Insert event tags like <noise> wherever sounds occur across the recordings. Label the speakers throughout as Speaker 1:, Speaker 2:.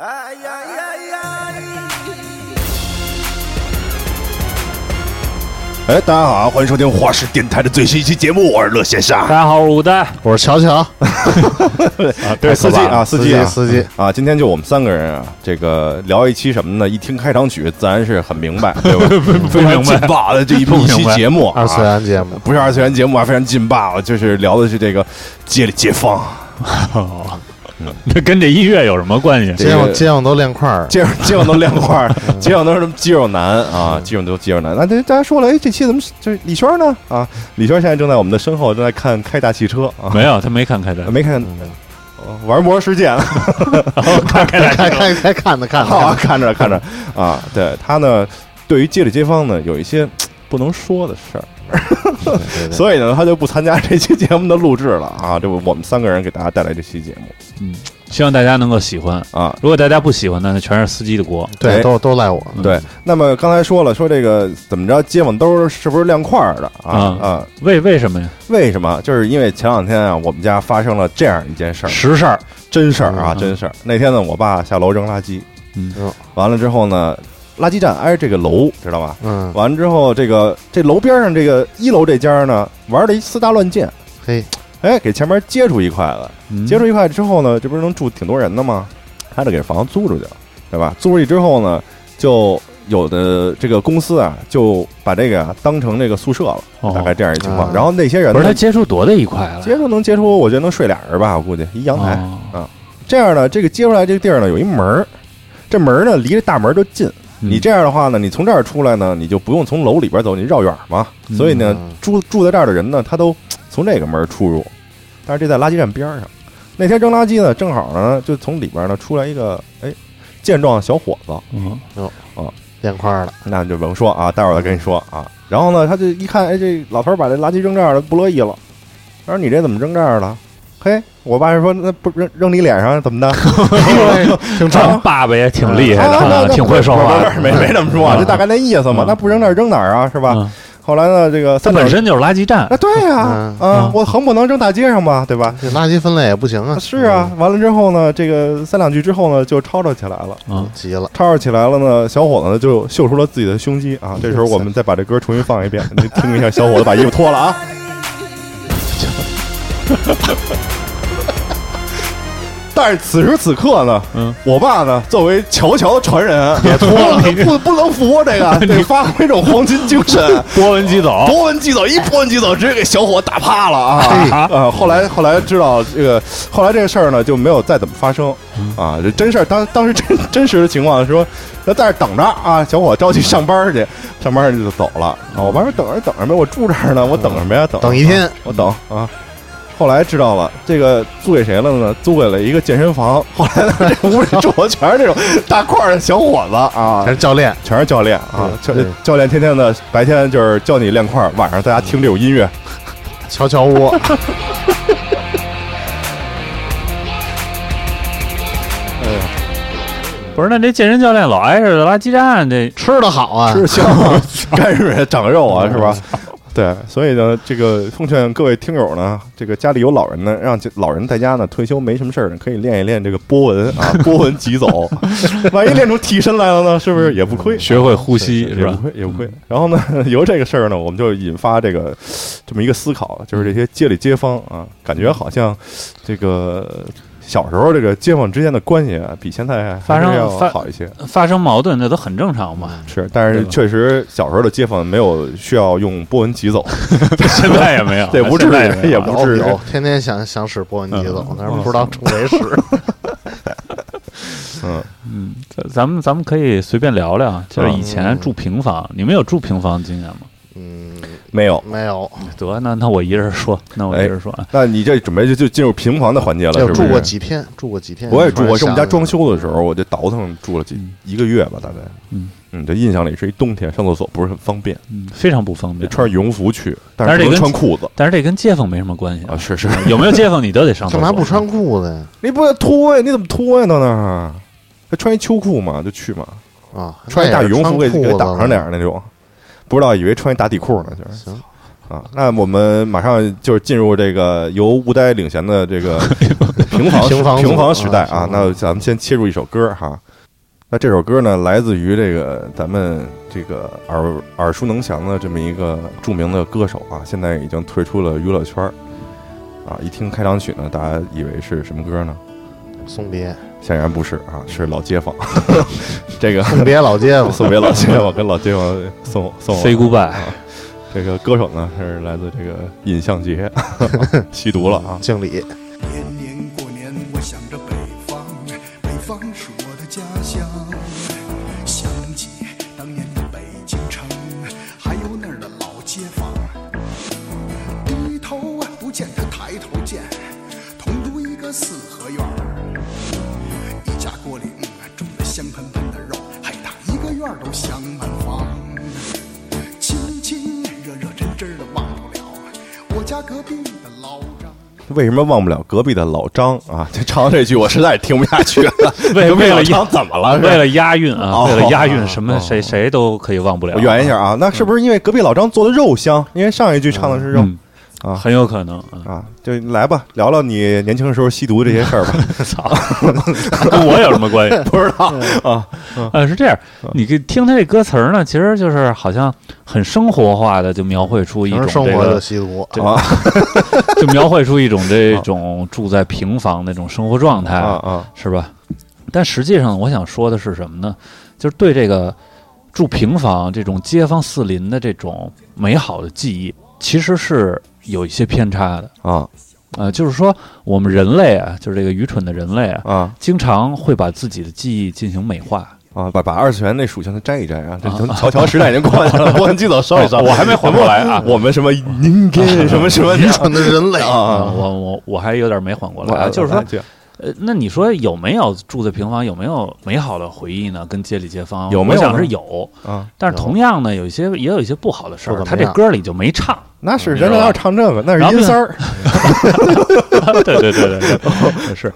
Speaker 1: 哎呀呀呀！
Speaker 2: 哎，大家好，欢迎收听花式电台的最新一期节目，我是乐先生。
Speaker 3: 大家好，我是吴丹。
Speaker 4: 我是乔乔，
Speaker 2: 啊，对，司机啊，司机啊，
Speaker 4: 司机，
Speaker 2: 啊，今天就我们三个人啊，这个聊一期什么呢？一听开场曲，自然是很明 <laughs> 白，对吧？非常劲爆的这一一期节目啊
Speaker 4: 二，次元节目，
Speaker 2: 不是二次元节目啊，非常劲爆，就是聊的是这个解解放，
Speaker 3: 这跟这音乐有什么关系？
Speaker 4: 街
Speaker 2: 这
Speaker 4: 上
Speaker 2: 个
Speaker 4: 街上都练块儿，
Speaker 2: 街上街上都亮块儿， <laughs> 街上都是什么肌肉男啊，肌肉都肌肉男。那这大家说了，哎，这期怎么就是李轩呢？啊，李轩现在正在我们的身后，正在看开大汽车啊，
Speaker 3: 没有，他没看开的，
Speaker 2: 没看。
Speaker 4: 嗯
Speaker 2: 哦玩魔兽世界了，
Speaker 3: 看开
Speaker 4: <laughs> 开
Speaker 3: 的。
Speaker 4: 开开看的看
Speaker 2: 好啊，
Speaker 4: 的，
Speaker 2: 看着看着啊，对他呢，对于街里街坊呢，有一些不能说的事儿，
Speaker 4: 对对
Speaker 2: <laughs>
Speaker 4: 对
Speaker 2: 所以呢，他就不参加这期节目的录制了啊。这不，我们三个人给大家带来这期节目
Speaker 3: 希望大家能够喜欢。
Speaker 2: 啊。
Speaker 3: 如果大家不喜欢呢，那全是司机的锅。
Speaker 2: 哎
Speaker 4: 对，都都赖我，
Speaker 3: 嗯
Speaker 2: 对，那么刚才说了，说这个怎么着，街坊兜儿是不是亮块儿的啊？
Speaker 3: 啊
Speaker 2: 啊，
Speaker 3: 为为什么呀？
Speaker 2: 为什么？就是因为前两天啊，我们家发生了这样一件事儿，
Speaker 3: 实事儿。
Speaker 2: 真事儿啊，
Speaker 4: 嗯
Speaker 2: 真事儿。那天呢，我爸下楼扔垃圾，
Speaker 3: 嗯
Speaker 4: 嗯
Speaker 2: 完了之后呢，垃圾站挨着这个楼，知道吧？
Speaker 4: 嗯，
Speaker 2: 完之后，这个这楼边上这个一楼这家呢，玩了一四大乱箭，
Speaker 4: 嘿，
Speaker 2: 哎，给前面接触一块了。
Speaker 3: 嗯
Speaker 2: 接触一块之后呢，这不是能住挺多人的吗？他就给房租出去了，对吧？租出去之后呢，就有的这个公司啊，就把这个啊当成这个宿舍了，
Speaker 3: 哦
Speaker 2: 大概这样一情况。
Speaker 4: 啊
Speaker 2: 然后那些人
Speaker 3: 不是他
Speaker 2: 呢，
Speaker 3: 接触多大一块了？
Speaker 2: 接触哎能接触，我觉得能睡俩人吧，我估计一阳台。
Speaker 3: 哦
Speaker 2: 这样呢，这个接出来这个地儿呢，有一门儿，这门儿呢离这大门儿就近。
Speaker 3: 嗯
Speaker 2: 你这样的话呢，你从这儿出来呢，你就不用从楼里边走，你绕远嘛。
Speaker 3: 嗯
Speaker 2: 所以呢
Speaker 4: 嗯，
Speaker 2: 住住在这儿的人呢，他都从这个门儿出入，但是这在垃圾站边儿上。那天扔垃圾呢，正好呢，就从里边呢出来一个哎健壮小伙子，
Speaker 3: 嗯
Speaker 4: 练块儿了，
Speaker 2: 那就甭说啊，待会儿再跟你说啊。然后呢，他就一看，哎，这老头儿把这垃圾扔这儿了，不乐意了。他说：“你这怎么扔这儿了？”嘿，我爸就说：“那不扔扔你脸上怎么的？”
Speaker 4: 挺
Speaker 3: 咱爸爸也挺厉害的
Speaker 2: 啊
Speaker 3: 啊，
Speaker 2: 那那
Speaker 3: 挺会说话
Speaker 2: 不是不是没没这么说，
Speaker 3: 嗯
Speaker 2: 就大概那意思嘛。
Speaker 3: 嗯
Speaker 2: 那不扔那儿扔哪儿啊？是吧？
Speaker 3: 嗯
Speaker 2: 后来呢，这个
Speaker 3: 他
Speaker 2: 三角
Speaker 3: 本身就是垃圾站
Speaker 2: 啊，，对呀，
Speaker 4: 嗯
Speaker 2: 啊，我横不能扔大街上吧，对吧？
Speaker 4: 这垃圾分类也不行
Speaker 3: 嗯
Speaker 4: 啊，
Speaker 2: 是啊，完了之后呢，这个三两句之后呢，就吵吵起来了。
Speaker 4: 嗯，
Speaker 3: 嗯，
Speaker 4: 急了，
Speaker 2: 吵吵起来了呢，小伙子呢就秀出了自己的胸肌啊！这时候我们再把这歌重新放一遍， <laughs> 你听一下，小伙子把衣服脱了啊！ <laughs> 但是此时此刻呢，
Speaker 3: 嗯
Speaker 2: 我爸呢作为乔乔传人，啊也脱了，不不能服啊这个，得发挥这种黄金精神。
Speaker 3: 波纹机走，
Speaker 2: 博文击走，一博文击走，直接给小伙打趴了啊！ <laughs> 呃，后来后来知道这个，后来这个事儿呢就没有再怎么发生
Speaker 4: 嗯
Speaker 2: 啊。这真事儿，当当时真真实的情况说，那在这儿等着啊，小伙着急上班儿去，上班儿去就走了啊。我爸说等着等什么呀？我住这儿呢，我等什么呀？等
Speaker 4: 等一天
Speaker 2: 啊我等啊。后来知道了，这个租给谁了呢？租给了一个健身房。后来呢，这屋里住的全是这种大块儿的小伙子啊
Speaker 4: 还，是教练，
Speaker 2: 全是教练啊，教
Speaker 4: 对对
Speaker 2: 教练天天的白天就是教你练块儿，晚上在家听这种音乐。
Speaker 4: 乔乔屋，
Speaker 3: 不是那这健身教练老挨着垃圾站，这
Speaker 4: <laughs> 吃的好啊，
Speaker 2: 吃香啊，干水长肉啊，是吧？对，所以呢，这个奉劝各位听友呢，这个家里有老人呢，让这老人在家呢退休没什么事儿呢，可以练一练这个波纹啊，波纹疾走，万一练出替身来了呢，是不是也不亏？
Speaker 3: 学会呼吸
Speaker 2: 也
Speaker 3: 是
Speaker 2: 不
Speaker 3: 吧？嗯
Speaker 2: 亏，也不亏。然后呢， <laughs> 由这个事儿呢，我们就引发这个这么一个思考，就是这些街里街坊啊，感觉好像这个小时候这个街坊之间的关系啊，比现在还
Speaker 3: 发
Speaker 2: 是
Speaker 3: 生
Speaker 2: 要
Speaker 3: 发
Speaker 2: 好一些。
Speaker 3: 发生矛盾那都很正常嘛，
Speaker 2: 是，但是
Speaker 3: 对吧
Speaker 2: 确实小时候的街坊没有需要用波纹疾走，
Speaker 3: 现在也没有，
Speaker 2: 对，不至
Speaker 3: 现在也
Speaker 2: 于，
Speaker 3: 没
Speaker 2: 也
Speaker 3: 有
Speaker 2: 不至于。
Speaker 4: 有天天想想使波纹机走，但是不知道冲谁使，
Speaker 2: 嗯，
Speaker 3: 嗯，咱咱们咱们可以随便聊聊，就是以前住平房，你们有住平房经验吗？
Speaker 4: <laughs> 嗯，
Speaker 2: 没有。
Speaker 4: 没有，
Speaker 3: 得，那那我一人说，那我一人说啊，
Speaker 2: 那你这准备就就进入平房的环节了，
Speaker 4: 就
Speaker 2: 不
Speaker 4: 是住
Speaker 2: 是？
Speaker 4: 过几天，住过几天，
Speaker 2: 我也住过，是我们家
Speaker 4: 突
Speaker 2: 装
Speaker 4: 然想起来
Speaker 2: 修的时候，我就倒腾住了几
Speaker 3: 嗯
Speaker 2: 一个月吧，大概。
Speaker 3: 嗯
Speaker 2: 嗯，这印象里是一冬天，上厕所不是很方便。
Speaker 3: 嗯，非常不方
Speaker 2: 得
Speaker 3: 便。
Speaker 2: 穿着羽绒服去，但
Speaker 3: 但是
Speaker 2: 不能
Speaker 3: 这跟
Speaker 2: 穿裤子
Speaker 3: 但是这跟街坊没什么关系
Speaker 2: 啊！，是是，
Speaker 3: 有没有街坊你都得上厕所。
Speaker 4: 干嘛不 <laughs> 穿裤子呀？
Speaker 2: <laughs> 你不脱呀？你怎么脱呀？到那儿啊还穿一秋裤嘛，就去嘛，
Speaker 4: 啊，
Speaker 2: 穿一大羽绒服给
Speaker 4: 那
Speaker 2: 给
Speaker 4: 也是穿裤子
Speaker 2: 挡上点
Speaker 4: 了
Speaker 2: 儿那种，不知道以为穿一打底裤呢，就是
Speaker 4: 行，
Speaker 2: 啊，那我们马上就是进入这个由吴呆领衔的这
Speaker 4: <laughs>
Speaker 2: 个平房
Speaker 4: 平房组
Speaker 2: 平房时代啊
Speaker 4: 啊。
Speaker 2: 那咱们先切入一首歌哈。那这首歌呢，来自于这个咱们这个耳耳熟能详的这么一个著名的歌手啊，现在已经退出了娱乐圈儿啊。一听开场曲呢，大家以为是什么歌呢？
Speaker 4: 送别，
Speaker 2: 显然不是啊，是老街坊。 <laughs> 这个
Speaker 4: 送别老街
Speaker 2: <laughs>
Speaker 4: 坊，
Speaker 2: 送别老
Speaker 3: <laughs>
Speaker 2: 街坊，跟老街坊送送我
Speaker 3: Say goodbye，
Speaker 2: 这个歌手呢是来自这个尹相杰， <laughs> 吸毒了啊！
Speaker 4: 敬礼，
Speaker 1: 年年过年，我想着北方，北方是我的家乡。想起当年的北京城，还有那儿的老街坊。低头啊不见他抬头见，同住一个四合院儿。一家锅里种的香喷喷的肉，嘿，他一个院儿都香满房。亲亲热热真真的忘不了我家隔壁的老张。
Speaker 2: 为什么忘不了隔壁的老张啊？这唱这句我实在是听不下去了。
Speaker 3: 为
Speaker 2: 隔壁
Speaker 3: 哎为
Speaker 2: 老
Speaker 3: 了
Speaker 2: 张怎么了？是吧
Speaker 3: <laughs> 为了押韵啊，
Speaker 2: 哦
Speaker 3: 为了押韵，什
Speaker 2: 哦
Speaker 3: 么谁谁都可以忘不了。
Speaker 2: 我圆一下啊，那是不是因为隔壁老张做的肉香？因为上一句唱的是肉
Speaker 3: 嗯，
Speaker 2: 啊
Speaker 3: 很有可能。啊
Speaker 2: 啊，就来吧，聊聊你年轻的时候吸毒这些事儿吧。
Speaker 3: <laughs> 操，跟我有什么关
Speaker 2: <laughs>
Speaker 3: 系？
Speaker 2: 不知道啊，
Speaker 3: 呃，是这样，你给听他这歌词儿呢，其实就是好像很生活化的，就描绘出一
Speaker 4: 平
Speaker 3: 种
Speaker 4: 时
Speaker 3: 这
Speaker 4: 生活就
Speaker 3: 个，
Speaker 4: 吸毒，
Speaker 3: 这
Speaker 2: 啊
Speaker 3: <laughs> 就描绘出一种这种住在平房那种生活状态
Speaker 2: 啊啊！
Speaker 3: 是吧？但实际上，我想说的是什么呢？就是对这个住平房这种街坊四邻的这种美好的记忆，其实是有一些偏差的。
Speaker 2: 啊
Speaker 3: 呃，就是说我们人类啊，就是这个愚蠢的人类啊，
Speaker 2: 啊
Speaker 3: 经常会把自己的记忆进行美化。
Speaker 2: 啊！把把二次元那属性的摘一摘啊！这都乔乔时代已经过去
Speaker 3: <laughs>
Speaker 2: 了，我们尽早烧一烧。
Speaker 3: 我还没缓过来啊
Speaker 2: 我们什么您跟什么
Speaker 3: <laughs>
Speaker 2: 什么
Speaker 4: <laughs> 愚蠢的人类，
Speaker 2: 啊啊！
Speaker 3: 呃我我我还有点没缓过来啊，就是说，呃，那你说有没有住在平房，有没有美好的回忆呢？跟街里街坊
Speaker 2: 有没
Speaker 3: 我
Speaker 2: 有
Speaker 3: 想
Speaker 2: 呢
Speaker 3: 是有，
Speaker 2: 啊，
Speaker 3: 但是同样呢，有一些也有一些不好的事
Speaker 4: 不
Speaker 3: 儿，
Speaker 4: 怎么
Speaker 3: 他这
Speaker 4: 样
Speaker 3: 歌里就没唱。
Speaker 2: 那是人家要唱这个，那是阴三儿
Speaker 3: <laughs> 对对对对对，是，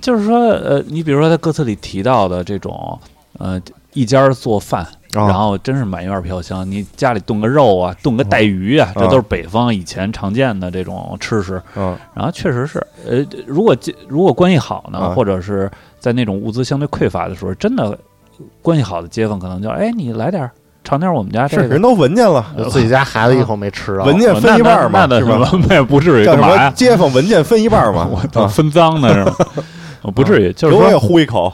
Speaker 3: 就是说，呃，你比如说他歌词里提到的这种，呃，一家儿做饭，
Speaker 2: 啊
Speaker 3: 然后真是满院飘香，你家里炖个肉啊，炖个带鱼啊，这都是北方以前常见的这种吃食。
Speaker 2: 嗯
Speaker 3: 然后确实是，呃，如果这如果关系好
Speaker 2: 啊
Speaker 3: 呢，或者是在那种物资相对匮乏的时候，真的关系好的街坊可能就，哎，你来点儿，尝点儿我们家
Speaker 2: 是
Speaker 3: 这个呃
Speaker 2: 人。都闻见了，
Speaker 4: 就自己家孩子一口没吃啊着，
Speaker 2: 闻见
Speaker 3: 哦
Speaker 2: 分一半
Speaker 3: 那
Speaker 2: 儿嘛，
Speaker 3: 那
Speaker 2: 是吧？
Speaker 3: 那那也不至于
Speaker 2: 叫
Speaker 3: 干
Speaker 2: 什
Speaker 3: 嘛
Speaker 2: 么啊
Speaker 3: 呀？
Speaker 2: 街坊闻见分一半儿嘛？
Speaker 3: <laughs> 我
Speaker 2: 啊
Speaker 3: 操，分赃呢
Speaker 2: <laughs>
Speaker 3: 是吗？我不至于，就是
Speaker 2: 给我也
Speaker 3: 说，
Speaker 2: 呼一口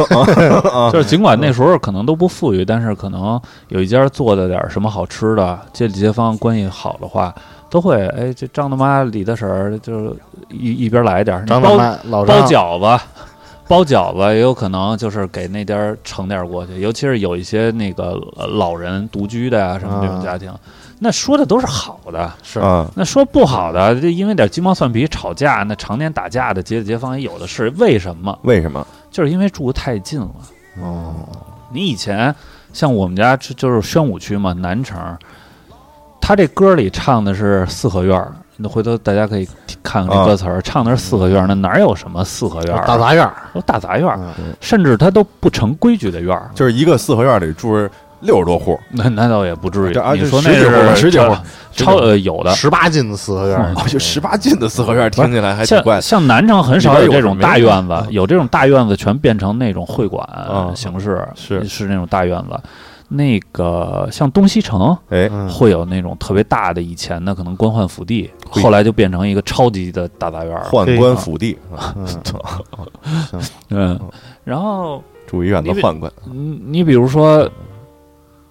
Speaker 2: 啊
Speaker 3: 就是尽管那
Speaker 2: 嗯
Speaker 3: 时候可能都不富裕，但是可能有一家做的点儿什么好吃的，街里街坊关系好的话，都会哎，这张大妈、李大婶儿，就是一一边来点儿，你
Speaker 4: 张大
Speaker 3: 包
Speaker 4: 妈老
Speaker 3: 包
Speaker 4: 张
Speaker 3: 饺子。包饺子也有可能就是给那边儿盛点儿过去，尤其是有一些那个呃老人独居的呀、什么这种
Speaker 4: 啊
Speaker 3: 家庭，那说的都是好的，
Speaker 4: 是
Speaker 2: 啊！
Speaker 3: 那说不好的，就因为点鸡毛蒜皮吵架，那常年打架的街里街坊也有的是。为什么？
Speaker 2: 为什么？
Speaker 3: 就是因为住得太近了。
Speaker 4: 哦，
Speaker 3: 你以前像我们家就就是宣武区嘛，南城，他这歌里唱的是四合院儿。那回头大家可以听看看
Speaker 2: 啊
Speaker 3: 这歌词儿，唱的是四合院儿，那哪有什么四合院儿啊？
Speaker 4: 大杂院儿，
Speaker 3: 有大杂院儿，
Speaker 4: 嗯
Speaker 3: 甚至它都不成规矩的院儿，
Speaker 2: 就是一个四合院里住六十多户，
Speaker 3: 那那倒也不至于
Speaker 2: 这。啊
Speaker 3: 你
Speaker 2: 这
Speaker 3: 说
Speaker 2: 十
Speaker 3: 那
Speaker 2: 几户吧
Speaker 3: 是
Speaker 2: 十几户
Speaker 3: 超超呃有的，
Speaker 4: 十八进四合院儿，
Speaker 2: 哦，就十八进的四合院，听起来还挺怪的
Speaker 3: 嗯像像南城很少有这种大院
Speaker 2: 里边有什
Speaker 3: 子
Speaker 2: 么，
Speaker 3: 有这种大院子全变成那种会馆
Speaker 2: 啊
Speaker 3: 形式，
Speaker 2: 是
Speaker 3: 是那种大院子。那个像东西城
Speaker 2: 哎，
Speaker 4: 嗯
Speaker 3: 会有那种特别大的，以前的可能官宦府邸，
Speaker 2: 会
Speaker 3: 后来就变成一个超级的大杂院儿。
Speaker 2: 宦官府地，啊
Speaker 4: 嗯，
Speaker 3: 嗯，然后
Speaker 2: 住一院的宦官
Speaker 3: 嗯，你比如说，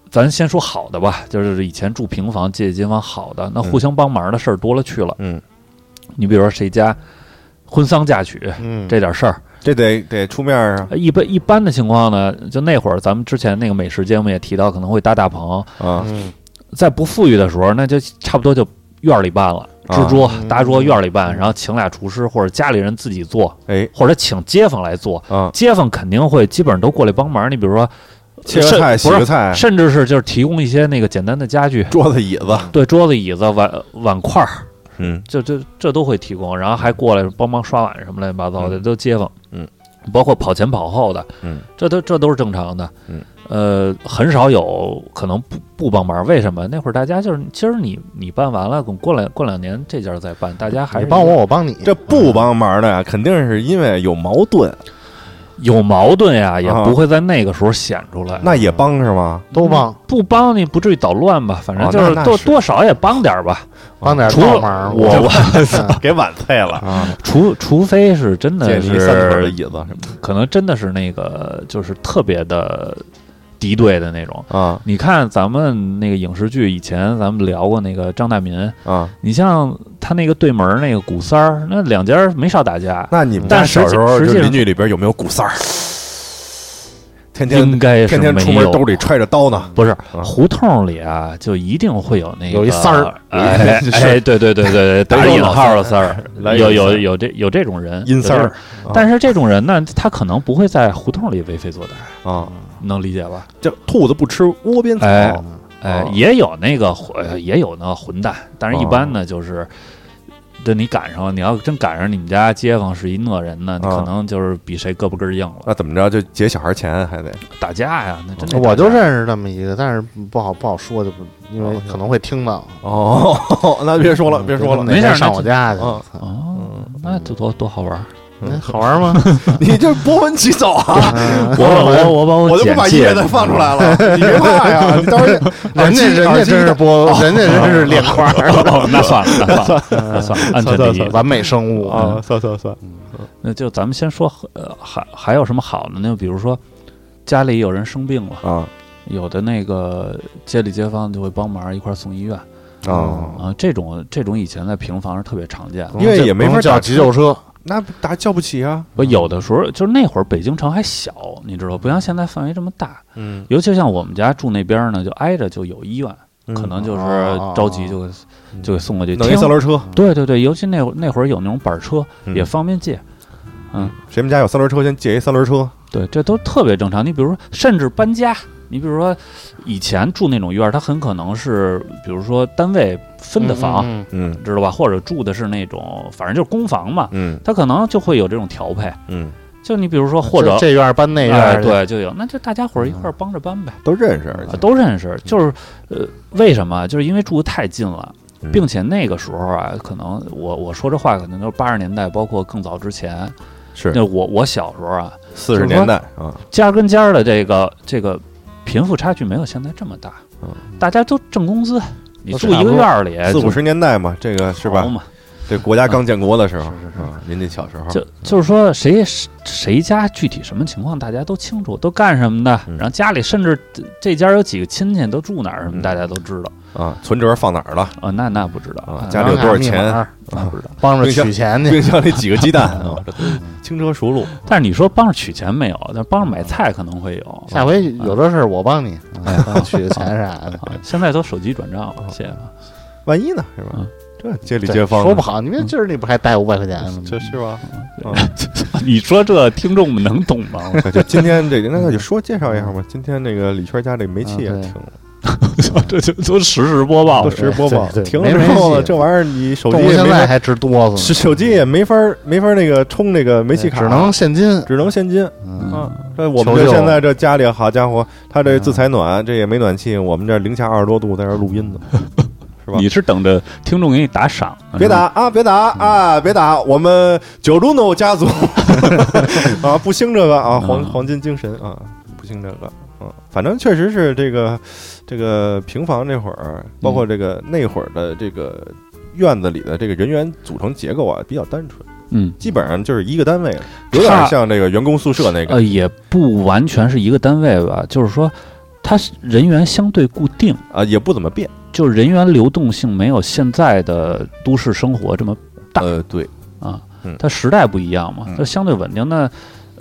Speaker 3: 咱先说好的吧，就是以前住平房、借街坊好的，那互相帮忙的事儿多了去了。
Speaker 2: 嗯，
Speaker 3: 你比如说谁家婚丧嫁娶
Speaker 4: 嗯，
Speaker 3: 这点事儿。
Speaker 2: 这得得出面啊
Speaker 3: 呃一般一般的情况呢，就那会儿咱们之前那个美食节目也提到，可能会搭大棚，
Speaker 2: 啊
Speaker 4: 嗯
Speaker 3: 在不富裕的时候，那就差不多就院儿里办了，
Speaker 2: 啊
Speaker 3: 支桌
Speaker 4: 嗯
Speaker 3: 搭桌院儿里办，然后请俩厨师或者家里人自己做，
Speaker 2: 哎
Speaker 3: 或者请街坊来做，
Speaker 2: 啊，
Speaker 3: 街坊肯定会基本上都过来帮忙。你比如说，
Speaker 2: 切个菜洗
Speaker 3: 甚不
Speaker 2: 个
Speaker 3: 是，
Speaker 2: 菜，
Speaker 3: 甚至是就是提供一些那个简单的家具，
Speaker 2: 桌子椅子，
Speaker 3: 对，桌子、椅子、碗碗筷儿，
Speaker 2: 嗯
Speaker 3: 就这这都会提供，然后还过来帮忙刷碗什么乱七八糟的，都街坊。
Speaker 2: 嗯，
Speaker 3: 包括跑前跑后的，
Speaker 2: 嗯，
Speaker 3: 这都这都是正常的，
Speaker 2: 嗯，
Speaker 3: 呃，很少有可能不不帮忙，为什么？那会儿大家就是，其实你你办完了，过两过两年这家再办，大家还
Speaker 4: 你
Speaker 3: 是
Speaker 4: 帮我，我帮你。
Speaker 2: 这不帮忙的呀，肯定是因为有矛盾，
Speaker 3: 有矛盾呀，也
Speaker 2: 啊
Speaker 3: 不会在那个时候显出来。
Speaker 2: 那也帮是吗？
Speaker 4: 都帮，
Speaker 3: 不帮你不至于捣乱吧？反正
Speaker 2: 哦
Speaker 3: 就
Speaker 2: 那
Speaker 3: 是
Speaker 2: 那
Speaker 3: 多
Speaker 2: 是
Speaker 3: 多少也帮点儿吧。
Speaker 4: 帮点
Speaker 3: 除
Speaker 4: 倒
Speaker 3: 了
Speaker 4: 忙。
Speaker 2: 我
Speaker 4: 我
Speaker 2: <laughs> 给晚退了，
Speaker 4: 啊，
Speaker 3: 除除非是真
Speaker 2: 借
Speaker 3: 的
Speaker 2: 你三腿的
Speaker 3: 是
Speaker 2: 椅，子什么
Speaker 3: 可能真的是那个就是特别的敌对的那种。
Speaker 2: 的啊
Speaker 3: 你看咱们那个影视剧，以前咱们聊过那个张大民，
Speaker 2: 啊。
Speaker 3: 你像他那个对门儿那个古三儿，那两家没少打架，
Speaker 2: 那你们家
Speaker 3: 但实
Speaker 2: 小时候
Speaker 3: 际
Speaker 2: 就
Speaker 3: 实际
Speaker 2: 邻居里边有没有古三儿？天
Speaker 3: 应
Speaker 2: 天
Speaker 3: 该是
Speaker 2: 天
Speaker 3: 没
Speaker 2: 天
Speaker 3: 有。
Speaker 2: 出门兜里嗯揣着刀呢，
Speaker 3: 不是胡同里啊，就一定会有那个
Speaker 4: 有一三儿
Speaker 3: 哎
Speaker 2: 是 <laughs>
Speaker 3: 哎，对对对对对，打引号的三
Speaker 2: 来 <laughs>
Speaker 3: 儿，
Speaker 2: 有三
Speaker 3: 有有
Speaker 2: 儿
Speaker 3: 有这有这种人
Speaker 2: 阴三
Speaker 3: 有这
Speaker 2: 儿嗯
Speaker 3: 种但是这种人呢，他可能不会在胡同里为非作歹，
Speaker 2: 啊！
Speaker 3: 能理解吧？
Speaker 2: 这兔子不吃窝边草，
Speaker 3: 哎哎
Speaker 2: 哦，
Speaker 3: 也有那个混，也有那个混蛋，但是一般呢就是。这你赶上了，你要真赶上你们家街坊是一那人呢，你
Speaker 2: 啊
Speaker 3: 可能就是比谁胳膊根儿硬了，
Speaker 2: 那怎么着就劫小孩钱还得
Speaker 3: 打架呀，那真的
Speaker 4: 我就
Speaker 3: 认。
Speaker 4: 认识这么一个，但是不好不好说，就不因为可能会听到。嗯
Speaker 2: 哦？ <laughs> 那别说了，别说了，
Speaker 4: 哪
Speaker 3: 没事
Speaker 4: 天
Speaker 3: 儿
Speaker 4: 上
Speaker 3: 那
Speaker 4: 我
Speaker 3: 就嗯
Speaker 4: 家
Speaker 2: 嗯
Speaker 4: 去，操
Speaker 3: 哦，那这多多好玩儿！
Speaker 4: 哎好玩吗？
Speaker 2: 你这博闻其走啊！
Speaker 4: 嗯
Speaker 3: <laughs> 我我我把
Speaker 2: 我就不
Speaker 3: 简
Speaker 2: 把音
Speaker 3: 介
Speaker 2: 乐再放
Speaker 3: <laughs>
Speaker 2: 出 <laughs> 来了，你别怕呀！你到时候
Speaker 4: 人家人家真是播，人家真是
Speaker 3: <laughs>
Speaker 4: 练块儿，
Speaker 3: 哦，那算了，那算了，那算了，安全第一。
Speaker 4: 完美生物
Speaker 2: 啊，
Speaker 3: 哦
Speaker 2: 算算算，
Speaker 3: 那就咱们先说，呃，还还有什么好的呢？就比如说家里有人生病了，
Speaker 2: 啊
Speaker 3: 有的那个街里街坊就会帮忙一块儿送医院
Speaker 4: 哦
Speaker 2: 啊！
Speaker 3: 啊。这种这种以前在平房是特别常见
Speaker 4: 嗯
Speaker 3: 的。
Speaker 2: 因为也没法
Speaker 4: 不能叫
Speaker 2: 打
Speaker 4: 急救车，
Speaker 2: 那打叫不起啊！
Speaker 3: 不，有的时候就是那会儿北京城还小，你知道，不像现在范围这么大。
Speaker 2: 嗯，
Speaker 3: 尤其像我们家住那边儿呢，就挨着就有医院，可能就是
Speaker 4: 嗯哦
Speaker 3: 着急就给就给送过去。
Speaker 2: 嗯弄一
Speaker 3: 听
Speaker 2: 三轮车，
Speaker 3: 对对对，尤其那会儿那会儿有那种板儿车，
Speaker 2: 嗯
Speaker 3: 也方便借。嗯
Speaker 2: 谁们家有三轮车，先借一三轮车。
Speaker 3: 对，这都特别正常。你比如说，甚至搬家，你比如说以前住那种院儿，它很可能是，比如说单位分的房，
Speaker 4: 嗯，
Speaker 2: 嗯
Speaker 3: 知道吧？或者住的是那种，反正就是公房嘛，
Speaker 2: 嗯
Speaker 3: 它可能就会有这种调配。
Speaker 2: 嗯，
Speaker 3: 就你比如说，或者
Speaker 4: 这这院儿搬那院
Speaker 3: 哎
Speaker 4: 儿，，
Speaker 3: 对，就有，那就大家
Speaker 2: 嗯
Speaker 3: 伙儿一块儿帮着搬呗，
Speaker 2: 都认识，而
Speaker 3: 啊都认识。
Speaker 2: 嗯
Speaker 3: 就是呃，为什么？就是因为住的太近了。
Speaker 2: 且
Speaker 3: 并且那个时候啊，可能我我说这话可能就是八十年代，包括更早之前。
Speaker 2: 是
Speaker 3: 那我我小时候啊，
Speaker 2: 四十年代啊，
Speaker 3: 尖儿跟尖儿的这个这个贫富差距没有现在这么大，
Speaker 2: 嗯
Speaker 3: 大家都挣工资，你
Speaker 4: 都
Speaker 3: 住
Speaker 4: 差
Speaker 3: 一
Speaker 4: 不
Speaker 3: 个
Speaker 4: 多
Speaker 3: 院儿里
Speaker 2: 四
Speaker 3: 哎就
Speaker 2: 五十年代嘛，这个是吧
Speaker 3: 好？嘛
Speaker 2: 这国家刚建国的时候，
Speaker 3: 嗯是是是
Speaker 2: 啊，您这小时候，
Speaker 3: 就就是说谁谁谁家具体什么情况，大家都清楚，都干什么的，
Speaker 2: 嗯
Speaker 3: 然后家里甚至这这家有几个亲戚都住哪儿什
Speaker 2: 嗯
Speaker 3: 么，大家都知道。
Speaker 2: 啊，存折放哪儿
Speaker 3: <laughs>
Speaker 2: 了？
Speaker 3: 啊，那那不知道
Speaker 2: 啊
Speaker 3: 啊，
Speaker 2: 家里有多少钱？
Speaker 3: 那不知道。
Speaker 4: 帮着取钱去，
Speaker 2: 冰箱里几个鸡蛋啊？
Speaker 3: <laughs>
Speaker 2: 轻车熟路，
Speaker 3: 但是你说帮着取钱没有，但帮着买菜可能会有。
Speaker 2: 啊
Speaker 3: 啊
Speaker 4: 下回有这事儿我帮你，
Speaker 2: 嗯
Speaker 4: 啊帮我取个钱啥的。
Speaker 2: <laughs>
Speaker 3: 啊，现在都手机转账了，谢谢啊。
Speaker 2: 万一呢是吧
Speaker 3: 嗯？
Speaker 2: 这街里
Speaker 4: 对
Speaker 2: 街坊
Speaker 4: 说不好，你们今儿你不还带五百块钱呢吗？
Speaker 2: 这是吧？嗯
Speaker 3: 你说这听众们能懂吗？
Speaker 2: <laughs> 对就今天这个，那那就说介绍一下吧。今天那个李圈家这煤气也
Speaker 4: 嗯啊对
Speaker 2: 停了，
Speaker 3: 这就都实时播报
Speaker 2: 都
Speaker 3: 了
Speaker 2: 直播吧。
Speaker 4: 对对
Speaker 2: <laughs> 停了
Speaker 4: 没
Speaker 2: 之后
Speaker 4: 煤
Speaker 2: 呢，
Speaker 4: 气
Speaker 2: 这玩意儿你手机
Speaker 4: 动物
Speaker 2: 也
Speaker 4: 现
Speaker 2: 没
Speaker 4: 在
Speaker 2: 法，
Speaker 4: 还直哆
Speaker 2: 手
Speaker 4: 嗦呢，
Speaker 2: 手机也没法没法那个充那个煤气卡，
Speaker 4: 只能现金。
Speaker 2: 只能现金。
Speaker 4: 嗯，
Speaker 2: 啊，这我们
Speaker 4: 求
Speaker 2: 这
Speaker 4: 救嗯
Speaker 2: 现在这家里，好家伙，他这自采暖，这也没暖气，我们这零下二十多度在这录音呢，是吧？
Speaker 3: 你是等着听众给你打赏呢？
Speaker 2: 别
Speaker 3: 是吧，
Speaker 2: 打啊！别打啊！别打！我们九路诺家
Speaker 3: <laughs>
Speaker 2: 族啊，不兴这个啊，黄
Speaker 3: 嗯
Speaker 2: 黄金精神啊，不兴这个。嗯，反正确实是这个这个平房这会儿，包
Speaker 3: 嗯
Speaker 2: 括这个那会儿的这个院子里的这个人员组成结构啊，比较单纯，
Speaker 3: 嗯，
Speaker 2: 基本上就是一个单位了，有点
Speaker 3: 差
Speaker 2: 像这个员工宿舍那个
Speaker 3: 呃，也不完全是一个单位吧，就是说，它是人员相对固定，
Speaker 2: 啊，也不怎么变。
Speaker 3: 就是人员流动性没有现在的都市生活这么大
Speaker 2: 呃，对，
Speaker 3: 啊
Speaker 2: 嗯，
Speaker 3: 它时代不一样嘛
Speaker 2: 嗯，
Speaker 3: 它相对稳定。那，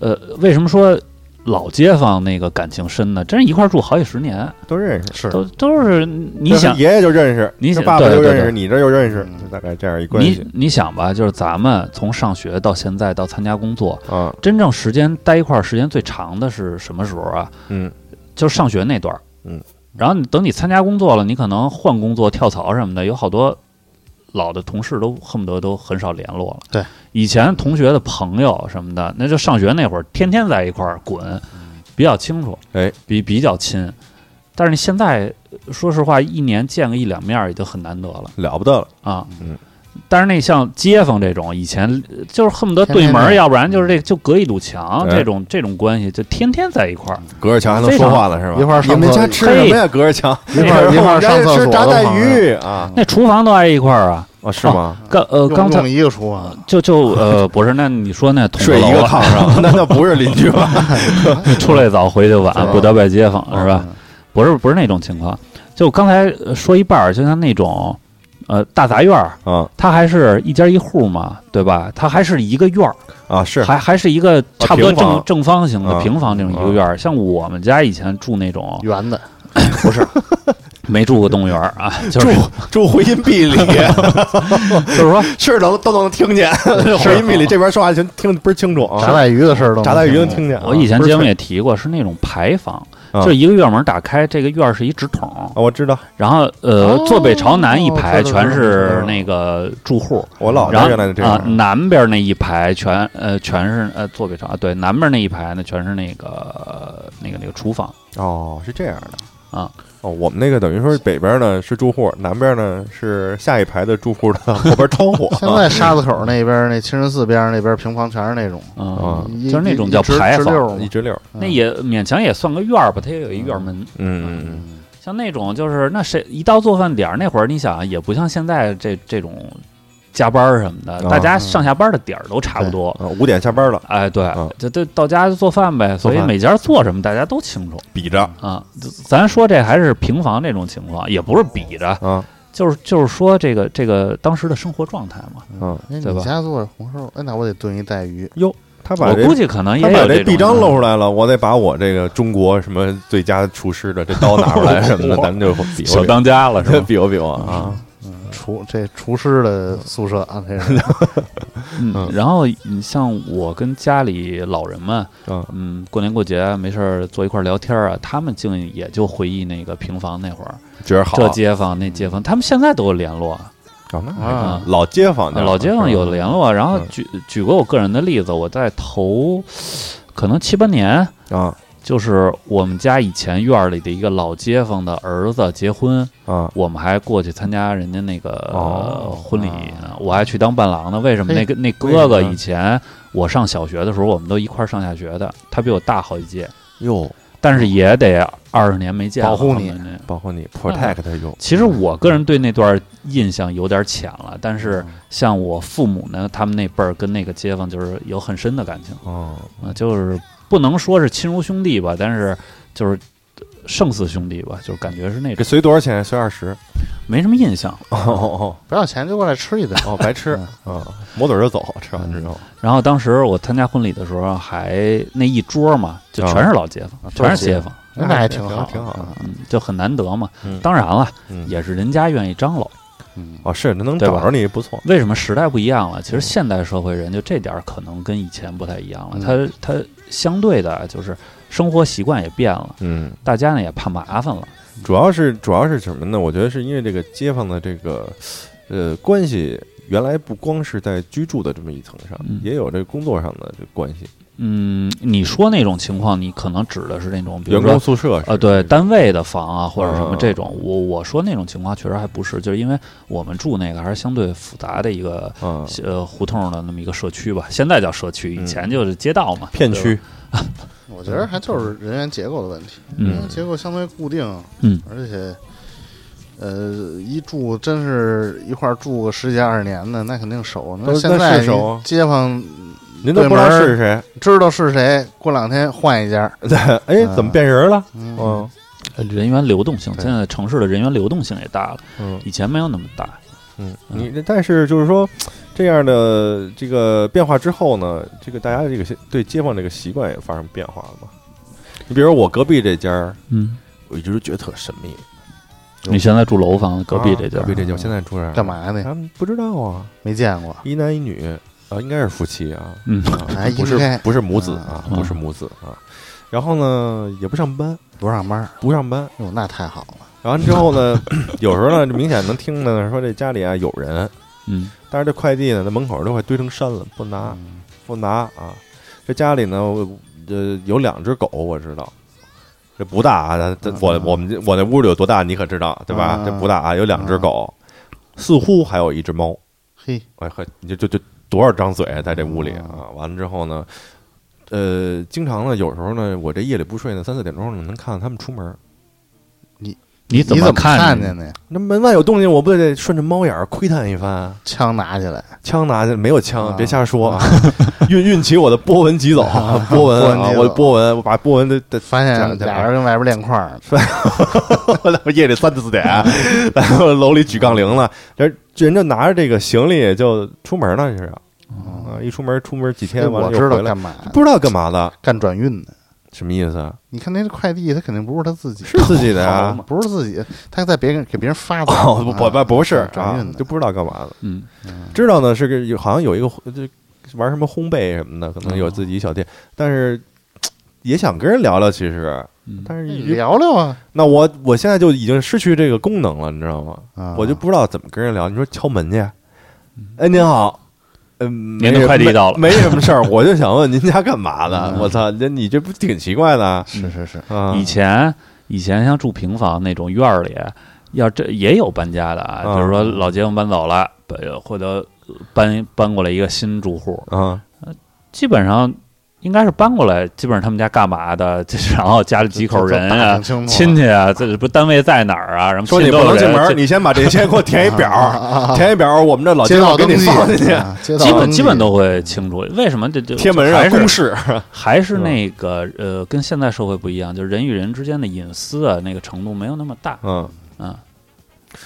Speaker 3: 呃，为什么说老街坊那个感情深呢？真是一块儿住好几十年，
Speaker 2: 都认识。
Speaker 4: 是
Speaker 3: 都都是你
Speaker 2: 就是
Speaker 3: 想
Speaker 2: 爷爷就认识，
Speaker 3: 你
Speaker 2: 这
Speaker 3: 想
Speaker 2: 爸爸
Speaker 3: 对
Speaker 2: 就
Speaker 3: 对
Speaker 2: 认识，
Speaker 3: 对
Speaker 2: 你这又认识
Speaker 4: 嗯，
Speaker 2: 就大概这样一关系
Speaker 3: 你你想吧，就是咱们从上学到现在到参加工作，
Speaker 2: 啊。
Speaker 3: 真正时间待一块儿时间最长的是什么时候啊？
Speaker 2: 嗯，
Speaker 3: 就是上学那段儿，
Speaker 2: 嗯，
Speaker 3: 然后你等你参加工作了，你可能换工作、跳槽什么的，有好多老的同事都恨不得都很少联络了。
Speaker 4: 对，
Speaker 3: 以前同学的朋友什么的，那就上学那会儿天天在一块儿滚，比较清楚，
Speaker 2: 哎，
Speaker 3: 比比较亲。但是你现在说实话，一年见个一两面儿已经很难得了
Speaker 2: 了不得了，
Speaker 3: 啊。
Speaker 2: 嗯。
Speaker 3: 但是那像街坊这种，以前呃就是恨不得对门
Speaker 4: 天天
Speaker 3: 儿，
Speaker 4: 的
Speaker 3: 要不然就是
Speaker 2: 嗯
Speaker 3: 这就隔一堵墙，
Speaker 2: 哎
Speaker 3: 这种这种关系就天天在一块儿。
Speaker 2: 隔着墙还能说话了是吧？
Speaker 4: 一会儿
Speaker 2: 你
Speaker 4: 上
Speaker 2: 们
Speaker 4: 厕
Speaker 2: 家
Speaker 4: 所
Speaker 2: 吃什么呀？隔着墙，
Speaker 4: 一块儿一块儿上厕
Speaker 2: 我们家
Speaker 4: 所
Speaker 2: 吃
Speaker 4: 的
Speaker 2: 炸带
Speaker 4: 朋友
Speaker 2: 鱼啊
Speaker 3: 那厨房都挨一块儿啊。
Speaker 2: 啊是吗？
Speaker 3: 刚呃
Speaker 4: 用
Speaker 3: 刚才
Speaker 4: 用一个厨
Speaker 2: 哦
Speaker 4: 房，
Speaker 3: 就就呃 <laughs> 不是，那你说那筒子
Speaker 2: 睡一
Speaker 3: 楼
Speaker 2: <laughs> 个
Speaker 3: 啊
Speaker 2: 炕上，那那不是邻居吧？
Speaker 3: 出来早回去晚，不得拜街坊
Speaker 2: 嗯
Speaker 3: 是吧？不是不是那种情况，就刚才呃说一半儿，就像那种呃大杂院儿，
Speaker 2: 啊
Speaker 3: 它还是一家一户嘛，对吧？它还是一个院儿，
Speaker 2: 啊是啊
Speaker 3: 还还是一个差不多
Speaker 2: 平房
Speaker 3: 正正方形的
Speaker 2: 啊
Speaker 3: 平房这种一个院儿。像我们家以前住那种
Speaker 4: 圆的，
Speaker 3: 没住过动物
Speaker 2: <laughs>
Speaker 3: 园儿啊，就是
Speaker 2: 住回音壁 <laughs> 里，
Speaker 3: 就
Speaker 2: <laughs>
Speaker 3: 是说
Speaker 2: 是能都能听见，回音壁里这边说话全听倍儿清楚啊
Speaker 4: 炸，带鱼的事儿都
Speaker 2: 炸带鱼能听见。啊
Speaker 3: 我以前节目
Speaker 2: 也
Speaker 3: 也提过，是那种牌坊，
Speaker 2: 啊
Speaker 3: 就是一个院门打开，这个院儿是一直筒，
Speaker 2: 我知道，
Speaker 3: 然后呃
Speaker 4: 哦
Speaker 3: 坐北朝南一
Speaker 4: 我
Speaker 3: 排
Speaker 4: 知道
Speaker 3: 全
Speaker 4: 知道知
Speaker 3: 是
Speaker 4: 道
Speaker 3: 那个住户，
Speaker 2: 我老
Speaker 3: 然
Speaker 2: 家
Speaker 3: 后
Speaker 2: 原来就这
Speaker 3: 啊
Speaker 2: 样。
Speaker 3: 南边那一排全呃全是呃坐北朝啊对南边那一排呢全是那个那个那个厨房，
Speaker 2: 哦，是这样的
Speaker 3: 啊。
Speaker 2: 哦，我们那个等于说北边呢是住户，南边呢是下一排的住户的后 <laughs> 边窗户。
Speaker 4: 现在沙子口那边、那清真寺边上那边平房全是那种，
Speaker 2: 啊
Speaker 3: 嗯，
Speaker 4: 一
Speaker 3: 就是那种
Speaker 4: 一
Speaker 3: 叫
Speaker 4: 直
Speaker 3: 牌
Speaker 4: 直
Speaker 3: 坊，
Speaker 4: 溜儿
Speaker 2: 一
Speaker 4: 嘛
Speaker 2: 直溜，
Speaker 3: 那也勉强也算个院儿吧，它也有一院门。
Speaker 2: 嗯，
Speaker 3: 像那种就是那谁一到做饭点儿那会儿，你想啊也不像现在这这种加班儿什么的，
Speaker 2: 啊
Speaker 3: 大家上下班儿的点儿都差不多。
Speaker 2: 嗯嗯，五点下班了，
Speaker 3: 哎，对
Speaker 2: 嗯，
Speaker 3: 就就到家就做饭呗，
Speaker 2: 做
Speaker 3: 所以
Speaker 2: 饭
Speaker 3: 每家做什么大家都清楚
Speaker 2: 比着
Speaker 3: 啊。就咱说这还是平房这种情况，也不是比着，
Speaker 2: 啊，
Speaker 3: 就是就是说这个这个当时的生活状态嘛。
Speaker 2: 嗯，
Speaker 4: 哎，
Speaker 3: 对吧
Speaker 4: 你家做着红烧，哎，那我得炖一带鱼，
Speaker 2: 他把
Speaker 3: 我
Speaker 2: 这
Speaker 3: 估计可能也
Speaker 2: 他把
Speaker 3: 有
Speaker 2: 这
Speaker 3: 种啊
Speaker 2: 臂章露出来了，我得把我这个中国什么最佳厨师的这刀拿
Speaker 3: <laughs>
Speaker 2: 出来什么的，咱们就比
Speaker 3: 小
Speaker 2: 划
Speaker 3: 当家了
Speaker 2: 比
Speaker 3: 是
Speaker 2: 划，
Speaker 3: 吧？嗯
Speaker 2: 比划比划 <laughs> 啊！
Speaker 4: 厨这厨师的宿舍啊，
Speaker 2: <laughs>
Speaker 4: 这是
Speaker 3: 嗯，然后你像我跟家里老人们，
Speaker 2: 嗯
Speaker 3: 嗯，过年过节没事儿坐一块儿聊天儿啊，他们竟也就回忆那个平房那会儿，
Speaker 2: 觉得好
Speaker 3: 这街坊那街坊，他们现在都有联络，
Speaker 2: 啊，那还
Speaker 4: 啊
Speaker 2: 行，老街坊的
Speaker 3: 老街坊有
Speaker 2: 了
Speaker 3: 联络。然后
Speaker 2: 嗯
Speaker 3: 举举过我个人的例子，我在头可能七八年，
Speaker 2: 啊
Speaker 3: 就是我们家以前院儿里的一个老街坊的儿子结婚，
Speaker 2: 啊
Speaker 3: 我们还过去参加人家那个、
Speaker 2: 哦
Speaker 3: 呃婚礼，我还去当伴郎呢。为什么？
Speaker 4: 嘿
Speaker 3: 那个那哥
Speaker 2: 为
Speaker 3: 哥
Speaker 2: 什么
Speaker 3: 以前我上小学的时候，我们都一块儿上下学的，他比我大好几届，
Speaker 2: 哟，
Speaker 3: 但是也得二十年没见了。
Speaker 4: 保护你
Speaker 3: 他们那
Speaker 2: 包括你 protect 哟，
Speaker 3: 其实我个人对那段印象有点浅了，但
Speaker 2: 哦
Speaker 3: 是像我父母呢，他们那辈儿跟那个街坊就是有很深的感情
Speaker 2: 嗯，
Speaker 3: 啊、就是不能说是亲如兄弟吧，但是就是胜似兄弟吧，就是感觉是那
Speaker 2: 这
Speaker 3: 种
Speaker 2: 随多少钱？随二十。 <laughs>
Speaker 3: 没什么印象。
Speaker 2: 哦哦
Speaker 4: 不要钱就过来吃
Speaker 2: <laughs>
Speaker 4: 一顿，
Speaker 2: 哦，白吃
Speaker 3: 嗯
Speaker 2: 啊，抹嘴就走，吃完之后
Speaker 3: 然后当时我参加婚礼的时候，还那一桌嘛，就全是老街坊，
Speaker 4: 都是
Speaker 3: 全是街坊，
Speaker 4: 那还挺
Speaker 2: 挺
Speaker 4: 好，
Speaker 2: 哎挺好
Speaker 4: 啊。
Speaker 3: 嗯，就很难得嘛。
Speaker 2: 嗯
Speaker 3: 当然了，
Speaker 2: 嗯
Speaker 3: 也是人家愿意张罗。
Speaker 2: 哦，是能能
Speaker 3: 对
Speaker 2: 找
Speaker 3: 吧
Speaker 2: 着你不错，
Speaker 3: 为什么时代不一样了？其实现代社会人就这点儿可能跟以前不太一样了，
Speaker 4: 嗯
Speaker 3: 他他相对的就是生活习惯也变了，
Speaker 2: 嗯。
Speaker 3: 大家呢也怕麻烦了。
Speaker 2: 主要是主要是什么呢？我觉得是因为这个街坊的这个呃关系，原来不光是在居住的这么一层上，
Speaker 3: 嗯
Speaker 2: 也有这工作上的这关系，
Speaker 3: 嗯，你说那种情况，你可能指的是那种，比
Speaker 2: 员
Speaker 3: 如
Speaker 2: 工
Speaker 3: 说
Speaker 2: 宿舍
Speaker 3: 呃，对，单位的房啊，或者什么
Speaker 2: 嗯
Speaker 3: 这种，我我说那种情况确实还不是，就是因为我们住那个还是相对复杂的一个
Speaker 2: 啊，
Speaker 3: 呃胡同的那么一个社区吧，现在叫社区，以前就是街道嘛，
Speaker 2: 片
Speaker 3: 对吧
Speaker 2: 区，
Speaker 4: 我觉得还就是人员结构的问题，
Speaker 3: 嗯
Speaker 4: 人员结构相对固定，
Speaker 3: 嗯，
Speaker 4: 而且。呃，一住真是一块儿住个十几二十年的，那肯定熟。
Speaker 2: 那
Speaker 4: 那现在
Speaker 2: 是熟啊
Speaker 4: 街坊
Speaker 2: 您都不知道是谁， <laughs>
Speaker 4: 知道是谁，过两天换一家。
Speaker 2: 对，
Speaker 3: 啊
Speaker 2: 哎，怎么变人了？
Speaker 4: 嗯，
Speaker 2: 嗯
Speaker 3: 呃人员流动性，
Speaker 4: 对
Speaker 3: 现在城市的人员流动性也大了，
Speaker 2: 嗯
Speaker 3: 以前没有那么大。
Speaker 2: 嗯，你但是就是说。这样的这个变化之后呢，这个大家这个习对街坊这个习惯也发生变化了嘛？你比如我隔壁这家儿，
Speaker 3: 嗯，
Speaker 2: 我一直觉得特神秘。
Speaker 3: 你现在住楼房，隔壁这家
Speaker 2: 啊隔壁这家，我现在住这儿
Speaker 4: 干？嘛呢？
Speaker 2: 他们不知道啊。
Speaker 4: 没见过。
Speaker 2: 一男一女啊，应该是夫妻啊，
Speaker 3: 嗯
Speaker 2: 啊
Speaker 4: 哎
Speaker 2: 不
Speaker 4: 应该
Speaker 2: 是不是母子啊，
Speaker 3: 嗯
Speaker 2: 不是母子啊。然后呢，也不上班，
Speaker 4: 不上班儿，
Speaker 2: 不上班。
Speaker 4: 哟，那太好了。 <coughs>
Speaker 2: 然后之后呢，有时候呢，就明显能听呢说这家里啊有人
Speaker 3: 嗯
Speaker 2: 但是这快递呢，在门口都快堆成山了，不
Speaker 4: 嗯
Speaker 2: 拿，不拿啊！这家里呢，我呃，有两只狗，我知道，这不大啊，咱咱
Speaker 4: 嗯
Speaker 2: 我我们这我那屋里有多大，你可知道对吧
Speaker 4: 啊？
Speaker 2: 这不大啊，有两只狗，似乎还有一只猫。
Speaker 4: 嘿，
Speaker 2: 哎呵，你就就就多少张嘴在这屋里啊？完了之后呢，呃，经常呢，有时候呢，我这夜里不睡呢，三四点钟呢，能看到他们出门。
Speaker 3: 你
Speaker 4: 怎
Speaker 3: 怎么
Speaker 4: 看
Speaker 3: 看
Speaker 4: 见的呀？
Speaker 2: 那门外有动静，我不得顺着猫眼儿窥探一番？啊
Speaker 4: 枪拿起来，
Speaker 2: 枪拿去没有枪
Speaker 4: 啊，
Speaker 2: 别瞎说啊！ <laughs> 运运起我的波纹疾走，波纹啊，
Speaker 4: 波纹疾走
Speaker 2: 我波纹，我把波纹的的
Speaker 4: 发现
Speaker 2: 讲讲
Speaker 4: 俩人跟外边练块儿，
Speaker 2: 夜里三四点，然后楼里举杠铃了，这人就拿着这个行李就出门了，就是啊，一出门出门几
Speaker 4: 哎
Speaker 2: 天完
Speaker 4: 我
Speaker 2: 了
Speaker 4: 知
Speaker 2: 又
Speaker 4: 道
Speaker 2: 回来
Speaker 4: 干，嘛，
Speaker 2: 不知道干嘛的，
Speaker 4: 干转运的。
Speaker 2: 什么意思啊？
Speaker 4: 你看那快递，他肯定不是他自己，哦
Speaker 2: 是自己的呀？
Speaker 4: 不是自己，他在别人给别人发
Speaker 2: <laughs>
Speaker 4: 的。
Speaker 2: 哦，不不
Speaker 4: 啊
Speaker 2: 不不是
Speaker 4: 转
Speaker 2: 啊
Speaker 4: 运，的
Speaker 2: 就，不知道干嘛的，
Speaker 3: 嗯，
Speaker 2: 知道呢是个有好像有一个这玩什么烘焙什么的，可能有自己小店，但是嘖也想跟人聊聊，其实
Speaker 3: 嗯，
Speaker 2: 但是
Speaker 4: 你
Speaker 2: 一直
Speaker 4: 聊聊啊
Speaker 2: 那我我现在就已经失去这个功能了，你知道吗？
Speaker 4: 啊！
Speaker 2: 我就不知道怎么跟人聊。你说敲门去，哎，您好，嗯，
Speaker 3: 您
Speaker 2: 没
Speaker 3: 的
Speaker 2: 什
Speaker 3: 快递
Speaker 2: 没
Speaker 3: 到了
Speaker 2: 没什么事
Speaker 4: <laughs>
Speaker 2: 儿，我就想问您家干嘛的？
Speaker 4: 嗯
Speaker 2: 我操，那你这不挺奇怪的啊？
Speaker 4: 是是是，
Speaker 2: 啊
Speaker 3: 以前以前像住平房那种院儿里，要这也有搬家的啊，
Speaker 2: 嗯
Speaker 3: 比如说老街坊搬走了，搬或者搬搬过来一个新住户，
Speaker 2: 啊，
Speaker 3: 基本上应该是搬过来，基本上他们家干嘛的， <laughs> 这然后家里几口人啊
Speaker 4: 就就打听清楚了，
Speaker 3: 亲戚啊，这不单位在哪儿啊，然后
Speaker 2: 说你不
Speaker 3: 亲
Speaker 2: 能
Speaker 3: 戚
Speaker 2: 进
Speaker 3: 都有人
Speaker 2: 门，你先把这些给我填一
Speaker 4: <laughs>
Speaker 2: 表，填一表，我们这老
Speaker 4: 啊街
Speaker 2: 道
Speaker 4: 道
Speaker 2: 给
Speaker 4: 登
Speaker 2: 你
Speaker 4: 记
Speaker 2: 放进去，
Speaker 4: 啊街道
Speaker 3: 基
Speaker 4: 登
Speaker 3: 本
Speaker 4: 记
Speaker 3: 基本都会清楚。为什么这这
Speaker 2: 贴门
Speaker 3: 还
Speaker 2: 上
Speaker 3: 是
Speaker 2: 公示，
Speaker 3: 还
Speaker 2: 是
Speaker 3: 是
Speaker 2: 吧
Speaker 3: 那个呃，跟现在社会不一样，就是人与人之间的隐私啊，那个程度没有那么大，
Speaker 2: 嗯，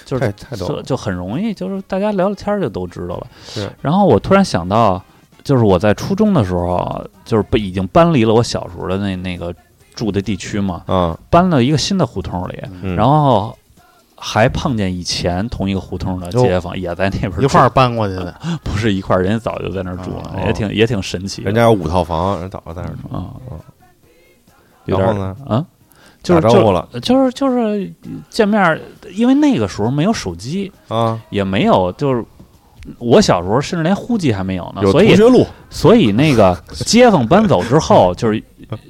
Speaker 3: 就是
Speaker 2: 太太懂
Speaker 3: 就
Speaker 2: 了
Speaker 3: 就很容易，就是大家聊聊天儿就都知道了。
Speaker 2: 是
Speaker 3: 然后我突然想到，就是我在初中的时候，就是不已经搬离了我小时候的那那个住的地区嘛，
Speaker 2: 啊，
Speaker 3: 搬到一个新的胡同里，
Speaker 2: 嗯
Speaker 3: 然后还碰见以前同一个胡同的街坊也在那边住
Speaker 4: 一块儿搬过去的，
Speaker 3: 不是一块儿，人家早就在那儿住了，
Speaker 2: 哦
Speaker 3: 也挺也挺神奇的。
Speaker 2: 人家有五套房，人早就在那儿住，
Speaker 3: 啊
Speaker 2: 嗯，
Speaker 3: 有
Speaker 2: 然
Speaker 3: 点
Speaker 2: 后
Speaker 3: 儿
Speaker 2: 呢
Speaker 3: 啊，就是
Speaker 2: 打招呼了，
Speaker 3: 就是就是见面儿，因为那个时候没有手机，
Speaker 2: 啊，
Speaker 3: 也没有就是。我小时候甚至连户籍还没有呢，
Speaker 2: 有
Speaker 3: 啊所
Speaker 2: 同
Speaker 3: 以
Speaker 2: 学录，
Speaker 3: 所以那个街坊搬走之后，就是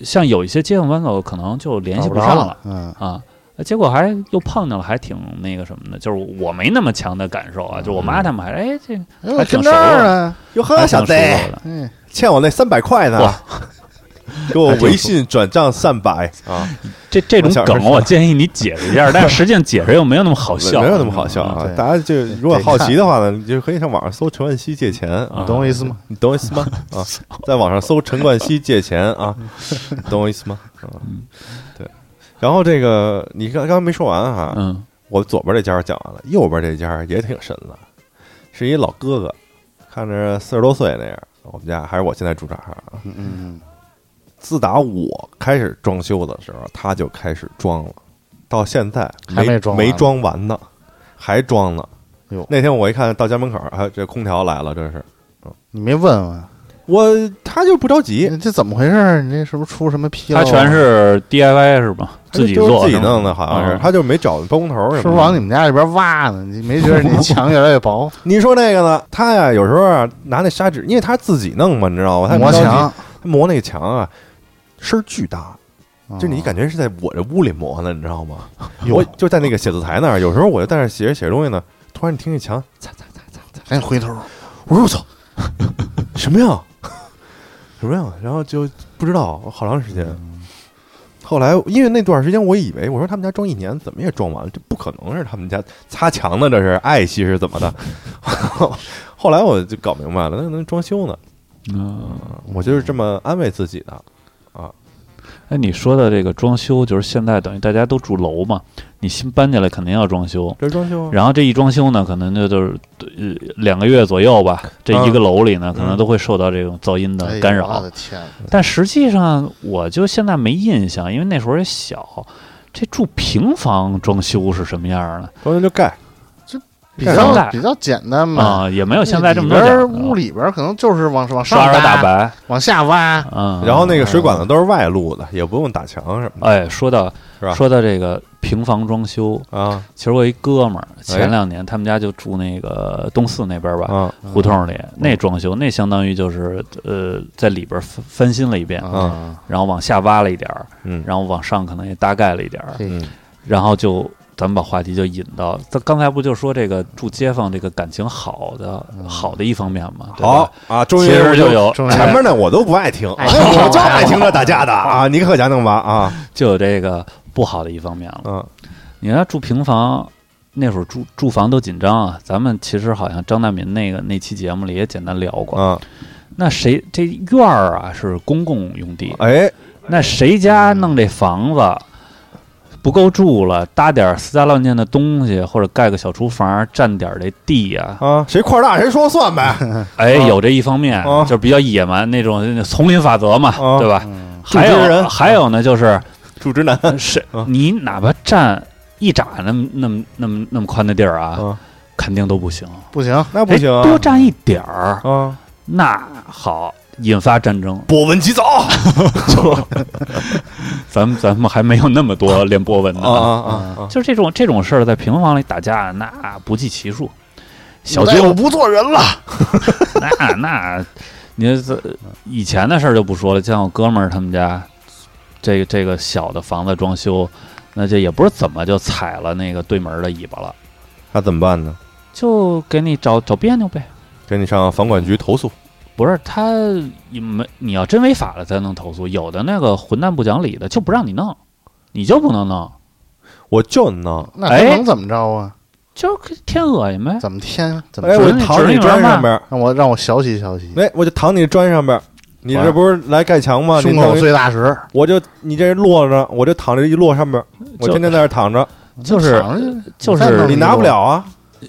Speaker 3: 像有一些街坊搬走，可能就联系
Speaker 4: 找不
Speaker 3: 上
Speaker 4: 着
Speaker 3: 了。
Speaker 4: 嗯，
Speaker 3: 啊。结果还又碰见了，还挺那个什么的，就是我没那么强的感受啊，就我
Speaker 2: 嗯
Speaker 3: 妈他们还哎这
Speaker 4: 哎，我
Speaker 3: 还挺
Speaker 4: 跟
Speaker 3: 熟
Speaker 4: 这儿
Speaker 3: 的，
Speaker 4: 啊，
Speaker 2: 哟
Speaker 3: 还
Speaker 2: 呵，
Speaker 3: 挺
Speaker 2: 小
Speaker 3: 熟
Speaker 2: 子，
Speaker 3: 的，
Speaker 4: 哎，
Speaker 2: 欠我那三百块呢
Speaker 3: 哇，
Speaker 2: <laughs> 给我微信转账三百啊，
Speaker 3: 这这种
Speaker 2: 我小时候
Speaker 3: 梗，我建议你解释一下，但是实际上解释又没有那么好笑，
Speaker 2: 没有那么好笑啊
Speaker 4: 嗯。
Speaker 2: 大家就如果好奇的话呢，你就可以上网上搜陈冠希借钱啊
Speaker 4: 你，懂我意思吗？
Speaker 2: 你懂我意思吗？
Speaker 3: <laughs>
Speaker 2: 啊，在网上搜陈冠希借钱啊，懂我意
Speaker 3: <laughs>
Speaker 2: 思吗？啊，对。然后这个你刚刚没说完哈、
Speaker 3: 嗯
Speaker 2: 我左边这家讲完了，右边这家也挺神的，是一老哥哥，看着四十多岁那样。我们家还是我现在住这儿啊。
Speaker 4: 嗯嗯，
Speaker 2: 自打我开始装修的时候，他就开始装了，到现在
Speaker 4: 还没
Speaker 2: 没
Speaker 4: 装完
Speaker 2: 没装完呢，还装呢
Speaker 4: 哟。
Speaker 2: 那天我一看到家门口，啊，这空调来了，这是
Speaker 4: 你没问问
Speaker 2: 我他就不着急，
Speaker 4: 你这怎么回事儿？你这是不是出什么纰漏
Speaker 3: 他
Speaker 4: 啊？
Speaker 3: 全是 DIY 是吧？
Speaker 2: 他就
Speaker 3: 自己
Speaker 2: 哎就是
Speaker 3: 做
Speaker 2: 自己
Speaker 3: 是吗
Speaker 2: 弄的，好像是
Speaker 3: 啊
Speaker 2: 他就没找包工头儿
Speaker 4: 是
Speaker 2: 什
Speaker 4: 不
Speaker 2: 么
Speaker 4: 是
Speaker 2: 的。
Speaker 4: 往你们家里边挖呢？你没觉得你墙越来
Speaker 2: <laughs>
Speaker 4: 越薄，
Speaker 2: 你说那个呢？他呀，有时候啊拿那砂纸，因为他自己弄嘛，你知道吗？他
Speaker 4: 磨
Speaker 2: 着急
Speaker 4: 墙，
Speaker 2: 他磨那个墙啊，声儿巨大，就你
Speaker 3: 哦
Speaker 2: 感
Speaker 4: 敢
Speaker 2: 觉是在我这屋里磨呢，你知道吗？
Speaker 4: 哟
Speaker 2: 我就在那个写字台那儿，有时候我就在那儿写着写着东西呢，突然听见墙
Speaker 4: 赶紧哎回头，
Speaker 2: 我说我操，什么呀，什么呀？然后就不知道好长时间。
Speaker 3: 嗯
Speaker 2: 后来因为那段时间，我以为我说他们家装一年怎么也装完了，这不可能是他们家擦墙呢，这是爱惜是怎么的？ <laughs> 后来我就搞明白了，那能装修呢，
Speaker 3: 嗯，
Speaker 2: 我就是这么安慰自己的。
Speaker 3: 哎，你说的这个装修，就是现在等于大家都住楼嘛，你新搬进来肯定要装修，
Speaker 2: 这是装修啊，
Speaker 3: 然后这一装修呢，可能就就是呃两个月左右吧，这一
Speaker 2: 嗯
Speaker 3: 个楼里呢，可能都会受到这种噪音的
Speaker 4: 哎
Speaker 3: 干
Speaker 4: 呦
Speaker 3: 扰。
Speaker 4: 我的天哪，
Speaker 3: 但实际上，我就现在没印象，因为那时候也小。这住平房装修是什么样儿呢？
Speaker 2: 装修就盖，
Speaker 4: 比
Speaker 3: 现
Speaker 4: 较
Speaker 3: 在
Speaker 4: 比较简单嘛。
Speaker 3: 啊，也没有现在这么多
Speaker 4: 嗯里
Speaker 3: 讲
Speaker 4: 边
Speaker 3: 究
Speaker 4: 儿屋里边儿可能就是往往上
Speaker 3: 刷刷
Speaker 4: 大
Speaker 3: 大，白，
Speaker 4: 往下挖，
Speaker 3: 嗯，
Speaker 2: 然后那个水管子都是外露的，也不用打墙什么
Speaker 3: 哎，说到
Speaker 2: 是吧
Speaker 3: 说到这个平房装修，
Speaker 2: 的啊
Speaker 3: 其实我一哥们儿
Speaker 2: 哎
Speaker 3: 前两年他们家就住那个东四那边儿吧，
Speaker 2: 啊
Speaker 3: 胡同里那装修，那相当于就是呃，在里边儿翻翻新了一遍，
Speaker 4: 啊，
Speaker 3: 然后往下挖了一点儿，
Speaker 2: 嗯
Speaker 3: 然后往上可能也大概了一点儿，
Speaker 4: 嘿
Speaker 2: 嗯
Speaker 3: 然后就咱们把话题就引到，他刚才不就说这个住街坊这个感情好的好的一方面嘛？对吧
Speaker 2: 好，啊，终于
Speaker 3: 其实就有
Speaker 4: 终于
Speaker 2: 前面呢我都不爱听，哎，
Speaker 4: 哎呦
Speaker 2: 我就爱听这打架的啊，你可家弄吧啊，
Speaker 3: 就有这个不好的一方面了。
Speaker 2: 嗯
Speaker 3: 你看住平房，那会儿住住房都紧张啊。咱们其实好像张大民那个那期节目里也简单聊过。
Speaker 2: 嗯，
Speaker 3: 那谁这院儿啊是公共用地，
Speaker 2: 哎，
Speaker 3: 那谁家弄这房子不够住了，搭点儿私家乱建的东西，或者盖个小厨房，占点儿这地呀、
Speaker 2: 啊，谁块儿大谁说算呗，
Speaker 3: 哎，
Speaker 2: 啊
Speaker 3: 有这一方面，
Speaker 2: 啊
Speaker 3: 就是比较野蛮那种那丛林法则嘛，
Speaker 2: 啊
Speaker 3: 对吧？
Speaker 4: 嗯
Speaker 3: 还
Speaker 2: 种植
Speaker 3: 有
Speaker 2: 人
Speaker 3: 还有呢，就是
Speaker 2: 住直男，
Speaker 3: <laughs> 是
Speaker 2: 啊
Speaker 3: 你哪怕占一拃那么那么那么那么宽的地儿啊，
Speaker 2: 啊
Speaker 3: 肯定都不行。
Speaker 4: 不行，
Speaker 2: 那不行
Speaker 3: 哎
Speaker 2: 啊
Speaker 3: 多占一点儿，
Speaker 2: 啊，
Speaker 3: 那好，引发战争。 <laughs>
Speaker 2: 博闻其早
Speaker 3: 咱们咱们还没有那么多连波纹呢。
Speaker 2: 啊啊啊，
Speaker 3: 就是这种这种事儿，在平房里打架那不计其数。小
Speaker 4: 大
Speaker 3: 区
Speaker 4: 夫不做人了，
Speaker 3: <laughs> 那那，你这以前的事儿就不说了，像我哥们儿他们家，这个这个小的房子装修，那这也不是怎么就踩了那个对门儿的尾巴了，
Speaker 2: 那怎么办呢？
Speaker 3: 就给你找找别扭呗。
Speaker 2: 给你上房管局投诉
Speaker 3: 不是他也没，你要真违法了才能投诉。有的那个混蛋不讲理的，就不让你弄，你就不能弄，
Speaker 2: 我就能。
Speaker 4: 那
Speaker 3: 哎
Speaker 4: 还能怎么着啊？
Speaker 3: 就是天恶心呗。
Speaker 4: 怎么天怎么
Speaker 2: 哎，我
Speaker 4: 治
Speaker 3: 准
Speaker 2: 躺你砖上边儿，
Speaker 4: 让我让我学习学习，
Speaker 2: 哎，我就躺你砖上边儿。你这不是来盖墙吗？你
Speaker 4: 胸口
Speaker 2: 弄一
Speaker 4: 碎大石，
Speaker 2: 我就你这落着，我就躺着一摞上边儿，我
Speaker 3: 就
Speaker 2: 天天在这躺着，
Speaker 3: 就是
Speaker 4: 躺着
Speaker 3: <laughs> 就
Speaker 4: 你再弄
Speaker 3: 是
Speaker 2: 你拿不了啊，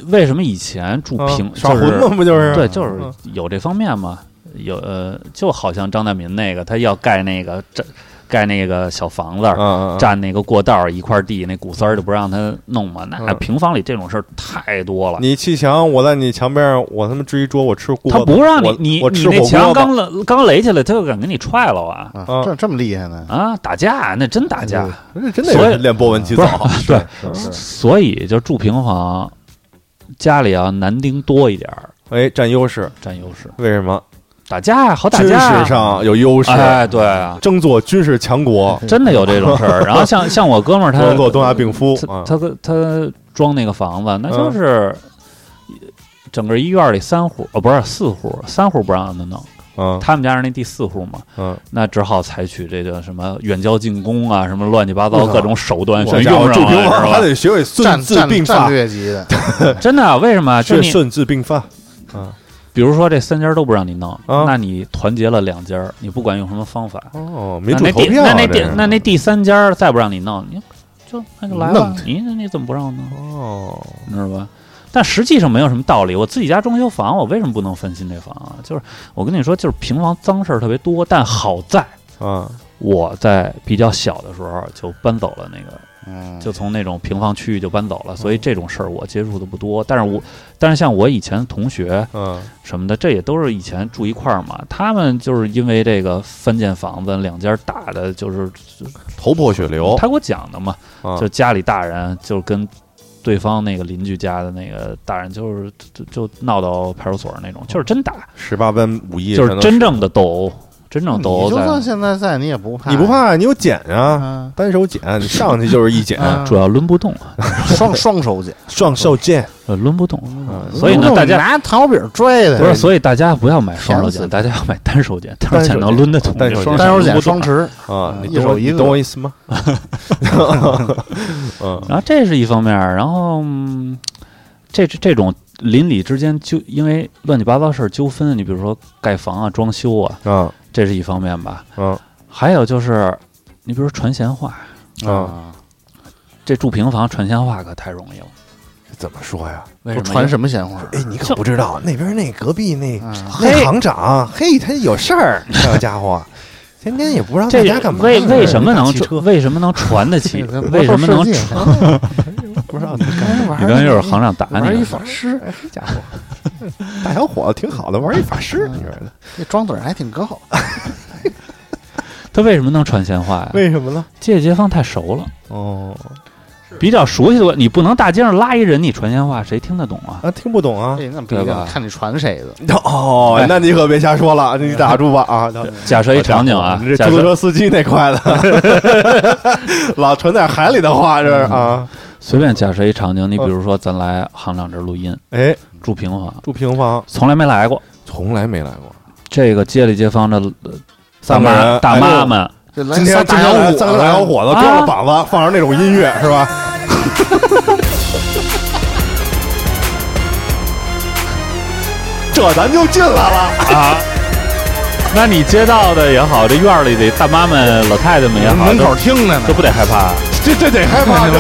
Speaker 3: 为什么以前住
Speaker 2: 啊
Speaker 3: 平、
Speaker 2: 耍
Speaker 3: 就
Speaker 2: 混
Speaker 3: 是
Speaker 2: 吗？不就是？
Speaker 3: 对，就是
Speaker 2: 嗯
Speaker 3: 有这方面嘛。有呃，就好像张大民那个，他要盖那个这盖那个小房子，
Speaker 2: 嗯嗯嗯，
Speaker 3: 占那个过道儿一块地，那古丝儿就不让他弄嘛。那
Speaker 2: 嗯
Speaker 3: 平房里这种事儿太多了。
Speaker 2: 你砌墙，我在你墙边儿，我他妈支一桌，我吃锅
Speaker 3: 他
Speaker 2: 巴，
Speaker 3: 不让你
Speaker 2: 我
Speaker 3: 你
Speaker 2: 我
Speaker 3: 你
Speaker 2: 吃火
Speaker 3: 那墙
Speaker 2: 锅吧
Speaker 3: 刚垒刚垒起来，他就敢给你踹了啊
Speaker 4: 啊
Speaker 2: 啊，
Speaker 4: 这这么厉害呢？
Speaker 3: 啊！打架那真打架，
Speaker 2: 这真的
Speaker 3: 所以
Speaker 2: 有人练波纹起早，
Speaker 3: 对，
Speaker 4: 是
Speaker 3: 所以就住平房，家里要男丁多一点儿
Speaker 2: 哎，占优势，
Speaker 3: 占优势，
Speaker 2: 为什么？
Speaker 3: 打架好打
Speaker 2: 军
Speaker 3: 架啊，
Speaker 2: 事上有优势，
Speaker 3: 哎对啊，
Speaker 2: 争做军事强国，
Speaker 3: 真的有这种事儿。然后像像我哥们儿他
Speaker 2: 争 <laughs> 做东亚病夫
Speaker 3: 他
Speaker 2: 啊，
Speaker 3: 哎他个他装那个房子，那
Speaker 2: 嗯
Speaker 3: 就是整个医院里三户哦，不是四户，三户不让他弄，
Speaker 2: 嗯
Speaker 3: 他们家是那第四户嘛，
Speaker 2: 嗯，
Speaker 3: 那只好采取这个什么远交近攻啊，什么乱七八糟
Speaker 2: 我操
Speaker 3: 各种手段
Speaker 2: 我
Speaker 3: 全
Speaker 2: 家伙
Speaker 3: 用
Speaker 2: 住
Speaker 3: 上
Speaker 2: 平
Speaker 3: 了，
Speaker 2: 房还啊
Speaker 3: 是
Speaker 2: 得学会顺
Speaker 4: 战
Speaker 2: 治
Speaker 4: 战
Speaker 2: 病
Speaker 4: 战
Speaker 2: 发，
Speaker 4: 略级
Speaker 3: <laughs>
Speaker 4: 的，
Speaker 3: 吧？真的啊，为什么啊？就
Speaker 2: 学
Speaker 3: 你
Speaker 2: 顺治病发，
Speaker 3: 啊比如说这三家都不让你弄，
Speaker 2: 啊
Speaker 3: 那你团结了两家，你不管用什么方法，
Speaker 2: 哦，民
Speaker 3: 那
Speaker 2: 主
Speaker 3: 那
Speaker 2: 投
Speaker 3: 第
Speaker 2: 票
Speaker 3: 那
Speaker 2: 啊，
Speaker 3: 那
Speaker 2: 这
Speaker 3: 第
Speaker 2: 是
Speaker 3: 那那第三家再不让你弄，你就那就来吧
Speaker 4: 弄，
Speaker 3: 你那你怎么不让我弄？
Speaker 2: 哦，
Speaker 3: 你知道吧？但实际上没有什么道理。我自己家装修房，我为什么不能分心这房啊？就是我跟你说，就是平房脏事儿特别多，但好在
Speaker 2: 啊，
Speaker 3: 我在比较小的时候就搬走了那个，
Speaker 4: 嗯，
Speaker 3: 就从那种平房区域就搬走了，所以这种事儿我接触的不多。但是我，但是像我以前同学
Speaker 2: 嗯
Speaker 3: 什么的，这也都是以前住一块儿嘛，他们就是因为这个翻建房子，两家打的就是
Speaker 2: 头破血流
Speaker 3: 他，给我讲的嘛，
Speaker 2: 啊
Speaker 3: 就家里大人就跟对方那个邻居家的那个大人就是就就就闹到派出所那种，就是真打，
Speaker 2: 十八般武艺，
Speaker 3: 就是真正的斗殴，真正斗
Speaker 4: 你
Speaker 3: 殴
Speaker 4: 嗯就算
Speaker 3: 在。
Speaker 4: 现在在，你也不怕，
Speaker 2: 你不？怕，你有剪啊，
Speaker 4: 啊，
Speaker 2: 单手剪，
Speaker 3: <laughs>
Speaker 2: 你上去就是一剪，
Speaker 4: 啊
Speaker 3: 嗯主要抡不动，
Speaker 2: <laughs>
Speaker 4: 双双手剪，
Speaker 2: 双手剑，
Speaker 3: 呃，抡不动，
Speaker 2: 嗯
Speaker 3: 所以呢
Speaker 4: 不用
Speaker 3: 大家
Speaker 4: 拿糖饼拽的，
Speaker 3: 不是，所以大家不要买双手
Speaker 4: 想
Speaker 3: 剪，
Speaker 4: 死
Speaker 3: 大家要买单手剪，单手剪能抡得动，
Speaker 2: 单手
Speaker 3: 这
Speaker 2: 剪
Speaker 4: 单手
Speaker 3: 抡
Speaker 4: 剪
Speaker 3: 不动
Speaker 4: 双。持，
Speaker 2: 啊，你
Speaker 4: 一手
Speaker 2: 懂我
Speaker 4: 一
Speaker 2: 你
Speaker 4: 个
Speaker 2: 懂我意思
Speaker 4: <laughs>
Speaker 2: 吗？嗯
Speaker 3: 然后这是一方面儿，然后、嗯这这这种邻里之间就因为乱七八糟事儿纠纷，你比如说盖房啊、装修啊，
Speaker 2: 啊
Speaker 3: 这是一方面吧。
Speaker 2: 嗯
Speaker 3: 还有就是，你比如说传闲话，
Speaker 2: 啊，
Speaker 3: 这住平房传闲话可太容易了。
Speaker 2: 怎么说呀？
Speaker 3: 为
Speaker 4: 我
Speaker 3: 什么？
Speaker 4: 传什么闲话？
Speaker 2: 哎，你可不知道，那边那隔壁那
Speaker 4: 啊
Speaker 2: 那行长，嘿，他有事
Speaker 3: <laughs>
Speaker 2: 儿，这家伙天天也不让
Speaker 3: 这
Speaker 2: 大家干嘛？
Speaker 3: 为为什么能
Speaker 2: 汽车
Speaker 3: 为什么能传得起？
Speaker 4: 这个
Speaker 3: 为什么能
Speaker 4: 魔兽世界
Speaker 3: 传？
Speaker 2: 不知道他干
Speaker 4: 哎
Speaker 2: 什么。
Speaker 4: 玩
Speaker 3: 你
Speaker 4: 儿
Speaker 3: 刚
Speaker 4: 一
Speaker 3: 就是行长打你啊
Speaker 4: 玩一
Speaker 3: 了，
Speaker 4: 法师，
Speaker 2: 哎，这家伙，大小伙子挺好的，玩一法
Speaker 3: 嗯
Speaker 2: 师，你说的？
Speaker 4: 这装嘴儿还挺高。
Speaker 3: 他为什么能传闲话呀？
Speaker 2: 为什么呢？
Speaker 3: 街街坊太熟了，
Speaker 2: 哦，
Speaker 3: 比较熟悉的，你不能大街上拉一人你传闲话，谁听得懂啊？
Speaker 2: 啊，听不懂啊。
Speaker 4: 哎，那不一
Speaker 3: 对吧
Speaker 4: 定，看你传谁的。
Speaker 2: 哦
Speaker 3: 哎，
Speaker 2: 那你可别瞎说了，你打住吧啊！
Speaker 3: 假设一场景啊
Speaker 2: 你，这
Speaker 3: 假
Speaker 2: 出租
Speaker 3: 设
Speaker 2: 车司机那块的，
Speaker 3: <laughs>
Speaker 2: 老传点海里的话，这
Speaker 3: 嗯
Speaker 2: 是啊。
Speaker 3: 随便假设一场景，你比如说咱来行长这儿录音，
Speaker 2: 哎，
Speaker 3: 住平啊房，
Speaker 2: 住平房，
Speaker 3: 嗯从来没来过，
Speaker 2: 从来没来过。
Speaker 3: 这个街里街坊的呃大
Speaker 2: 三个
Speaker 3: 妈
Speaker 2: 人
Speaker 3: 大妈们，
Speaker 4: 这来
Speaker 2: 今天
Speaker 4: 仨
Speaker 2: 今
Speaker 4: 大小
Speaker 2: 天来
Speaker 4: 伙，
Speaker 2: 三个大小伙子
Speaker 3: 啊
Speaker 2: 光着膀子，放着那种音
Speaker 3: <laughs>
Speaker 2: 乐是吧？ <laughs> 这咱就进来了，
Speaker 3: 哎那你街道的也好，这院儿里的大妈们、老太太们也好，
Speaker 4: 门口
Speaker 3: 都
Speaker 4: 听着呢
Speaker 3: 都，不得害 <laughs> 怕。啊
Speaker 2: 这这得害怕这个，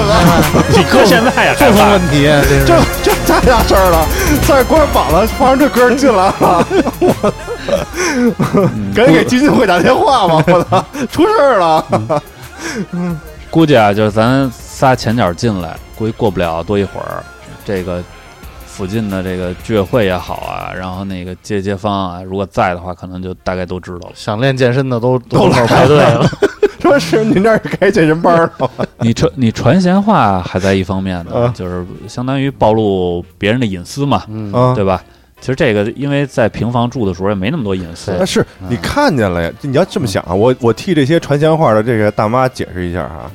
Speaker 3: 你搁现在也害
Speaker 4: 哎这
Speaker 3: 怕
Speaker 4: 问题啊这是
Speaker 2: 这这太大事儿了，再光着膀子放着这歌进来了，我 <laughs> 赶紧给基金会打电话
Speaker 4: <laughs>
Speaker 2: 吧，我操，出事儿了，
Speaker 3: 估计啊，就是咱仨前脚进来，估计过不了多一会儿，这个附近的这个居委会也好啊，然后那个街街坊啊，如果在的话，可能就大概都知道了。
Speaker 4: 想练健身的都
Speaker 2: <laughs> 都来
Speaker 4: 来
Speaker 2: 排
Speaker 4: 排
Speaker 2: 队
Speaker 4: 队
Speaker 2: 了
Speaker 4: 了。
Speaker 2: 说是您这儿开健身班儿了吗，
Speaker 3: 你传你传闲话还在一方面呢
Speaker 2: 嗯，
Speaker 3: 就是相当于暴露别人的隐私嘛，
Speaker 4: 嗯，
Speaker 2: 啊
Speaker 3: 对吧？其实这个因为在平房住的时候也没那么多隐私
Speaker 4: 对
Speaker 2: 啊，是你看见了呀？你要这么想啊，我我替这些传闲话的这个大妈解释一下哈、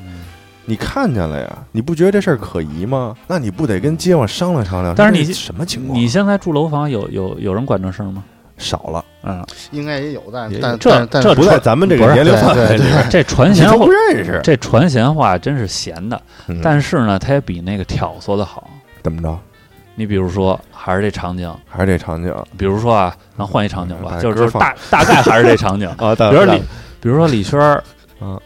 Speaker 2: 你看见了呀？你不觉得这事儿可疑吗？那你不得跟街坊商量商量？
Speaker 3: 但是
Speaker 2: 这
Speaker 3: 你
Speaker 2: 什么情况？啊
Speaker 3: 你现在住楼房有有有人管这事儿吗？
Speaker 2: 少了，
Speaker 3: 嗯，
Speaker 4: 应该也有，但
Speaker 2: 也有
Speaker 4: 但
Speaker 3: 这
Speaker 4: 但但
Speaker 3: 这
Speaker 2: 不在咱们这
Speaker 3: 不
Speaker 2: 个
Speaker 3: 是
Speaker 2: 年龄范
Speaker 4: 对
Speaker 2: 围
Speaker 4: 对
Speaker 2: 里边，
Speaker 3: 哎这传
Speaker 2: 你
Speaker 3: 闲
Speaker 2: 都
Speaker 3: 话
Speaker 2: 不认识。
Speaker 3: 这传闲话真是闲的，
Speaker 2: 嗯
Speaker 3: 但是呢，它也比那个挑唆的好。
Speaker 2: 怎么着？
Speaker 3: 你比如说，还是这场景，
Speaker 2: 还是这场景
Speaker 3: 比如说啊，咱换一场景吧，
Speaker 2: 嗯
Speaker 3: 就
Speaker 2: 把
Speaker 3: 是
Speaker 2: 歌，
Speaker 3: 就是大大概还是这场景
Speaker 2: <laughs> 啊？比
Speaker 3: 比如说李，比如说李轩儿，
Speaker 2: 嗯，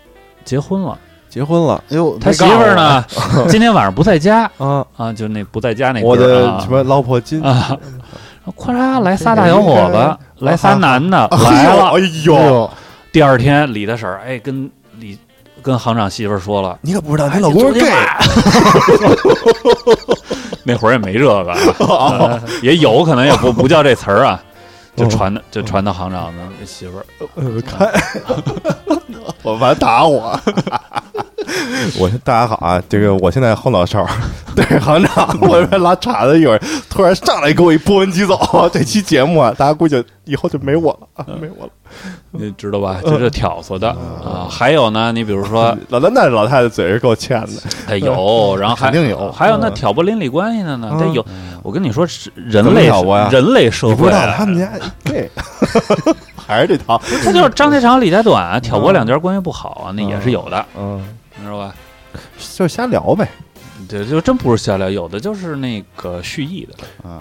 Speaker 3: 结婚了，
Speaker 2: 结婚了
Speaker 4: 哎呦，
Speaker 3: 他
Speaker 4: 没
Speaker 3: 媳
Speaker 4: 告
Speaker 3: 妇儿
Speaker 4: 诉我？
Speaker 3: 呢， <laughs> 今天晚上不在家
Speaker 2: 啊，
Speaker 3: 啊，就那不在家那
Speaker 2: 我
Speaker 3: 歌儿
Speaker 2: 的
Speaker 3: 啊
Speaker 2: 什么老婆金
Speaker 3: 啊， <laughs> 咔嚓来仨大小伙子，来仨男的来了，
Speaker 2: 哎
Speaker 4: 哎
Speaker 2: 呦，
Speaker 4: 呦，
Speaker 3: 第二天李大婶儿哎跟李跟行长媳妇儿说了，哎
Speaker 2: 你可不知道，你老公是 gay，
Speaker 3: <laughs> 那会儿也没这
Speaker 2: <laughs>
Speaker 3: 个啊，呃也有可能也不不叫这词儿啊，就传
Speaker 2: 嗯
Speaker 3: 的就传到行长的媳妇儿。
Speaker 2: 呃看， <laughs> 我完打我。我大家好啊，这个我现在后脑勺 <laughs> 对行长，我这拉碴子一会儿，突然上来给我一波纹疾走， <laughs> 这期节目啊，大家估计以后就没我了啊，没我了。嗯
Speaker 3: 你知道吧？这是挑唆的啊。还有呢，你比如说，
Speaker 2: 老那那老太太嘴是够欠的，
Speaker 3: 哎有，然后还
Speaker 4: 肯定有
Speaker 3: 还有那挑拨邻里关系的呢，
Speaker 2: 嗯
Speaker 3: 得有。我跟你说，是人
Speaker 2: 怎么
Speaker 3: 类
Speaker 2: 挑拨呀
Speaker 3: 人类社
Speaker 2: 你不
Speaker 3: 会
Speaker 2: 知道
Speaker 3: 啊，
Speaker 2: 他们家 gay，还是这套，
Speaker 3: 他就是张
Speaker 4: 嗯
Speaker 3: 家长李家短啊，挑拨两家关系不好啊，那也是有的，
Speaker 2: 嗯，
Speaker 3: 你知道吧？
Speaker 2: 就瞎聊呗。
Speaker 3: 这就真不是瞎聊，有的就是那个蓄意的。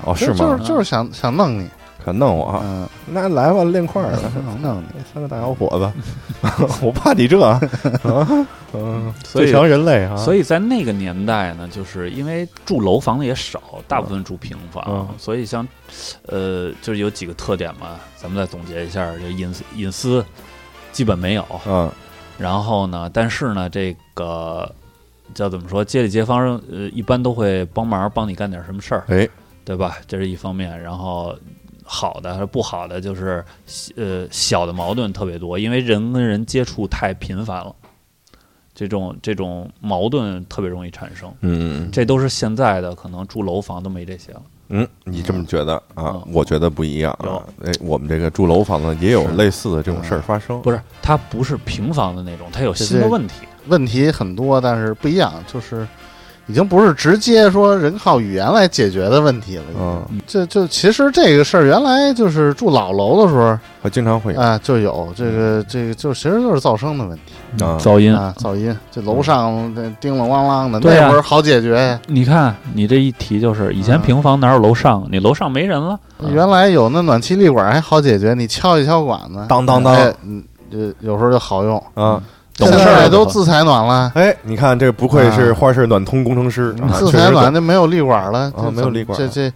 Speaker 2: 哦，
Speaker 4: 就就是嗯就是想想弄你，
Speaker 2: 可弄我啊？
Speaker 4: 嗯，
Speaker 2: 那来吧，练块儿吧。
Speaker 4: 想弄你。
Speaker 2: 那三个大小伙子， <laughs> 我怕你这啊，嗯，
Speaker 3: 所以
Speaker 2: 最强人类啊，
Speaker 3: 所以在那个年代呢，就是因为住楼房的也少，大部分住平房，
Speaker 2: 嗯
Speaker 3: 所以像，呃，就是有几个特点嘛，咱们再总结一下，就隐私隐私基本没有，
Speaker 2: 嗯，
Speaker 3: 然后呢，但是呢，这个叫怎么说，街里街坊呃一般都会帮忙帮你干点什么事儿，
Speaker 2: 哎，
Speaker 3: 对吧？这是一方面，然后。好的还是不好的，就是呃小的矛盾特别多，因为人跟人接触太频繁了，这种这种矛盾特别容易产生。
Speaker 2: 嗯
Speaker 3: 这都是现在的，可能住楼房都没这些了。
Speaker 2: 嗯，你这么觉得啊
Speaker 3: 嗯？
Speaker 2: 我觉得不一样啊
Speaker 3: 有。嗯
Speaker 2: 哎，我们这个住楼房呢，也有类似的这种事儿发生。
Speaker 3: 不是，它不是平房的那种，它有新的
Speaker 4: 对
Speaker 3: 问题。
Speaker 4: 问题很多，但是不一样，就是已经不是直接说人靠语言来解决的问题了。
Speaker 2: 嗯，
Speaker 4: 这就其实这个事儿，原来就是住老楼的时候
Speaker 2: 我经常会有
Speaker 4: 啊，就有这个这个，就其实就是噪声的问题
Speaker 2: 啊，
Speaker 3: 噪音，
Speaker 4: 啊，噪音。这楼上那叮铃咣啷的，
Speaker 3: 嗯对啊
Speaker 4: 那会儿好解决。
Speaker 3: 你看你这一提就是，以前
Speaker 4: 啊
Speaker 3: 平房哪有楼上？你楼上没人了，嗯
Speaker 4: 原来有那暖气立管还好解决，你敲一敲管子，
Speaker 2: 当当当
Speaker 4: 哎，嗯，这有时候就好用。
Speaker 2: 啊！
Speaker 3: 懂
Speaker 4: 现
Speaker 3: 事
Speaker 4: 在
Speaker 3: 儿
Speaker 4: 都自采暖了，
Speaker 2: 哎，你看这不愧是花式暖通工程师啊，
Speaker 4: 自
Speaker 2: 确
Speaker 4: 采
Speaker 2: 实哦
Speaker 4: 暖就没有立管了
Speaker 2: 啊，没有立管
Speaker 4: 这这。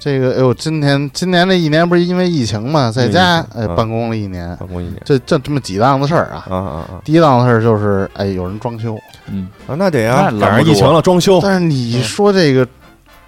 Speaker 4: 这个，哎呦，今年今年这一年不是因为疫情嘛，在
Speaker 2: 因
Speaker 4: 家
Speaker 2: 为疫
Speaker 4: 哎
Speaker 2: 情啊
Speaker 4: 办公了一年，
Speaker 2: 办公一年
Speaker 4: 这这这么几档子事儿啊。
Speaker 2: 啊啊啊
Speaker 4: 第一档子事儿就是哎，有人装修，
Speaker 3: 嗯，
Speaker 2: 啊，那得呀赶
Speaker 3: 那，拦
Speaker 2: 上
Speaker 3: 不住
Speaker 2: 疫情了，装修
Speaker 4: 但是
Speaker 2: 嗯
Speaker 4: 你说这个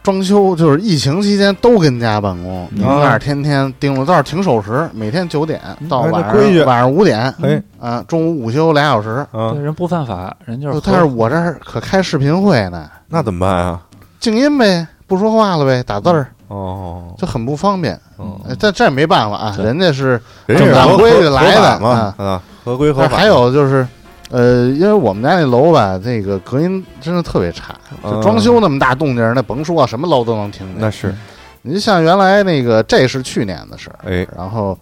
Speaker 4: 装修，就是疫情期间都跟家办
Speaker 2: 嗯
Speaker 4: 公，你们那儿天天盯着，倒是挺守时，每天九点到
Speaker 2: 哎那
Speaker 4: 晚
Speaker 2: 规矩
Speaker 4: 上晚上五点
Speaker 2: 哎
Speaker 4: 啊，中午午休俩小时。
Speaker 2: 啊
Speaker 3: 嗯对，，人不犯法，人就是
Speaker 4: 但是
Speaker 3: 喝
Speaker 4: 我这儿可开视频会呢，
Speaker 2: 那怎么办啊？
Speaker 4: 静音呗，不说话了呗，打字儿
Speaker 2: 哦，
Speaker 4: 就很不方便。
Speaker 2: 哦
Speaker 4: 呃但这也没办法啊，
Speaker 3: 对
Speaker 4: 人家是
Speaker 2: 人家是合
Speaker 4: 正版规矩
Speaker 2: 合
Speaker 4: 来的
Speaker 2: 合法嘛啊，合规合
Speaker 4: 但
Speaker 2: 法。
Speaker 4: 还有就是，呃，因为我们家那楼吧，这个隔音真的特别差，就
Speaker 2: 嗯
Speaker 4: 装修那么大动静儿，那甭说什么楼都能听
Speaker 2: 那
Speaker 4: 见。
Speaker 2: 是
Speaker 4: 你像原来那个，这是去年的事儿，
Speaker 2: 哎，
Speaker 4: 然后，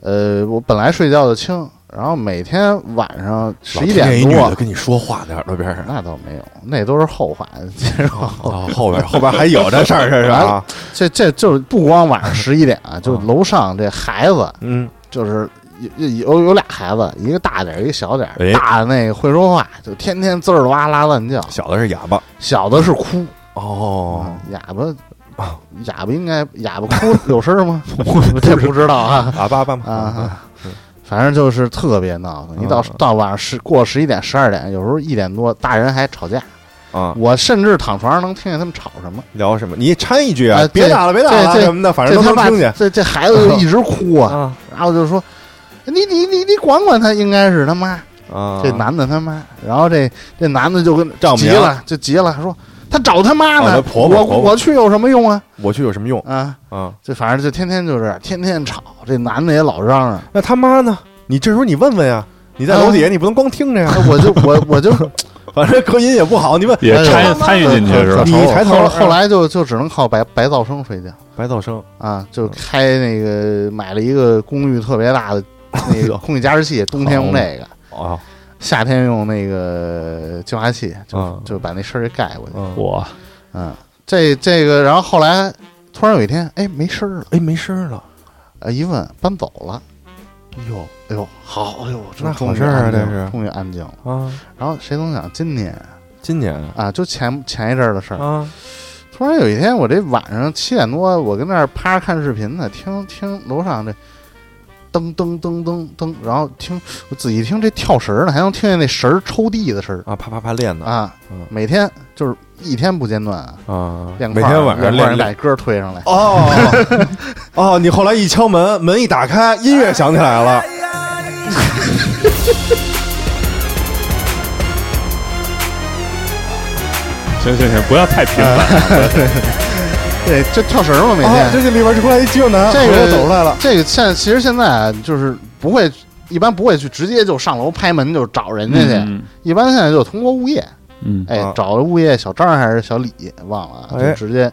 Speaker 4: 呃，我本来睡觉就轻，然后每天晚上十
Speaker 2: 老
Speaker 4: 一
Speaker 2: 听见
Speaker 4: 点
Speaker 2: 一女
Speaker 4: 多哦
Speaker 2: 的，跟你说话在耳朵边上，
Speaker 4: 那倒没有，那都是后话。 <laughs> 接着往后
Speaker 2: 哦，后边后边还有这事儿，这是啊，
Speaker 4: 这这就是不光晚上十一点啊，就楼上这孩子
Speaker 2: 嗯，
Speaker 4: 就是有有有有俩孩子，一个大点儿，一个小点儿。
Speaker 2: 哎
Speaker 4: 大的那个会说话，就天天滋儿哇啦乱叫；
Speaker 2: 小的是哑巴
Speaker 4: 小的是哭，
Speaker 2: 哦
Speaker 4: 啊，哑巴，哑巴应该哑巴哭有声
Speaker 2: <laughs>
Speaker 4: 儿吗？我这不知道啊
Speaker 2: 哑巴爸爸
Speaker 4: 啊，反正就是特别闹腾。一到
Speaker 2: 嗯
Speaker 4: 到晚上十过十一点、十二点，有时候一点多，大人还吵架。
Speaker 2: 啊，
Speaker 4: 我甚至躺床上能听见他们吵什么。
Speaker 2: 聊什么？你掺一句啊
Speaker 4: 哎，
Speaker 2: 别
Speaker 4: 这
Speaker 2: 打了，别打了
Speaker 4: 这这
Speaker 2: 什么的，反正
Speaker 4: 这
Speaker 2: 都
Speaker 4: 他
Speaker 2: 能
Speaker 4: 啊爸
Speaker 2: 听见
Speaker 4: 这这孩子就一直哭啊，
Speaker 2: 啊
Speaker 4: 然后就说：“你你你你管管他，应该是他妈。”
Speaker 2: 啊，
Speaker 4: 这男的他妈，然后这这男的就跟
Speaker 2: 丈母
Speaker 4: 急
Speaker 2: 娘
Speaker 4: 了，就急了，说他找他妈
Speaker 2: 哦
Speaker 4: 呢，
Speaker 2: 他婆婆
Speaker 4: 我
Speaker 2: 婆婆
Speaker 4: 我去有什么用啊？
Speaker 2: 我去有什么用
Speaker 4: 啊，
Speaker 2: 啊？
Speaker 4: 这反正就天天就是天天吵，这男的也老嚷 <laughs> 嚷，
Speaker 2: 那他妈呢？你这时候你问问呀，你在楼底下你不能光听着呀， <laughs>
Speaker 4: 哎我就我我就
Speaker 2: 反正隔音也不好，你问
Speaker 3: 也
Speaker 4: 哎呦
Speaker 3: 参参与进去是吧？
Speaker 2: 你一抬头
Speaker 4: 后后来就就只能靠白白噪声睡觉
Speaker 2: 白噪声
Speaker 4: 啊，就开那个买了一个公寓特别大的那个空气加湿器，冬天用那个，
Speaker 2: 啊，
Speaker 4: 夏天用那个呃净化器，就
Speaker 2: 嗯
Speaker 4: 就把那声儿给盖过去。
Speaker 2: 嗯
Speaker 3: 我
Speaker 4: 嗯，这这个，然后后来突然有一天，哎，没声儿了。
Speaker 2: 哎，没声儿了，
Speaker 4: 啊，一问搬走了，
Speaker 2: 哟
Speaker 4: 哎呦，好，哎呦，这
Speaker 2: 那
Speaker 4: 终
Speaker 2: 好
Speaker 4: 于
Speaker 2: 事儿啊
Speaker 4: 安静
Speaker 2: 这
Speaker 4: 了
Speaker 2: 是
Speaker 4: 终于安静了。
Speaker 2: 啊，
Speaker 4: 然后谁能想今年
Speaker 2: 今年
Speaker 4: 啊，就前前一阵儿的事儿，
Speaker 2: 啊，
Speaker 4: 突然有一天，我这晚上七点多，我跟那儿趴着看视频呢，听听楼上这噔噔噔噔噔，然后听我仔细听这跳绳儿呢，还能听见那绳儿抽地的声儿
Speaker 2: 啊，啪啪啪练的
Speaker 4: 啊
Speaker 2: 嗯，
Speaker 4: 每天就是一天不间断啊，
Speaker 2: 啊，
Speaker 4: 练
Speaker 2: 每
Speaker 4: 块儿
Speaker 2: 天晚上
Speaker 4: 练块儿
Speaker 2: 练
Speaker 4: 把歌儿推上来，
Speaker 2: 哦哦，你后来一敲门，门一打开，音乐响起来了。
Speaker 3: 行行行，不要太频繁，
Speaker 4: 对，就跳绳儿嘛，每
Speaker 2: 啊
Speaker 4: 天，
Speaker 2: 这。这里边出来一肌肉男，
Speaker 4: 这
Speaker 2: 回头
Speaker 4: 个
Speaker 2: 走出来了。
Speaker 4: 这个现其实现在啊就是不会，一般不会去直接就上楼拍门就找人家去，
Speaker 3: 嗯
Speaker 4: 一般现在就通过物业，
Speaker 3: 嗯，
Speaker 4: 哎，
Speaker 2: 啊
Speaker 4: 找物业小张还是小李忘了啊，
Speaker 2: 哎
Speaker 4: 就直接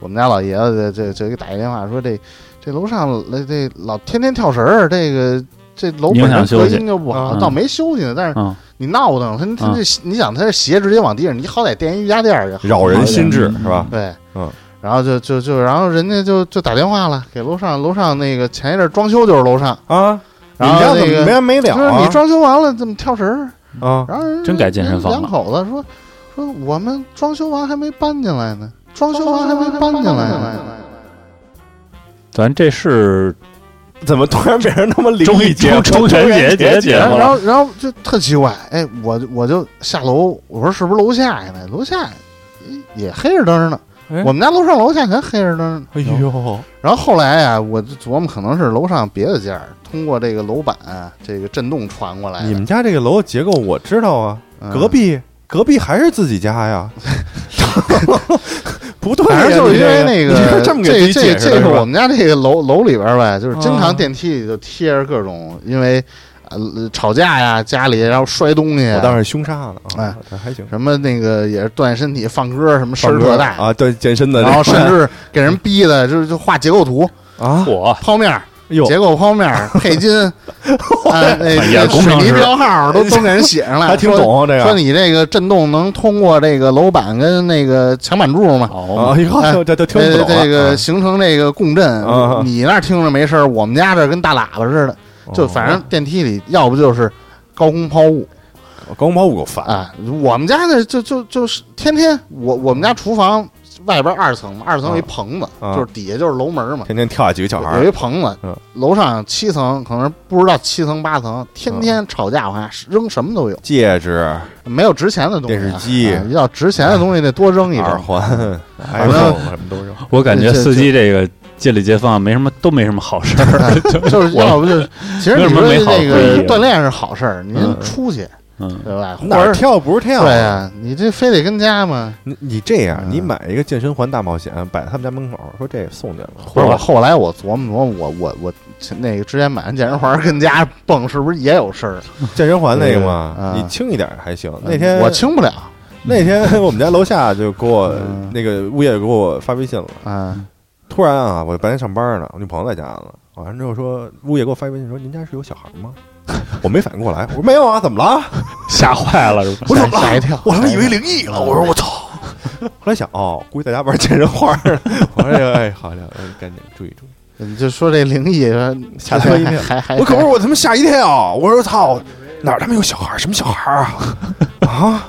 Speaker 4: 我们家老爷子这这这给打一电话说这这楼上这这老天天跳绳儿，这个。这楼
Speaker 3: 影
Speaker 4: 本
Speaker 3: 响
Speaker 4: 身隔
Speaker 3: 休息
Speaker 4: 音就不
Speaker 2: 啊
Speaker 4: 好，
Speaker 3: 嗯
Speaker 4: 倒没休息呢。但是
Speaker 3: 嗯，
Speaker 4: 你闹腾，他他这你想他这鞋直接往地上，你好歹垫一瑜伽垫儿去，
Speaker 2: 扰人心智是吧？
Speaker 4: 对，
Speaker 2: 嗯，
Speaker 4: 然后就就就，然后人家就就打电话了，给楼上楼上那个前一阵装修就是楼上，
Speaker 2: 啊，你
Speaker 4: 然
Speaker 2: 们
Speaker 4: 后
Speaker 2: 家
Speaker 4: 那
Speaker 2: 怎么
Speaker 4: 个
Speaker 2: 没完没了
Speaker 4: 说你
Speaker 2: 啊？
Speaker 4: 装修完了怎么跳绳儿？
Speaker 2: 啊，
Speaker 4: 然后人
Speaker 3: 真改健身房了
Speaker 4: 两口子说说我们装修完还没搬进来呢，装修完还没搬进来呢。
Speaker 3: 咱这是
Speaker 2: 怎么突然变成他妈灵
Speaker 3: 中
Speaker 2: 异节目
Speaker 3: 中中元节节
Speaker 2: 节
Speaker 3: 节
Speaker 2: 目
Speaker 3: 目
Speaker 4: 然
Speaker 2: 了？
Speaker 4: 后然后就特奇怪，哎，我就我就下楼，我说是不是楼下呀？那楼下也黑着灯呢
Speaker 2: 哎。
Speaker 4: 我们家楼上楼下全黑着灯呢，
Speaker 2: 哎呦，
Speaker 4: 然后后来呀、我就琢磨可能是楼上别的件儿通过这个楼板、这个震动传过来的。
Speaker 2: 你们家这个楼的结构我知道啊，
Speaker 4: 嗯
Speaker 2: 隔壁隔壁还是自己家
Speaker 4: <laughs>
Speaker 2: 呀？ <laughs> 不对呀，
Speaker 4: 反正就是
Speaker 2: 你
Speaker 4: 因
Speaker 2: 这
Speaker 4: 为那
Speaker 2: 你是这么给自
Speaker 4: 这
Speaker 2: 己
Speaker 4: 这
Speaker 2: 解释的
Speaker 4: 这
Speaker 2: 是吧
Speaker 4: 我们家这个楼楼里边儿吧，就是经
Speaker 2: 啊
Speaker 4: 常电梯里就贴着各种，因为呃吵架呀，家里然后摔东西啊，
Speaker 2: 我当时凶杀呢啊
Speaker 4: 哎，
Speaker 2: 这还行，
Speaker 4: 什么那个也是锻炼身体，放歌什么声儿
Speaker 2: 放歌
Speaker 4: 特大，哦
Speaker 2: 啊，对健身的，
Speaker 4: 然后甚至给人逼的，就是就画结构图，
Speaker 2: 啊，
Speaker 3: 我
Speaker 4: 剖面儿。
Speaker 2: 哟哎
Speaker 4: 结构剖
Speaker 2: <laughs>
Speaker 4: 面儿、配筋，啊，那
Speaker 3: 也是
Speaker 4: 那
Speaker 3: 工程
Speaker 4: 水泥
Speaker 3: 师
Speaker 4: 标号儿
Speaker 2: <laughs>
Speaker 4: 都都给人写上来，
Speaker 2: 还挺懂啊这个
Speaker 4: 说你这个震动能通过这个楼板跟那个墙板柱吗？
Speaker 3: 哦，
Speaker 2: 啊，以后这这听不
Speaker 4: 这
Speaker 2: 懂
Speaker 4: 哎
Speaker 2: 啊
Speaker 4: 这
Speaker 2: 了
Speaker 4: 个形成这个共振
Speaker 2: 啊啊，
Speaker 4: 你那儿听着没事儿，我们家这跟大喇叭似的，
Speaker 2: 啊
Speaker 4: 就反正电梯里要不就是高空抛物啊
Speaker 2: 哦高空抛物够烦
Speaker 4: 啊，我们家那就就就是天天我我们家厨房外边二层嘛，二层有一棚子，
Speaker 2: 啊
Speaker 4: 就是底下就是楼门嘛，
Speaker 2: 天天跳下几个小孩
Speaker 4: 有
Speaker 2: 儿
Speaker 4: 一棚子
Speaker 2: 嗯，啊
Speaker 4: 楼上七层，可能不知道七层八层，天天吵架，我看扔什么都有，
Speaker 2: 戒指、
Speaker 4: 没有值钱的东西啊。
Speaker 2: 电视机
Speaker 4: 啊要值钱的东西得多扔一
Speaker 2: 耳
Speaker 4: 扔。
Speaker 2: 环、
Speaker 4: 反正
Speaker 2: iPhone 什么都扔。
Speaker 3: 我感觉
Speaker 4: 这
Speaker 3: 司机这个街里街坊没什么，都没什么好事儿。 <laughs>
Speaker 4: 就是
Speaker 3: 我
Speaker 4: 要不 <laughs> 就是，其实
Speaker 3: 没有什
Speaker 4: 你
Speaker 3: 么
Speaker 4: 说
Speaker 3: 美好
Speaker 4: 这个
Speaker 3: 回忆
Speaker 4: 锻炼是好事儿，您
Speaker 3: 嗯
Speaker 4: 出去
Speaker 3: 嗯，
Speaker 4: 对吧？或
Speaker 2: 哪儿
Speaker 4: 者
Speaker 2: 跳不是跳？啊
Speaker 4: 对呀，你这非得跟家吗？
Speaker 2: 你你这样，
Speaker 4: 嗯
Speaker 2: 你买一个健身环大冒险，摆在他们家门口，说这送去了。
Speaker 4: 不是我后来我琢磨琢磨，我我我那个之前买完健身环跟家蹦是不是也有事儿？
Speaker 2: 健身环那个嘛，
Speaker 4: 嗯
Speaker 2: 你轻一点还行。那天
Speaker 4: 我轻不了，
Speaker 2: 那天我们家楼下就给我 <laughs>
Speaker 4: 嗯
Speaker 2: 那个物业就给我发微信了，
Speaker 4: 嗯
Speaker 2: 突然啊，我白天上班呢，我女朋友在家呢，完了之后说物业给我发微信说您家是有小孩吗？ <laughs> 我没反应过来，我说没有啊，怎么了？
Speaker 3: 吓坏了是吧？
Speaker 4: 我怎么吓一跳？
Speaker 2: 我他妈以为灵异了，我说我操！后来想哦，估计在家玩健身环儿呢， <laughs> 我说这个哎，好了，哎赶紧注意注意。
Speaker 4: 你嗯就说这灵 <laughs> 异，
Speaker 2: 吓他一跳
Speaker 4: 还还
Speaker 2: 我可不是我他妈吓一跳，我说操，哪儿他妈有小孩儿？什么小孩儿啊？啊！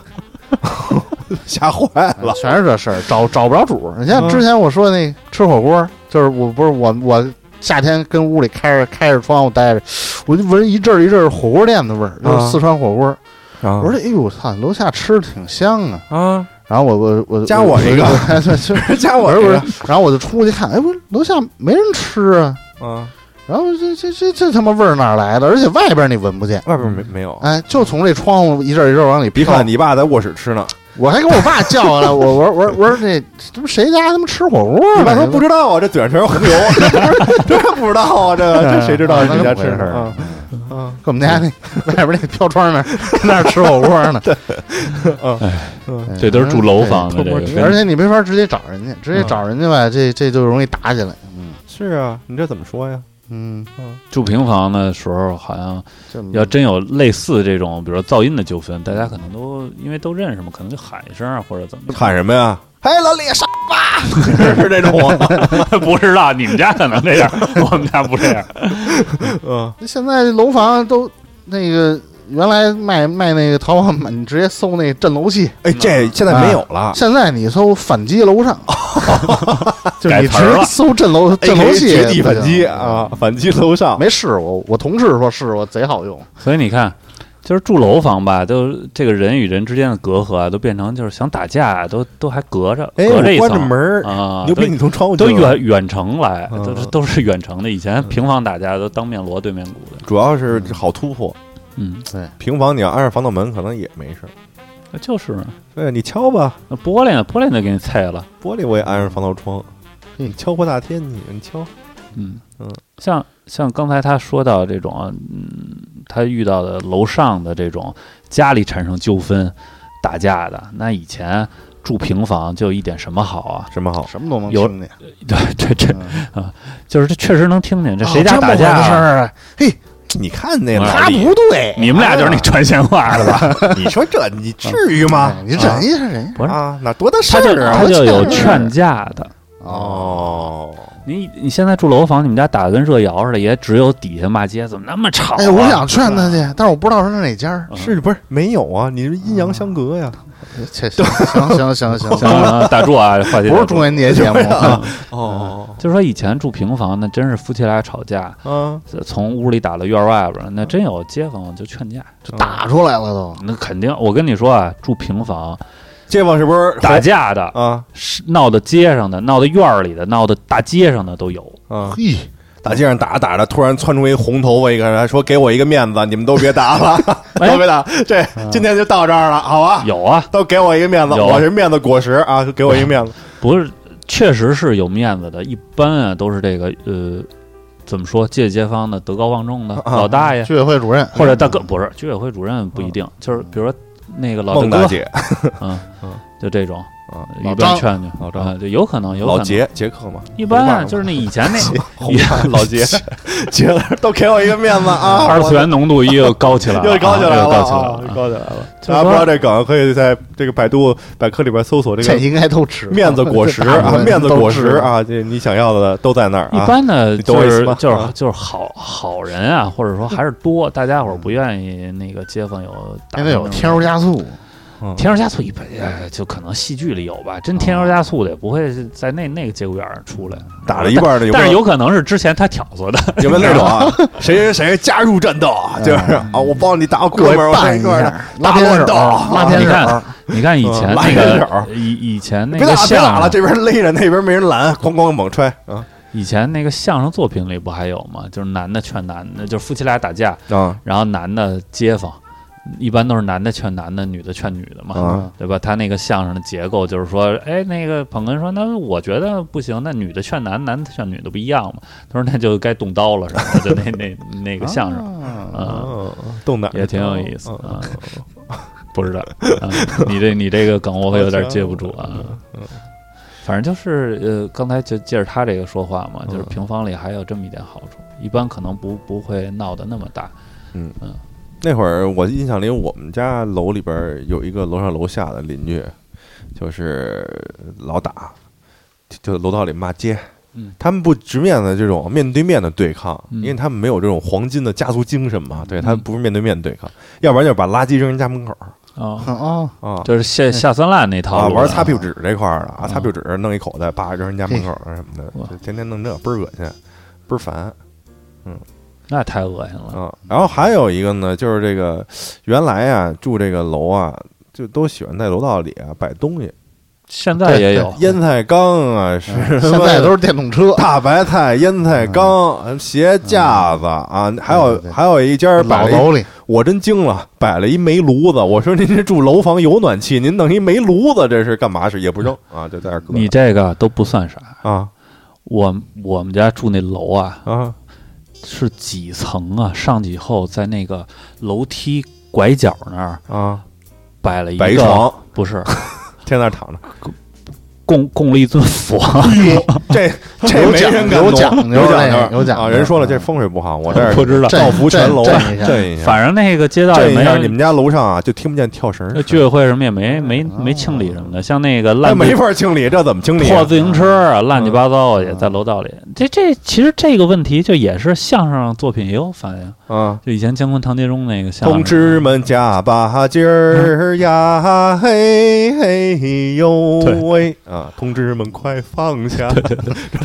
Speaker 2: 吓坏了，
Speaker 4: 全是这事儿，找找不着主。你像
Speaker 2: 嗯
Speaker 4: 之前我说那吃火锅，就是我不是我我夏天跟屋里开着开着窗户待着，我就闻一阵儿一阵儿火锅店的味儿，就是
Speaker 2: 啊
Speaker 4: 四川火锅。
Speaker 2: 啊
Speaker 4: 我说哎呦我操，楼下吃的挺香啊。
Speaker 2: <laughs> 啊，
Speaker 4: 然后我我我
Speaker 2: 加我一个，
Speaker 4: 就
Speaker 2: <laughs>
Speaker 4: 就
Speaker 2: 加
Speaker 4: 我
Speaker 2: 我
Speaker 4: 说
Speaker 2: 这
Speaker 4: 我
Speaker 2: 个
Speaker 4: 说，然后我就出去看，哎，我说楼下没人吃啊。
Speaker 2: 啊，
Speaker 4: 然后这这这这他妈味儿哪儿来的？而且外边你闻不见，
Speaker 2: 外边没没有。
Speaker 4: 哎，就从这窗户一阵儿一阵儿往里
Speaker 2: 别
Speaker 4: 飘
Speaker 2: 看。你爸在卧室吃呢，
Speaker 4: 我还跟我爸叫来
Speaker 2: <laughs>
Speaker 4: 了，我我我我说这这不谁家他妈吃火锅呢？
Speaker 2: 你爸说不知道啊， <laughs> 这嘴上全是红油，这这不知道啊，这这谁知道
Speaker 4: 啊
Speaker 2: 是谁家吃
Speaker 4: 那怎么回事
Speaker 2: 的？
Speaker 4: 跟我们家那
Speaker 2: 嗯
Speaker 4: <laughs> 外边那飘窗那儿跟那儿吃火锅呢。对，嗯
Speaker 3: 哎这都是住楼房的，这
Speaker 2: 偷摸
Speaker 3: 个嗯
Speaker 4: 对而且你没法直接找人家，直接找人家吧，这这就容易打起来。嗯
Speaker 2: 是啊，你这怎么说呀？
Speaker 4: 嗯，
Speaker 3: 住平房的时候，好像
Speaker 4: 这
Speaker 3: 要真有类似这种，比如说噪音的纠纷，大家可能都因为都认识嘛，可能就喊一声啊，或者怎么着。
Speaker 2: 喊什么呀？哎，老李，傻吧， <laughs> 是这种啊吗？
Speaker 3: <laughs> 不知道你们家可能这 <laughs> 样，我们家不这样。
Speaker 2: 嗯，
Speaker 4: 现在楼房都那个。原来卖卖那个淘宝买，你直接搜那震楼器，
Speaker 2: 哎，这现在没有
Speaker 3: 啊
Speaker 2: 了，
Speaker 4: 现在你搜反击楼上， <laughs> 就是你
Speaker 3: 哦改
Speaker 4: 直
Speaker 3: 词儿
Speaker 4: 接
Speaker 3: 了
Speaker 4: 搜震楼震楼
Speaker 2: AKA
Speaker 4: 器，
Speaker 2: 绝地反击！啊，反击楼上。
Speaker 4: 没试过，我同事说试过，贼好用。
Speaker 3: 所以你看，就是住楼房吧，都这个人与人之间的隔阂啊，都变成就是想打架啊都都还隔着，
Speaker 2: 哎，
Speaker 3: 隔着一
Speaker 2: 我
Speaker 3: 层
Speaker 2: 关着门儿，
Speaker 3: 啊，
Speaker 2: 牛逼！
Speaker 3: 都
Speaker 2: 你从窗户
Speaker 3: 都
Speaker 2: 进来
Speaker 3: 远远程来，
Speaker 2: 嗯
Speaker 3: 都是都是远程的。以前平房打架都当面锣对面鼓的，
Speaker 2: 主要是好突破。
Speaker 3: 嗯，
Speaker 2: 平房你要安上防盗门，可能也没事儿。
Speaker 3: 就是
Speaker 2: 对你敲吧，
Speaker 3: 那玻璃呢，玻璃都给你拆了，
Speaker 2: 玻璃我也安上防盗窗。
Speaker 4: 嗯
Speaker 2: 你敲破大天，你你敲，
Speaker 3: 嗯
Speaker 2: 嗯，
Speaker 3: 像像刚才他说到这种，啊嗯，他遇到的楼上的这种家里产生纠纷、打架的，那以前住平房就一点什么好啊？ <laughs>
Speaker 2: 什么好？
Speaker 4: 什么都能
Speaker 3: 有
Speaker 2: <laughs>
Speaker 4: 听见。
Speaker 3: 对，这这
Speaker 4: 嗯
Speaker 3: 就是这确实能听见，这谁家
Speaker 4: 哦
Speaker 3: 打
Speaker 4: 这么
Speaker 3: 架
Speaker 4: 回事
Speaker 3: 啊？
Speaker 4: 儿啊？
Speaker 2: 你看那
Speaker 3: 嗯
Speaker 2: 老
Speaker 4: 他
Speaker 2: 李，
Speaker 4: 不对，
Speaker 3: 你们俩就是那传闲话
Speaker 4: <laughs>
Speaker 3: 的吧？
Speaker 2: 你说这你至于
Speaker 4: 哎
Speaker 2: 吗？
Speaker 4: 你忍一下，忍一下。
Speaker 3: 不是
Speaker 2: 啊，哪多大事
Speaker 3: 他就
Speaker 2: 儿啊
Speaker 3: 他！就有
Speaker 4: 我
Speaker 3: 劝架的。
Speaker 2: 哦，
Speaker 3: 你你现在住楼房，你们家打得跟热窑似的，也只有底下骂街，怎么那么吵、啊？
Speaker 4: 哎，我想劝他去，但是我不知道是哪家儿。哎
Speaker 3: 嗯
Speaker 2: 是不是没有啊？你是阴阳相隔呀？
Speaker 4: 切行行行行
Speaker 3: 行
Speaker 4: 行，
Speaker 3: 了，行打住啊，话题
Speaker 4: <laughs> 不
Speaker 3: 打
Speaker 4: 是
Speaker 3: 住
Speaker 4: 中
Speaker 3: <laughs>
Speaker 4: 元节
Speaker 3: 啊
Speaker 4: 节目，啊
Speaker 2: 哦
Speaker 3: 就是说以前住平房，那真是夫妻俩吵架，
Speaker 2: 哦，
Speaker 3: 从屋里打到院外边儿，那真有街坊就劝架，
Speaker 4: <laughs> 就打出来了都。
Speaker 3: 那肯定。我跟你说啊，住平房
Speaker 2: 嗯，街坊是不是
Speaker 3: 打架的，
Speaker 2: 啊
Speaker 3: 是闹到街上的，闹到院儿里的，闹到大街上的都有。
Speaker 2: 啊！
Speaker 4: 嘿，
Speaker 2: 打街上打着打着，突然窜出一红头发一个人，说：“给我一个面子，你们都别打了，
Speaker 3: <laughs> 哎
Speaker 2: 都别打，这今天就到这儿了，好吧？
Speaker 3: 有啊，
Speaker 2: 都给我一个面子，
Speaker 3: 有
Speaker 2: 我是面子果实啊，给我一个面子。
Speaker 3: 不是，确实是有面子的。一般啊，都是这个呃，怎么说，借街坊的德高望
Speaker 2: 啊
Speaker 3: 重的老大爷，
Speaker 4: 居委会主任
Speaker 3: 或者大哥，不是居委会主任不一定，就是比如说那个老
Speaker 2: 啊孟
Speaker 3: 大
Speaker 2: 大
Speaker 3: 哥，
Speaker 2: 姐，
Speaker 3: 嗯
Speaker 2: 嗯，
Speaker 3: 就这种
Speaker 2: 啊，
Speaker 3: 一
Speaker 4: 老
Speaker 3: 般
Speaker 4: 张
Speaker 3: 劝劝
Speaker 2: 老张
Speaker 3: 啊对，有可能，有可
Speaker 2: 老
Speaker 3: 能。
Speaker 2: 杰杰克嘛，
Speaker 3: <laughs> 一般
Speaker 2: 红发
Speaker 3: 啊，
Speaker 2: 嘛
Speaker 3: 就是那以前
Speaker 2: <laughs>
Speaker 3: 那
Speaker 2: 红
Speaker 3: <laughs>
Speaker 2: 发老杰，杰克都给我一个面子啊！
Speaker 3: 二次元浓度又高起来
Speaker 2: <laughs>
Speaker 3: 了，
Speaker 2: 又高起来
Speaker 3: 又
Speaker 2: 了，
Speaker 3: 高起
Speaker 2: 啊
Speaker 3: 来
Speaker 2: 又
Speaker 3: 了。
Speaker 2: 高起来了。
Speaker 3: 就
Speaker 2: 大家
Speaker 3: 是
Speaker 2: 不知道啊
Speaker 3: 说，
Speaker 2: 这梗，可以在这个百度百科里边搜索这
Speaker 4: 这
Speaker 2: 个
Speaker 4: 应该都吃
Speaker 2: 面子果实
Speaker 3: <laughs>
Speaker 4: <laughs> 大部
Speaker 2: 啊，
Speaker 4: 分
Speaker 2: 面子
Speaker 4: 都
Speaker 2: 果
Speaker 4: 吃
Speaker 2: 实啊，这你想要的都在那儿
Speaker 3: 一
Speaker 2: 啊。
Speaker 3: 般呢，
Speaker 2: 你懂
Speaker 3: 就
Speaker 2: 我意思
Speaker 3: 是
Speaker 2: 吧
Speaker 3: 就是
Speaker 2: 啊
Speaker 3: 就是好好人啊，或者说还是多，大家伙儿不愿意那个街坊有打
Speaker 4: 应该有
Speaker 3: 那种
Speaker 4: 添油加醋。
Speaker 2: 嗯
Speaker 3: 添油加醋一般，呃就可能戏剧里有吧，真添油加醋的也不会是在那那个节骨眼儿出来。
Speaker 2: 打了一半的有没有
Speaker 3: 但是有可能是之前他挑唆的，
Speaker 2: <laughs> 有没有那种啊？谁谁谁加入战斗啊，就是啊，我帮你打，我哥
Speaker 4: 过
Speaker 2: 们儿，
Speaker 4: 来
Speaker 2: 我跟
Speaker 4: 办
Speaker 2: 你
Speaker 4: 一
Speaker 2: 一块儿
Speaker 4: 下
Speaker 2: 打，
Speaker 4: 拉偏手，
Speaker 2: 打乱斗
Speaker 4: 拉偏
Speaker 3: <laughs> 你
Speaker 4: 手，
Speaker 3: 看，你看以前那
Speaker 2: 嗯拉
Speaker 3: 个
Speaker 2: 手
Speaker 3: 以以前那
Speaker 2: 别
Speaker 3: 个啊
Speaker 2: 打了，别打
Speaker 3: 相
Speaker 2: 了，
Speaker 3: 声，
Speaker 2: 这边勒着，那边没人拦，咣咣猛踹啊
Speaker 3: 以前那个相声作品里不还有吗？就是男的劝男的，就是夫妻俩打架，
Speaker 2: 啊！
Speaker 3: 然后男的街坊，一般都是男的劝男的，女的劝女的嘛，
Speaker 2: 嗯
Speaker 3: 对吧？他那个相声的结构就是说，哎，那个捧哏说，那我觉得不行，那女的劝男，男的劝女的不一样嘛。他说那就该动刀了，什么的，就那那那个相声，
Speaker 4: 啊
Speaker 3: 嗯，
Speaker 2: 哦动哪儿
Speaker 3: 也挺有意思
Speaker 2: 嗯
Speaker 3: 啊。不知道，啊你这你这个梗我会有点接不住啊。反正就是呃，刚才就借着他这个说话嘛，就是平房里还有这么一点好处，一般可能不不会闹得那么大。
Speaker 2: 那会儿我印象里，我们家楼里边儿有一个楼上楼下的邻居，就是老打，就就楼道里骂街。
Speaker 3: 嗯
Speaker 2: 他们不直面的这种面对面的对抗，
Speaker 3: 嗯
Speaker 2: 因为他们没有这种黄金的家族精神嘛，对他
Speaker 3: 嗯
Speaker 2: 们不是面对面对抗，要不然就是把垃圾扔人家门口儿
Speaker 3: 哦，
Speaker 4: 哦，
Speaker 2: 啊。
Speaker 3: 就是下下三滥那套
Speaker 2: 啊，
Speaker 3: 路
Speaker 2: 玩
Speaker 3: 的
Speaker 2: 擦屁股纸这块儿的
Speaker 4: 嗯
Speaker 2: 啊，擦屁股纸弄一口袋，叭扔人家门口儿什么的
Speaker 3: 哇，
Speaker 2: 就天天弄这倍儿恶心，倍儿烦。
Speaker 3: 那太恶心了。
Speaker 2: 啊、然后还有一个呢，就是这个原来啊住这个楼啊，就都喜欢在楼道里啊摆东西，
Speaker 4: 哦
Speaker 3: 现在也有，
Speaker 2: 腌菜缸啊，是
Speaker 4: 嗯哎现在都
Speaker 2: 是
Speaker 4: 是电
Speaker 2: <laughs>
Speaker 4: 动车，
Speaker 2: 大白菜、腌菜缸、鞋架子啊，还有
Speaker 4: 嗯对对
Speaker 2: 还有一家摆
Speaker 4: 老
Speaker 2: 了一，
Speaker 4: 楼里
Speaker 2: 我真惊了，摆了一煤炉子。我说您这住楼房有暖气，您弄一煤炉子，这是干嘛使？也不扔
Speaker 4: 嗯
Speaker 2: 啊，就在这儿搁着
Speaker 3: 你这个都不算啥。
Speaker 2: 啊
Speaker 3: 我我们家住那楼啊，
Speaker 2: 啊
Speaker 3: 是几层啊？上去以后，在那个楼梯拐角那儿
Speaker 2: 啊，
Speaker 3: 摆了一
Speaker 2: 摆一
Speaker 3: 个，
Speaker 2: 床，
Speaker 3: 不是
Speaker 2: 天天在那儿躺着，
Speaker 3: 供供了一
Speaker 2: <laughs>
Speaker 3: 尊佛，
Speaker 2: 哎
Speaker 3: <laughs>
Speaker 2: 这这没人敢
Speaker 4: 有
Speaker 2: 弄
Speaker 4: 讲究
Speaker 2: 有
Speaker 4: 那
Speaker 2: 讲
Speaker 4: 个
Speaker 2: 究，
Speaker 4: 有讲
Speaker 2: 啊！
Speaker 4: 究
Speaker 2: 人说了这风水不好，我这儿
Speaker 3: 不知道。
Speaker 4: 震
Speaker 2: 造福全楼，啊
Speaker 4: 震震一下
Speaker 2: 震一下，
Speaker 3: 反正那个街道
Speaker 2: 震
Speaker 3: 也
Speaker 2: 一
Speaker 3: 没
Speaker 2: 下，你们家楼上啊就听不见跳绳
Speaker 3: 那
Speaker 2: 儿，
Speaker 3: 居委会什么也没没没清理什么的，像那个
Speaker 2: 那
Speaker 3: 烂
Speaker 2: 没
Speaker 3: 尾
Speaker 2: 法清理，这怎么清理啊？嗯
Speaker 3: 破自行车啊，乱七八糟也在楼道里。这这其实这个问题就也是相声作品也有反映，
Speaker 2: 啊！
Speaker 3: 就以前姜昆、唐杰忠那个相声。
Speaker 2: 同志们加把劲
Speaker 3: 嗯
Speaker 2: 儿呀，嘿嘿呦喂啊！同志们快放下， <laughs> 这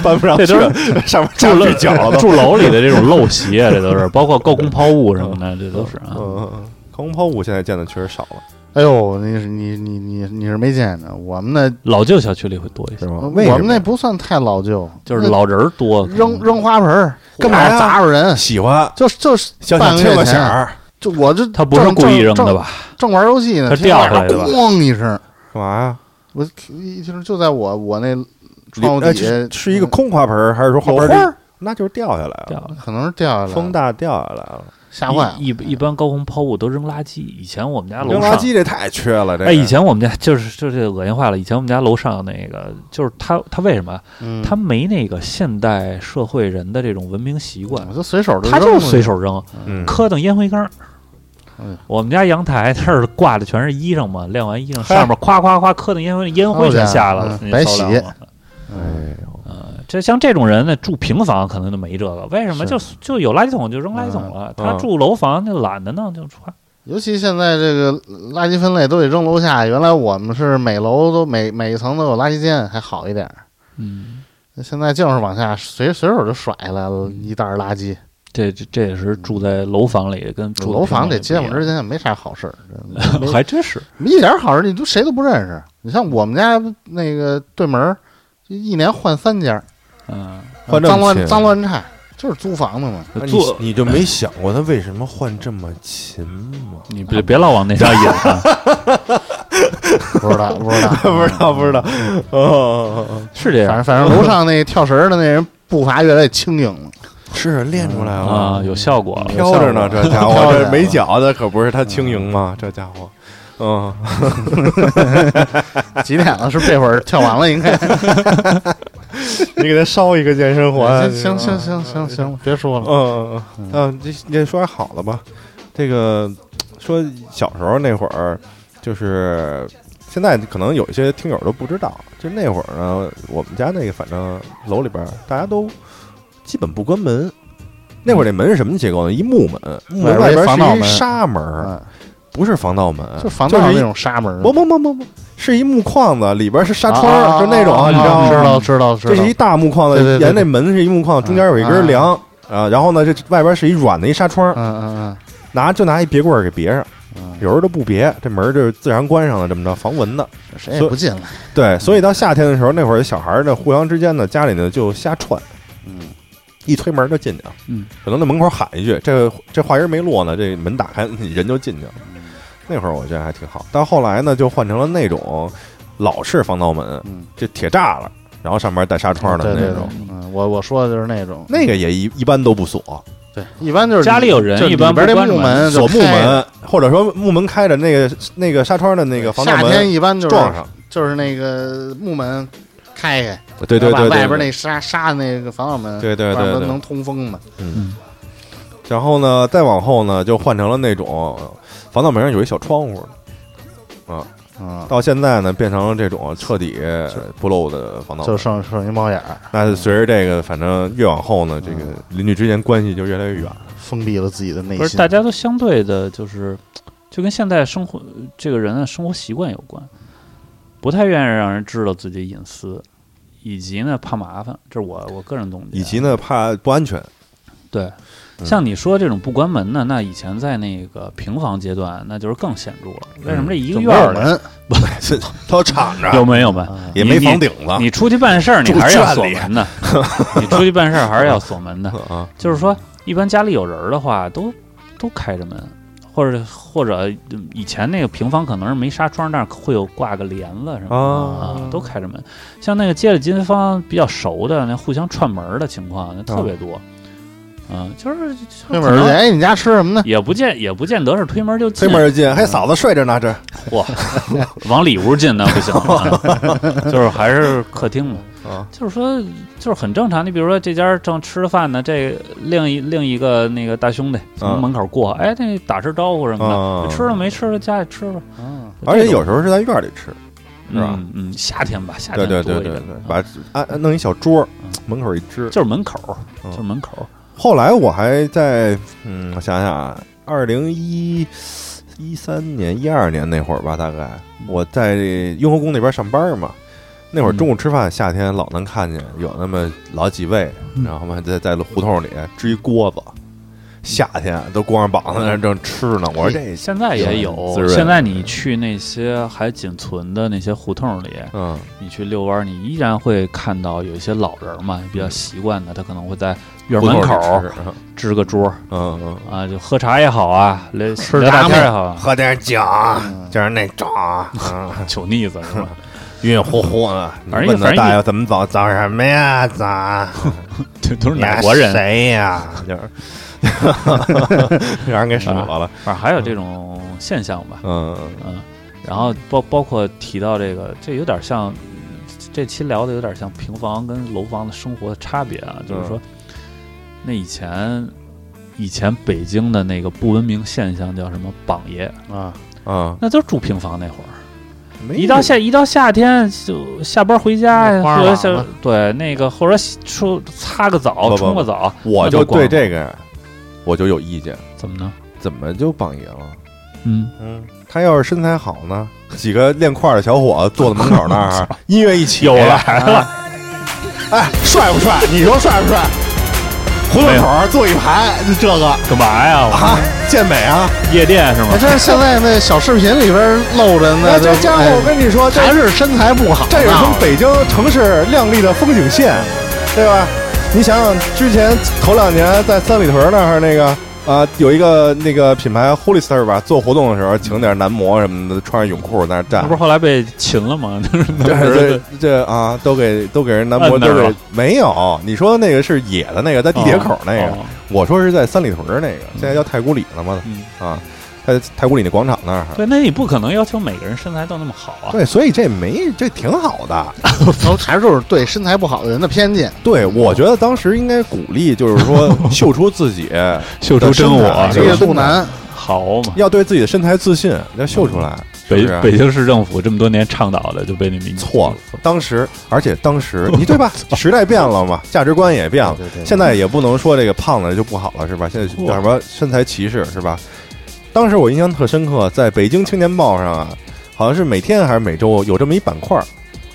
Speaker 2: 搬不上
Speaker 3: 这
Speaker 2: 去
Speaker 3: 都是，
Speaker 2: <laughs> 上面
Speaker 3: 住
Speaker 2: 加
Speaker 3: 楼
Speaker 2: 一脚的。
Speaker 3: 住楼里的这种陋习啊，这都是包括高空抛物什么的，这都是啊。
Speaker 2: 嗯，嗯空抛物现在见的确实少了，
Speaker 4: 哎呦，你是你你你你是没见着，我们那
Speaker 3: 老旧小区里会多一
Speaker 2: 是
Speaker 3: 些，
Speaker 2: 吗？
Speaker 4: 我
Speaker 2: 为什
Speaker 4: 们
Speaker 2: 么
Speaker 4: 那
Speaker 2: 呀
Speaker 4: 不算太老旧，
Speaker 3: 就是老人儿多，
Speaker 4: 那嗯扔扔花盆儿，
Speaker 2: 干嘛呀
Speaker 4: 然后砸着人，
Speaker 2: 喜欢
Speaker 4: 就就是
Speaker 2: 想
Speaker 4: 半
Speaker 2: 想
Speaker 4: 个
Speaker 2: 切
Speaker 4: 月
Speaker 2: 个响
Speaker 4: 前，啊
Speaker 2: 儿
Speaker 4: 就我这
Speaker 3: 他不是故意扔的？吧？
Speaker 4: 正正正玩游戏呢，
Speaker 3: 他掉下来的吧
Speaker 4: 咣一声，
Speaker 2: 干嘛呀？
Speaker 4: 我一听就在我我那
Speaker 2: 里
Speaker 4: 窗户
Speaker 2: 呃
Speaker 4: 底下
Speaker 2: 是是一个空花盆儿，还是说花
Speaker 4: 有
Speaker 2: 盆
Speaker 4: 花
Speaker 2: 儿里
Speaker 4: 儿？
Speaker 2: 那就是掉下来了，
Speaker 3: 掉了
Speaker 4: 可能是掉下来了，
Speaker 2: 风大掉下来了。
Speaker 4: 吓坏了
Speaker 3: 一。一一般高空抛物都扔垃圾，以前我们家楼
Speaker 2: 扔垃
Speaker 3: 上。
Speaker 2: 圾这太缺了，这个
Speaker 3: 哎，以前我们家就是就是恶心坏了。以前我们家楼上那个，就是他他为什么啊
Speaker 4: 嗯
Speaker 3: 他没那个现代社会人的这种文明习惯
Speaker 4: 我，就随手
Speaker 3: 他
Speaker 4: 嗯扔
Speaker 3: 就是
Speaker 4: 了
Speaker 3: 随，手扔，
Speaker 2: 嗯
Speaker 3: 磕等烟灰缸
Speaker 4: 嗯。
Speaker 3: 我们家阳台那儿挂的全是衣裳嘛，晾完衣裳上面夸夸夸磕的烟灰，烟灰全下来了
Speaker 4: 好，家伙嗯
Speaker 3: 那
Speaker 4: 白哎
Speaker 3: 骚
Speaker 4: 洗
Speaker 3: 凉了呃这像这种人呢，住平房可能就没这个，为什么？
Speaker 4: 是
Speaker 3: 就就有垃圾桶就扔垃圾桶了。
Speaker 2: 嗯
Speaker 3: 他住楼房就懒得弄，就穿。
Speaker 4: 尤其现在这个垃圾分类都得扔楼下，原来我们是每楼都每每一层都有垃圾间，还好一点儿。
Speaker 3: 嗯，
Speaker 4: 那现在就是往下随随手就甩来了
Speaker 2: 嗯
Speaker 4: 一袋儿垃圾，
Speaker 3: 这这这也是住在楼房里跟住
Speaker 4: 楼房这街坊
Speaker 3: 坊
Speaker 4: 之间也没啥好事儿，真没
Speaker 3: 还真是
Speaker 4: 一点好事儿你都谁都不认识。你像我们家那个对门儿，就一年换三家儿，
Speaker 3: 嗯，
Speaker 2: 换这么
Speaker 4: 脏乱
Speaker 2: 勤
Speaker 4: 脏乱差，就是租房子嘛。
Speaker 2: 那你
Speaker 3: 做
Speaker 2: 你就没想过他为什么换这么勤吗？
Speaker 3: 你别别老往那上引
Speaker 4: <laughs>
Speaker 3: 啊。
Speaker 4: 不知道不知道
Speaker 2: 不知道，不知道，哦，
Speaker 3: 是这
Speaker 4: <laughs> 反
Speaker 3: 样
Speaker 4: 正反正楼上那跳绳儿的那人步伐越来越轻盈了，
Speaker 2: 是练出来了
Speaker 3: 啊，有效果了。
Speaker 2: 飘着呢，
Speaker 4: 有
Speaker 2: 这
Speaker 4: 效果
Speaker 2: 家伙
Speaker 4: 飘着
Speaker 2: 这
Speaker 4: 呢
Speaker 2: 没脚的可不是他轻盈吗？这家伙，嗯，
Speaker 4: 几点了？是这会儿跳完
Speaker 2: <laughs>
Speaker 4: 了应该。
Speaker 2: <laughs> 你给他烧一个健身环，
Speaker 4: 行行行行行，别说了。
Speaker 2: 嗯嗯嗯，这这说点好了吧？这个说小时候那会儿，就是现在可能有一些听友都不知道，就那会儿呢，我们家那个反正楼里边儿大家都基本不关门。那会儿那门是什么结构呢？一木门，木门
Speaker 4: 外边
Speaker 2: 外
Speaker 4: 一防盗
Speaker 2: 边是一
Speaker 4: 门
Speaker 2: 纱门儿，
Speaker 4: 嗯，
Speaker 2: 不是防盗门，
Speaker 4: 就防
Speaker 2: 呃就
Speaker 4: 盗
Speaker 2: 是一
Speaker 4: 那种纱门儿，
Speaker 2: 不不不不不，是一木框子，里边是纱
Speaker 4: 啊
Speaker 2: 窗，
Speaker 4: 啊
Speaker 2: 就那种，
Speaker 4: 啊
Speaker 2: 你知道吗？
Speaker 4: 知道知道
Speaker 2: 这
Speaker 4: 知道，
Speaker 2: 是一大木框
Speaker 4: 对对
Speaker 2: 子，
Speaker 4: 对
Speaker 2: 沿那门是一木框，中间有一根梁啊，然后呢，这外边是一软的一纱窗
Speaker 4: 嗯，嗯
Speaker 2: 拿就拿一别棍儿给别上，
Speaker 4: 嗯
Speaker 2: 有时候都不别，这门儿就是自然关上了，这么着防蚊的。
Speaker 4: 嗯，谁也不进来，
Speaker 2: 对，所以到夏天的时候，那会儿小孩儿呢，互相之间呢，家里呢就瞎串，
Speaker 4: 嗯，
Speaker 2: 一推门就进去了，
Speaker 3: 嗯，
Speaker 2: 可能在门口喊一句，这这话音儿没落呢，这门打开， <laughs> 你人就进去了。
Speaker 4: 嗯
Speaker 2: 那会儿我觉得还挺好，但后来呢，就换成了那种老式防盗门
Speaker 4: 嗯，
Speaker 2: 这铁栅栏，然后上面带纱窗的
Speaker 4: 对
Speaker 2: 那
Speaker 4: 对
Speaker 2: 种，
Speaker 4: 对，嗯，我我说的就是那种，
Speaker 2: 那个也一一般都不锁，
Speaker 4: 对，一般就是
Speaker 3: 家里有人
Speaker 4: 就
Speaker 3: 一般
Speaker 4: 里边
Speaker 3: 不
Speaker 4: 这
Speaker 3: 关
Speaker 4: 木
Speaker 3: 门
Speaker 4: 门就
Speaker 2: 锁木
Speaker 4: 开着
Speaker 2: 门，或者说木门开着，那个那个纱窗的那个防盗
Speaker 4: 夏天
Speaker 2: 门
Speaker 4: 一般就是
Speaker 2: 撞上，
Speaker 4: 就是那个木门开开，
Speaker 2: 对对
Speaker 4: 然后
Speaker 2: 对，
Speaker 4: 把外边
Speaker 2: 对
Speaker 4: 那纱纱的那个防盗门，
Speaker 2: 对对对
Speaker 4: 防盗门
Speaker 2: 对
Speaker 4: 能通风嘛？
Speaker 2: 然后呢，再往后呢，就换成了那种防盗门上有一小窗户，
Speaker 4: 嗯，
Speaker 2: 到现在呢，变成了这种彻底不漏的防盗
Speaker 4: 就
Speaker 2: 门。
Speaker 4: 剩剩一猫眼儿，
Speaker 2: 那随着这个，反正越往后呢，这个邻居之间关系就越来越远了。
Speaker 4: 封闭了自己的内
Speaker 3: 不是
Speaker 4: 心。
Speaker 3: 大家都相对的，就是就跟现在生活这个人的生活习惯有关，不太愿意让人知道自己隐私，以及呢怕麻烦，这是我我个人总结。
Speaker 2: 以
Speaker 4: 嗯
Speaker 2: 及呢，怕不安全， <laughs>
Speaker 3: 对，像你说这种不关门的，那以前在那个平房阶段，那就是更显著了。为什么这一个
Speaker 4: 就没
Speaker 3: 院儿啊
Speaker 4: 有
Speaker 3: 里
Speaker 4: 门，嗯
Speaker 2: 都敞着，
Speaker 3: 有没有门？
Speaker 2: 也
Speaker 3: 你
Speaker 2: 没
Speaker 3: 你
Speaker 2: 房顶子。
Speaker 3: 你出去办事儿，你
Speaker 2: 啊住
Speaker 3: 还是要
Speaker 2: 圈
Speaker 3: 锁
Speaker 2: 里 <laughs>
Speaker 3: 门的。你出去办事儿还是要锁门的。
Speaker 2: 啊，
Speaker 3: 就是说，一般家里有人儿的话，都都开着门，或者或者嗯以前那个平房可能是没纱窗，但是会有挂个帘子什么的
Speaker 2: 啊
Speaker 3: 都开着门。像那个街里街坊比较熟的，那互相串门儿的情况，那特别多。
Speaker 2: 啊
Speaker 3: 嗯，就是
Speaker 4: 推门儿去，哎，你家吃什么呢？
Speaker 3: 也不见也不见得是推门就进，
Speaker 2: 推门就进，嘿，嫂子睡着呢，这
Speaker 3: 哇，往里屋进那不行，啊
Speaker 2: <laughs>
Speaker 3: 就是还是客厅嘛。
Speaker 2: 啊，
Speaker 3: 就是说，就是很正常。你比如说，这家正吃着饭呢，这另一另一个那个大兄弟从门口过，哎，那打声招呼什么的，
Speaker 2: 啊
Speaker 3: 吃了没吃的家里吃吧。
Speaker 4: 嗯，
Speaker 2: 而且有时候是在院里吃，是吧
Speaker 3: 嗯嗯，夏天吧，夏
Speaker 2: 对
Speaker 3: 天多
Speaker 2: 对
Speaker 3: 一
Speaker 2: 对
Speaker 3: 点，啊
Speaker 2: 对对，把安弄一小桌，门口一支。
Speaker 3: 嗯就是门口，
Speaker 2: 嗯
Speaker 3: 就是门口。
Speaker 2: 后来我还在，嗯，我想想啊，二零一一三年、一二年那会儿吧，大概
Speaker 3: 嗯
Speaker 2: 我在雍和宫那边上班嘛。那会儿中午吃饭，夏天老能看见有那么老几位，
Speaker 3: 嗯
Speaker 2: 然后嘛在在胡同里支一锅子，夏天都光着膀子在那正吃呢。我说这，
Speaker 3: 现在也
Speaker 2: 嗯
Speaker 3: 有
Speaker 2: 滋，润
Speaker 3: 现在你去那些还仅存的那些胡同里，
Speaker 2: 嗯
Speaker 3: 你去遛弯儿，你依然会看到有一些老人嘛，比较习惯的，他可能会在院
Speaker 2: 嗯胡同
Speaker 3: 门
Speaker 2: 里
Speaker 3: 口
Speaker 2: 吃
Speaker 3: 支个桌
Speaker 2: 嗯嗯，
Speaker 3: 啊，就喝茶也好啊，聊
Speaker 4: 吃
Speaker 3: 聊大
Speaker 4: 拉
Speaker 3: 天
Speaker 4: 面
Speaker 3: 也好啊，
Speaker 2: 喝点酒，就是那种，嗯
Speaker 3: <laughs> 酒腻子是 <laughs> 吧？
Speaker 2: 晕晕乎乎的。你
Speaker 3: 反正
Speaker 2: 啊问
Speaker 3: 反
Speaker 2: 他
Speaker 3: 正
Speaker 2: 大
Speaker 3: 一
Speaker 2: 爷怎么走，走什么呀？走。
Speaker 3: 这都是
Speaker 2: 你
Speaker 3: 哪
Speaker 2: 还
Speaker 3: 国人？
Speaker 2: 谁呀？就是， <laughs> 让人给数落了。
Speaker 3: 反正还有这种现象吧，
Speaker 2: 嗯，
Speaker 3: 嗯，然后包包括提到这个，这有点像这期聊的有点像平房跟楼房的生活差别啊，就是说，那以前以前北京的那个不文明现象叫什么榜爷，
Speaker 4: 啊，
Speaker 2: 啊，
Speaker 3: 那就是住平房那会儿，
Speaker 2: 没
Speaker 3: 一到夏一到夏天就下班回家，
Speaker 4: 那花儿
Speaker 3: 或者
Speaker 4: 郎
Speaker 3: 是
Speaker 4: 嘛
Speaker 3: 对那个或者洗出擦个
Speaker 2: 不
Speaker 3: 澡
Speaker 2: 不
Speaker 3: 冲个澡，
Speaker 2: 我就
Speaker 3: 那逛
Speaker 2: 对这个我就有意见，
Speaker 3: 怎么呢？
Speaker 2: 怎么就榜爷了？
Speaker 3: 嗯，
Speaker 2: 嗯，他要是身材好呢，几个练块儿的小伙子坐在门口那 <laughs> 儿，音乐一起
Speaker 3: 有了
Speaker 2: 来了， <laughs> 哎，帅不帅？你说帅不帅？胡同口儿坐一排，就这个
Speaker 3: 干嘛呀？
Speaker 2: 啊，健美啊！
Speaker 3: 夜店是吗
Speaker 4: 哎，？这现在那小视频里边露着呢，哎
Speaker 2: 那哎这家伙，我跟你说，这
Speaker 4: 还是身材不好，啊
Speaker 2: 这是从北京城市亮丽的风景线，对吧？你想想，之前头两年在三里屯那儿那个啊、有一个那个品牌 Hollister 吧，做活动的时候请点男模什么的，穿着泳裤在那儿
Speaker 3: 那 <laughs>
Speaker 2: 站
Speaker 3: 不是。后来被擒了 <laughs> 吗？就是那不
Speaker 2: 这
Speaker 3: 是
Speaker 2: 这这啊，都给都给人男模
Speaker 3: 摁那儿
Speaker 2: 都给
Speaker 3: 了
Speaker 2: 没有。你说那个是野的那个，在地铁口那个，
Speaker 3: 哦
Speaker 2: 我说是在三里屯那个，现在叫太古里了嘛
Speaker 3: 嗯，
Speaker 2: 啊，在太古里那广场那儿。
Speaker 3: 对，那你不可能要求每个人身材都那么好啊。
Speaker 2: 对，所以这没这挺好的，
Speaker 4: 然后还就是对身材不好的人的偏见，
Speaker 2: 对，我觉得当时应该鼓励，就是说秀出自己，
Speaker 3: 秀出啊真我，
Speaker 2: 啊这
Speaker 4: 这
Speaker 2: 个
Speaker 4: 个
Speaker 2: 是
Speaker 4: 肚腩
Speaker 3: 好嘛？
Speaker 2: 要对自己的身材自信，要秀出来。
Speaker 3: 啊北
Speaker 2: 是不是
Speaker 3: 北京市政府这么多年倡导的，就被你们
Speaker 2: 错了，当时，而且当时，你对吧？时代变了嘛，价值观也变了
Speaker 4: 对对。对
Speaker 2: 现在也不能说这个胖子就不好了，是吧？现在叫什么身材歧视，是吧？当时我印象特深刻，在北京青年报上啊，好像是每天还是每周有这么一板块儿，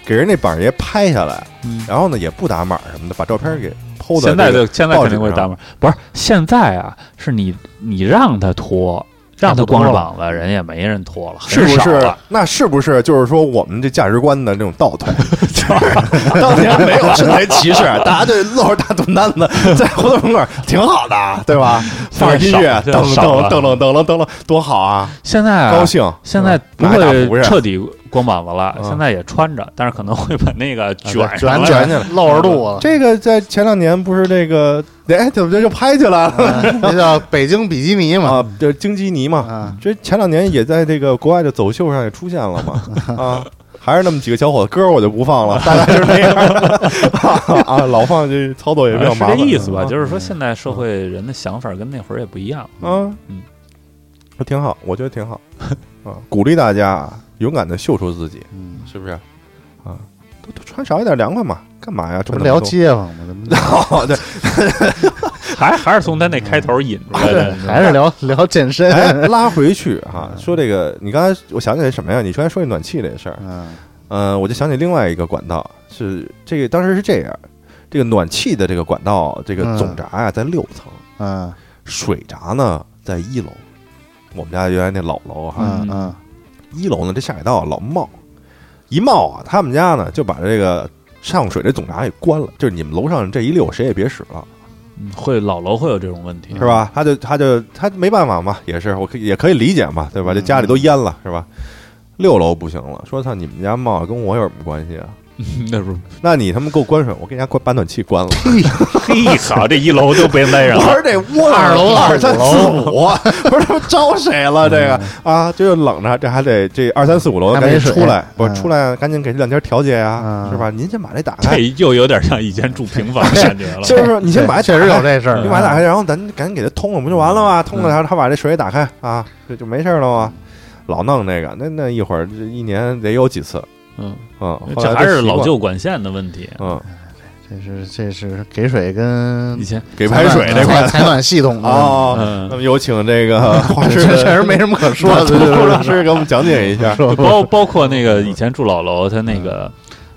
Speaker 2: 给人那板儿爷拍下来，
Speaker 3: 嗯
Speaker 2: 然后呢也不打码什么的，把照片给剖的。
Speaker 3: 现在
Speaker 2: 就
Speaker 3: 就现在肯定会
Speaker 2: 啊
Speaker 3: 打码，不是现在啊，是你你让他脱，让他光着膀子，人也没人脱了，
Speaker 2: 是不
Speaker 3: 很少
Speaker 2: 是
Speaker 3: 了？
Speaker 2: <laughs> 那是不是就是说我们这价值观的这种倒退？ <laughs> 就是当年没有身材歧视， <laughs> 大家对露着大肚腩子在胡同门口挺好的，对吧？放着音乐，噔
Speaker 3: 现在
Speaker 2: 噔
Speaker 3: 少了
Speaker 2: 噔噔噔噔噔噔，多好啊！
Speaker 3: 现在啊
Speaker 2: 高兴。
Speaker 3: 现在不
Speaker 2: 拿一大胡
Speaker 3: 会
Speaker 2: 子
Speaker 3: 彻底光膀子了，
Speaker 2: 嗯啊
Speaker 3: 现在也穿着，但是可能会把那个卷上
Speaker 4: 卷
Speaker 3: 来
Speaker 4: 卷
Speaker 2: 起来
Speaker 4: 露着肚 <laughs> 子，
Speaker 2: 这个在前两年不是这个，哎，怎么这就拍起来了
Speaker 4: 啊那叫北京比基尼嘛。
Speaker 2: 啊？这京基尼嘛，
Speaker 4: 啊，
Speaker 2: 这前两年也在这个国外的走秀上也出现了嘛，啊，还是那么几个小伙子，歌我就不放了，大概是那样啊，老放这操作也比较
Speaker 3: 是
Speaker 2: 麻
Speaker 3: 这
Speaker 2: 烦，
Speaker 3: 意思吧？
Speaker 2: 啊
Speaker 3: 就是说，现在社会人的想法跟那会儿也不一样。
Speaker 2: 啊，
Speaker 3: 嗯，
Speaker 2: 挺好，我觉得挺好啊，鼓励大家勇敢的秀出自己，
Speaker 4: 嗯，
Speaker 2: 是不是？啊，都都穿少一点凉快嘛，干嘛呀？
Speaker 4: 这
Speaker 2: 这
Speaker 4: 不
Speaker 2: 么
Speaker 4: 聊街坊吗？怎么
Speaker 2: <laughs> 哦，对，
Speaker 3: 还还是从他那开头引出来的，
Speaker 4: 还是聊 <laughs> 聊健身？
Speaker 2: 哎，拉回去哈、说这个，你刚才我想起来什么呀？你刚才说起暖气这事儿，
Speaker 4: 嗯
Speaker 2: 嗯，我就想起另外一个管道，是这个当时是这样，这个暖气的这个管道，这个
Speaker 4: 嗯
Speaker 2: 总闸呀、在六层，
Speaker 4: 嗯
Speaker 2: 水闸呢在一楼。我们家原来那老楼哈，
Speaker 4: 嗯嗯
Speaker 2: 一楼呢这下水道老冒，一冒啊，他们家呢就把这个上水这总闸给关了，就是你们楼上这一溜谁也别使了，
Speaker 3: 嗯会老楼会有这种问题，
Speaker 2: 是？吧？他就他就他没办法嘛，也是我可以也可以理解嘛，对吧？这家里都淹了，是吧？六楼不行了，说操你们家冒跟我有什么关系啊？
Speaker 3: 嗯那不是
Speaker 2: 那你他妈给我关水，我给人家关把暖气关了。
Speaker 3: 嘿，好，这一楼都被勒上
Speaker 2: 我
Speaker 3: 了。
Speaker 2: 说这窝囊
Speaker 4: 二楼啊嗯
Speaker 2: 二三四五， <laughs> 不是他妈招谁了？这个啊，这就冷着，这还得这二三四五楼
Speaker 4: 还
Speaker 2: 赶
Speaker 4: 没
Speaker 2: 紧
Speaker 4: 水
Speaker 2: 出来，不是
Speaker 4: 嗯
Speaker 2: 出来赶紧给这两家调节呀
Speaker 4: 嗯，
Speaker 2: 是吧？您先把这打
Speaker 3: 这
Speaker 2: 开，
Speaker 3: 又有点像以前住平房的感觉了。
Speaker 2: <laughs> 就是你先把
Speaker 4: 确实有嗯
Speaker 2: 这，
Speaker 4: 这事儿，啊
Speaker 2: 你把它打开，然后咱赶紧给它通了，不就完了吗？通了，然后他把这水也打开啊，这就没事了吗？老弄这个，那那一会儿这一年得有几次，
Speaker 3: 嗯，
Speaker 2: 嗯，后
Speaker 3: 这
Speaker 2: 来
Speaker 3: 还
Speaker 2: 都
Speaker 3: 是
Speaker 2: 习
Speaker 3: 老
Speaker 2: 惯了，
Speaker 3: 旧管线的问题。
Speaker 2: 嗯，
Speaker 4: 这是这是给水
Speaker 2: <laughs>
Speaker 4: 跟
Speaker 3: 以前，
Speaker 2: 给排水这块
Speaker 4: 采采暖系
Speaker 2: <laughs>
Speaker 4: 统啊， <laughs>
Speaker 2: 哦。那
Speaker 3: 嗯，
Speaker 2: 么有请这个花
Speaker 4: 这
Speaker 2: 师的
Speaker 4: 确实没什么可说
Speaker 2: 说
Speaker 4: <laughs> 的，对对
Speaker 2: 工
Speaker 4: 对
Speaker 2: 程师给我们讲解一
Speaker 4: <laughs>
Speaker 2: 下。
Speaker 3: 就包包括
Speaker 2: 嗯
Speaker 3: 那个以前住老楼，它那个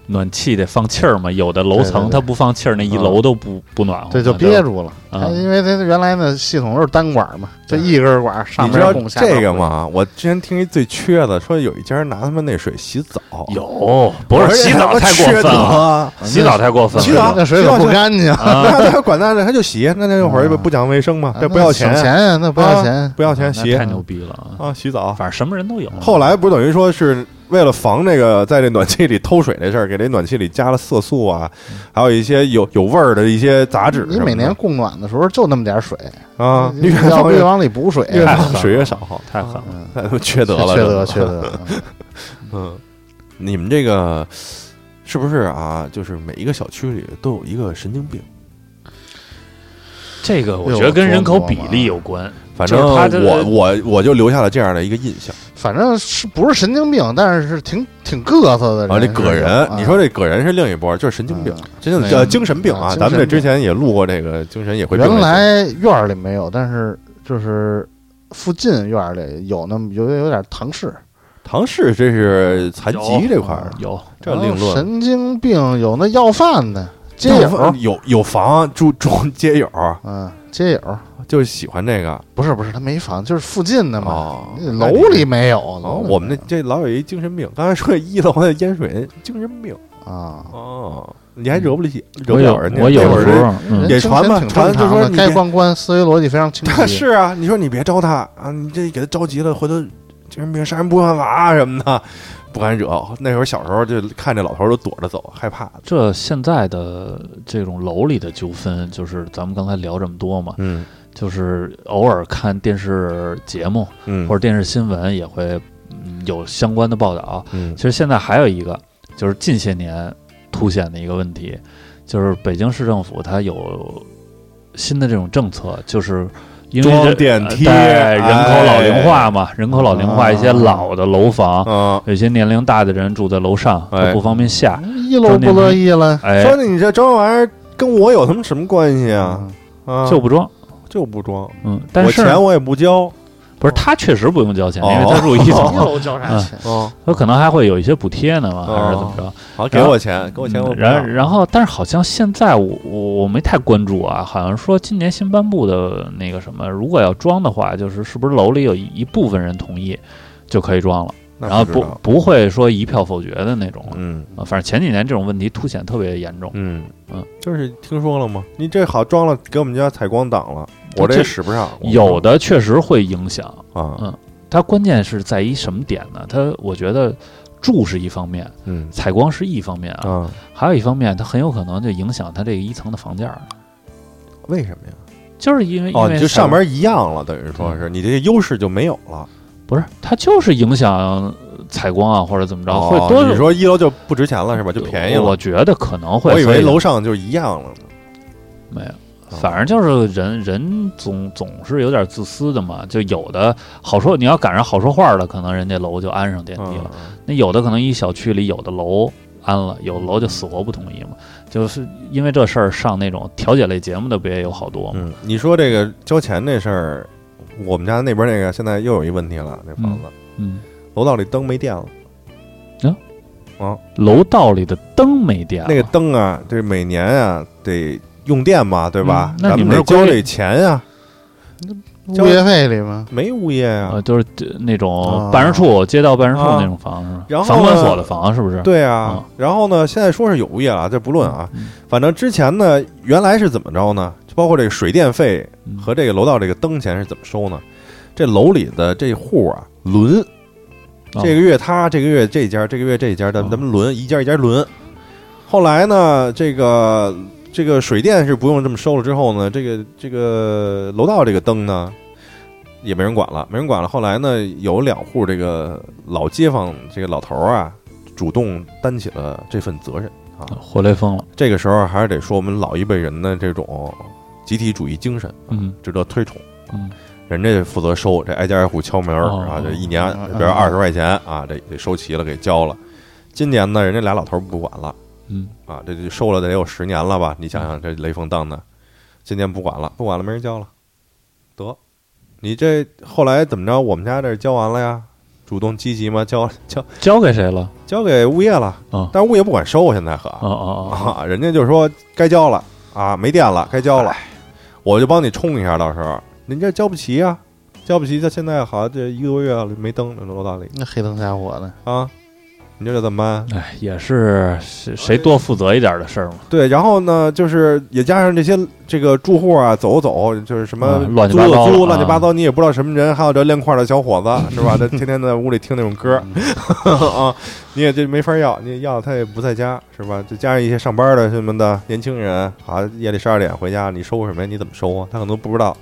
Speaker 3: 暖气得放气儿嘛，有的楼层
Speaker 4: 对对对
Speaker 3: 它不放气儿，那
Speaker 2: 嗯
Speaker 3: 一楼都不不暖和，
Speaker 4: 这就
Speaker 3: 对吧
Speaker 4: 憋住
Speaker 2: 啊
Speaker 3: 嗯
Speaker 4: 了。它因为它原来的系统都是单管嘛，就一根管上
Speaker 2: 你知
Speaker 4: 面
Speaker 2: 道
Speaker 4: 供下面
Speaker 2: 这个
Speaker 4: 供？
Speaker 2: 吗？我之前听一最缺的，说有一家拿他们那水洗澡，
Speaker 3: 有，不是洗澡太过分了，
Speaker 2: 了。
Speaker 3: 洗澡太过分了，
Speaker 2: 洗澡
Speaker 4: <laughs> 那水可不干净，
Speaker 3: 啊
Speaker 2: 那啊他管那他就洗，那那会儿不讲卫生嘛，这不要
Speaker 4: 那省
Speaker 2: 钱，
Speaker 4: 钱啊，那不要钱。
Speaker 2: 不要钱
Speaker 3: 那
Speaker 2: 洗
Speaker 3: 太牛逼了啊！
Speaker 2: 啊，洗澡。
Speaker 3: 反正什么人都有。
Speaker 2: 后来不是等于说是为了防这个 <laughs> 在这暖气里偷水这事儿，给这暖气里加了色素啊，还有一些有有味儿的一些杂质什么
Speaker 4: 嗯你
Speaker 2: 的。
Speaker 4: 每年供暖的时候就那么点水，
Speaker 2: 啊，你
Speaker 4: 你
Speaker 2: 越
Speaker 4: 要
Speaker 2: 放
Speaker 4: <laughs> 不就
Speaker 2: 越
Speaker 4: 往里补水，啊
Speaker 2: 越
Speaker 3: 太狠
Speaker 2: 放
Speaker 3: 了
Speaker 2: 水越少，
Speaker 3: 太狠了，
Speaker 2: 太他妈 <laughs> 缺德了，
Speaker 4: <laughs> 缺
Speaker 2: 真的
Speaker 4: 德缺德。
Speaker 2: 嗯，你们这个是不是啊？就是每一个小区里都有一个神经病，
Speaker 3: 这个我觉得跟人口比例有关。
Speaker 2: 反正
Speaker 3: 就是他这
Speaker 2: 我我我就留下了这样的一个印象
Speaker 4: 反正是不是神经病，但是是挺挺嘚瑟的人。
Speaker 2: 啊。这葛人，
Speaker 4: 啊
Speaker 2: 你说这葛人是另一波，就是神经病
Speaker 4: 嗯，
Speaker 2: 真的
Speaker 4: 哎
Speaker 2: 叫精神病
Speaker 4: 啊
Speaker 2: 啊。
Speaker 4: 精神
Speaker 2: 咱们这
Speaker 4: 病
Speaker 2: 之前也录过这个精神也会病
Speaker 4: 原
Speaker 2: 的
Speaker 4: 来院儿里没有，但是就是附近院儿里有那么有有点唐氏，
Speaker 2: 唐氏，这是残疾这块儿，
Speaker 3: 有
Speaker 2: 这另
Speaker 4: 然后
Speaker 2: 论。
Speaker 4: 神经病有那要饭的街
Speaker 2: 有
Speaker 4: 友，
Speaker 2: 有有房住住街友，
Speaker 4: 嗯，街友
Speaker 2: 就是喜欢这个
Speaker 4: 不是不是，他没房，就是附近的嘛，
Speaker 2: 哦
Speaker 4: 那。楼里没有，
Speaker 2: 哦
Speaker 4: 楼，里
Speaker 2: 我们那
Speaker 4: 没
Speaker 2: 这老有一精神病，刚才说一楼的淹水精神病。
Speaker 4: 有啊。
Speaker 2: 哦，你还惹不起，惹
Speaker 3: 我
Speaker 2: 不
Speaker 3: 有
Speaker 2: 了人家。
Speaker 3: 我有
Speaker 2: 那会儿
Speaker 3: 时
Speaker 2: 人
Speaker 3: 候，嗯，
Speaker 2: 也传吧
Speaker 4: 吧，挺正
Speaker 2: 传就
Speaker 4: 常
Speaker 2: 说
Speaker 4: 的，
Speaker 2: 你
Speaker 4: 该
Speaker 2: 别
Speaker 4: 关关，思维逻辑非常清
Speaker 2: 他
Speaker 4: 晰。
Speaker 2: 是啊，你说你别招他啊，你这给他着急了，回头精神病杀人不犯法啊什么的，不敢惹。那会儿小时候就看这老头儿都躲着走，害怕的。
Speaker 3: 这现在的这种楼里的纠纷，就是咱们刚才聊这么多嘛，
Speaker 2: 嗯
Speaker 3: 就是偶尔看电视节目
Speaker 2: 嗯
Speaker 3: 或者电视新闻也会嗯有相关的报道。
Speaker 2: 嗯
Speaker 3: 其实现在还有一个，就是近些年凸显的一个问题，就是北京市政府它有新的这种政策，就是因为
Speaker 2: 装
Speaker 3: 人
Speaker 2: 电梯
Speaker 3: 呃对人口老龄
Speaker 2: 哎
Speaker 3: 化嘛，人口老龄化，
Speaker 4: 啊
Speaker 3: 一些老的楼房，
Speaker 2: 啊，
Speaker 3: 有些年龄大的人住在楼上，
Speaker 2: 哎
Speaker 3: 他不方便下，
Speaker 4: 一楼不乐意了
Speaker 3: 哎，
Speaker 2: 说你这装玩意儿跟我有他
Speaker 4: 嗯
Speaker 2: 妈什么关系啊？！啊，
Speaker 3: 就不装，
Speaker 2: 就不装，
Speaker 3: 嗯，但
Speaker 2: 我
Speaker 3: 是
Speaker 2: 钱我也不交，
Speaker 3: 不是，他确实不用交钱，
Speaker 2: 哦
Speaker 3: 因为他入一层
Speaker 2: <laughs>
Speaker 3: 嘛，
Speaker 5: 又交
Speaker 4: 嗯
Speaker 5: 啥钱？
Speaker 6: 哦，
Speaker 3: 他可能还会有一些补贴呢嘛，还是怎么着？
Speaker 2: 好，给我钱，哦给我钱，我不要
Speaker 3: 嗯然然后，但是好像现在我我我没太关注啊，好像说今年新颁布的那个什么，如果要装的话，就是是不是楼里有一一部分人同意就可以装了，
Speaker 2: 那
Speaker 3: 然后
Speaker 2: 知
Speaker 3: 不
Speaker 2: 道
Speaker 3: 不会说一票否决的那种了。
Speaker 2: 嗯
Speaker 3: 啊反正前几年这种问题凸显特别严重。
Speaker 2: 嗯
Speaker 3: 嗯，
Speaker 2: 就是听说了吗？你这好装了，给我们家采光挡了，我
Speaker 3: 这
Speaker 2: 使不上。我不
Speaker 3: 有的确实会影响，
Speaker 2: 啊，
Speaker 3: 它关键是在于什么点呢？它我觉得住是一方面，
Speaker 2: 嗯
Speaker 3: 采光是一方面啊，
Speaker 2: 啊，
Speaker 3: 还有一方面它很有可能就影响它这个一层的房价了，
Speaker 2: 为什么呀？
Speaker 3: 就是因为因
Speaker 2: 哦，
Speaker 3: 为嗯
Speaker 2: 你就
Speaker 3: 采
Speaker 2: 上边一样了，等于说是你这个优势就没有了。
Speaker 3: 不是它就是影响采光啊或者怎么着，
Speaker 2: 哦
Speaker 3: 会多
Speaker 2: 你说一楼就不值钱了是吧？就便宜了。
Speaker 3: 我觉得可能会，
Speaker 2: 我以
Speaker 3: 所
Speaker 2: 为楼嗯上就一样了呢。啊
Speaker 3: 没有。反正就是人人总总是有点自私的嘛，就有的好说，你要赶上好说话的，可能人家楼就安上电梯了。
Speaker 2: 嗯，
Speaker 3: 那有的可能一小区里有的楼安了，有楼就死活不同意嘛，就是因为这事儿上那种调解类节目的不也有好多嘛？
Speaker 2: 嗯，你说这个交钱这事儿，我们家那边那个现在又有一问题了，那房子
Speaker 3: 嗯，
Speaker 2: 楼道里灯没电了，
Speaker 3: 嗯楼道里的灯没电了，
Speaker 2: 那个灯啊，这每年啊得用电嘛，对吧
Speaker 3: 嗯？那
Speaker 2: 咱
Speaker 3: 你
Speaker 2: 们
Speaker 3: 们
Speaker 2: 得
Speaker 3: 是
Speaker 2: 交
Speaker 3: 规
Speaker 2: 这钱啊呀，交
Speaker 4: 物业费里吗？
Speaker 2: 没物业呀
Speaker 3: 呃，，就是呃那种
Speaker 4: 啊
Speaker 3: 办事处、街道办事处
Speaker 2: 啊
Speaker 3: 那种房是吧？
Speaker 2: 然后呢
Speaker 3: 房管所的房是不是？
Speaker 2: 对啊
Speaker 3: 啊。
Speaker 2: 然后呢，现在说是有物业了，这不论啊，
Speaker 3: 嗯，
Speaker 2: 反正之前呢，原来是怎么着呢？就包括这个水电费
Speaker 3: 嗯
Speaker 2: 和这个楼道这个灯钱是怎么收呢？这楼里的这户啊轮，
Speaker 3: 哦
Speaker 2: 这个月他，这个月这家，这个月这家，咱
Speaker 3: 哦
Speaker 2: 们咱们轮一家一家轮。后来呢，这个这个水电是不用这么收了之后呢，这个这个楼道这个灯呢也没人管了，没人管了。后来呢，有两户这个老街坊这个老头儿啊，主动担起了这份责任啊。
Speaker 3: 活雷锋了，
Speaker 2: 这个时候还是得说我们老一辈人的这种集体主义精神
Speaker 3: 嗯
Speaker 2: 值得推崇。啊
Speaker 3: 嗯，
Speaker 2: 人家负责收，这挨家挨户敲门儿
Speaker 3: 哦
Speaker 2: 啊，这一年
Speaker 4: 嗯
Speaker 2: 比如二十块钱啊，这得收齐了给交了。今年呢，人家俩老头儿不管了
Speaker 3: 嗯，
Speaker 2: 啊，这就收了得有十年了吧？你想想这雷锋当的，今年不管了，不管了，没人交了，得，你这后来怎么着？我们家这交完了呀，主动积极嘛，交交
Speaker 3: 交给谁了？
Speaker 2: 交给物业了
Speaker 3: 嗯，
Speaker 2: 但是物业不管收，啊现在可
Speaker 3: 哦哦
Speaker 2: 啊，人家就说该交了啊，没电了，该交了，我就帮你冲一下，到时候您这交不齐啊，交不齐，他现在好像这一个多月了没灯了，楼道里
Speaker 4: 那黑灯瞎火的，
Speaker 2: 啊，你这怎么办？
Speaker 3: 哦，哎，也是谁谁多负责一点的事儿嘛，
Speaker 2: 对，然后呢，就是也加上这些这个住户啊，走走，就是什么
Speaker 3: 啊乱七
Speaker 2: 租的
Speaker 3: 八糟
Speaker 2: 租，
Speaker 3: 了
Speaker 2: 乱七八
Speaker 3: 啊
Speaker 2: 糟，你也不知道什么人，还有这练块的小伙子是
Speaker 3: <laughs>
Speaker 2: 吧？这天天在屋里听那种歌
Speaker 3: 嗯
Speaker 2: <laughs> 啊，你也这没法要，你要他也不在家是吧？就加上一些上班的什么的年轻人啊，夜里十二点回家，你收什么呀？你怎么收啊？他可能不知道，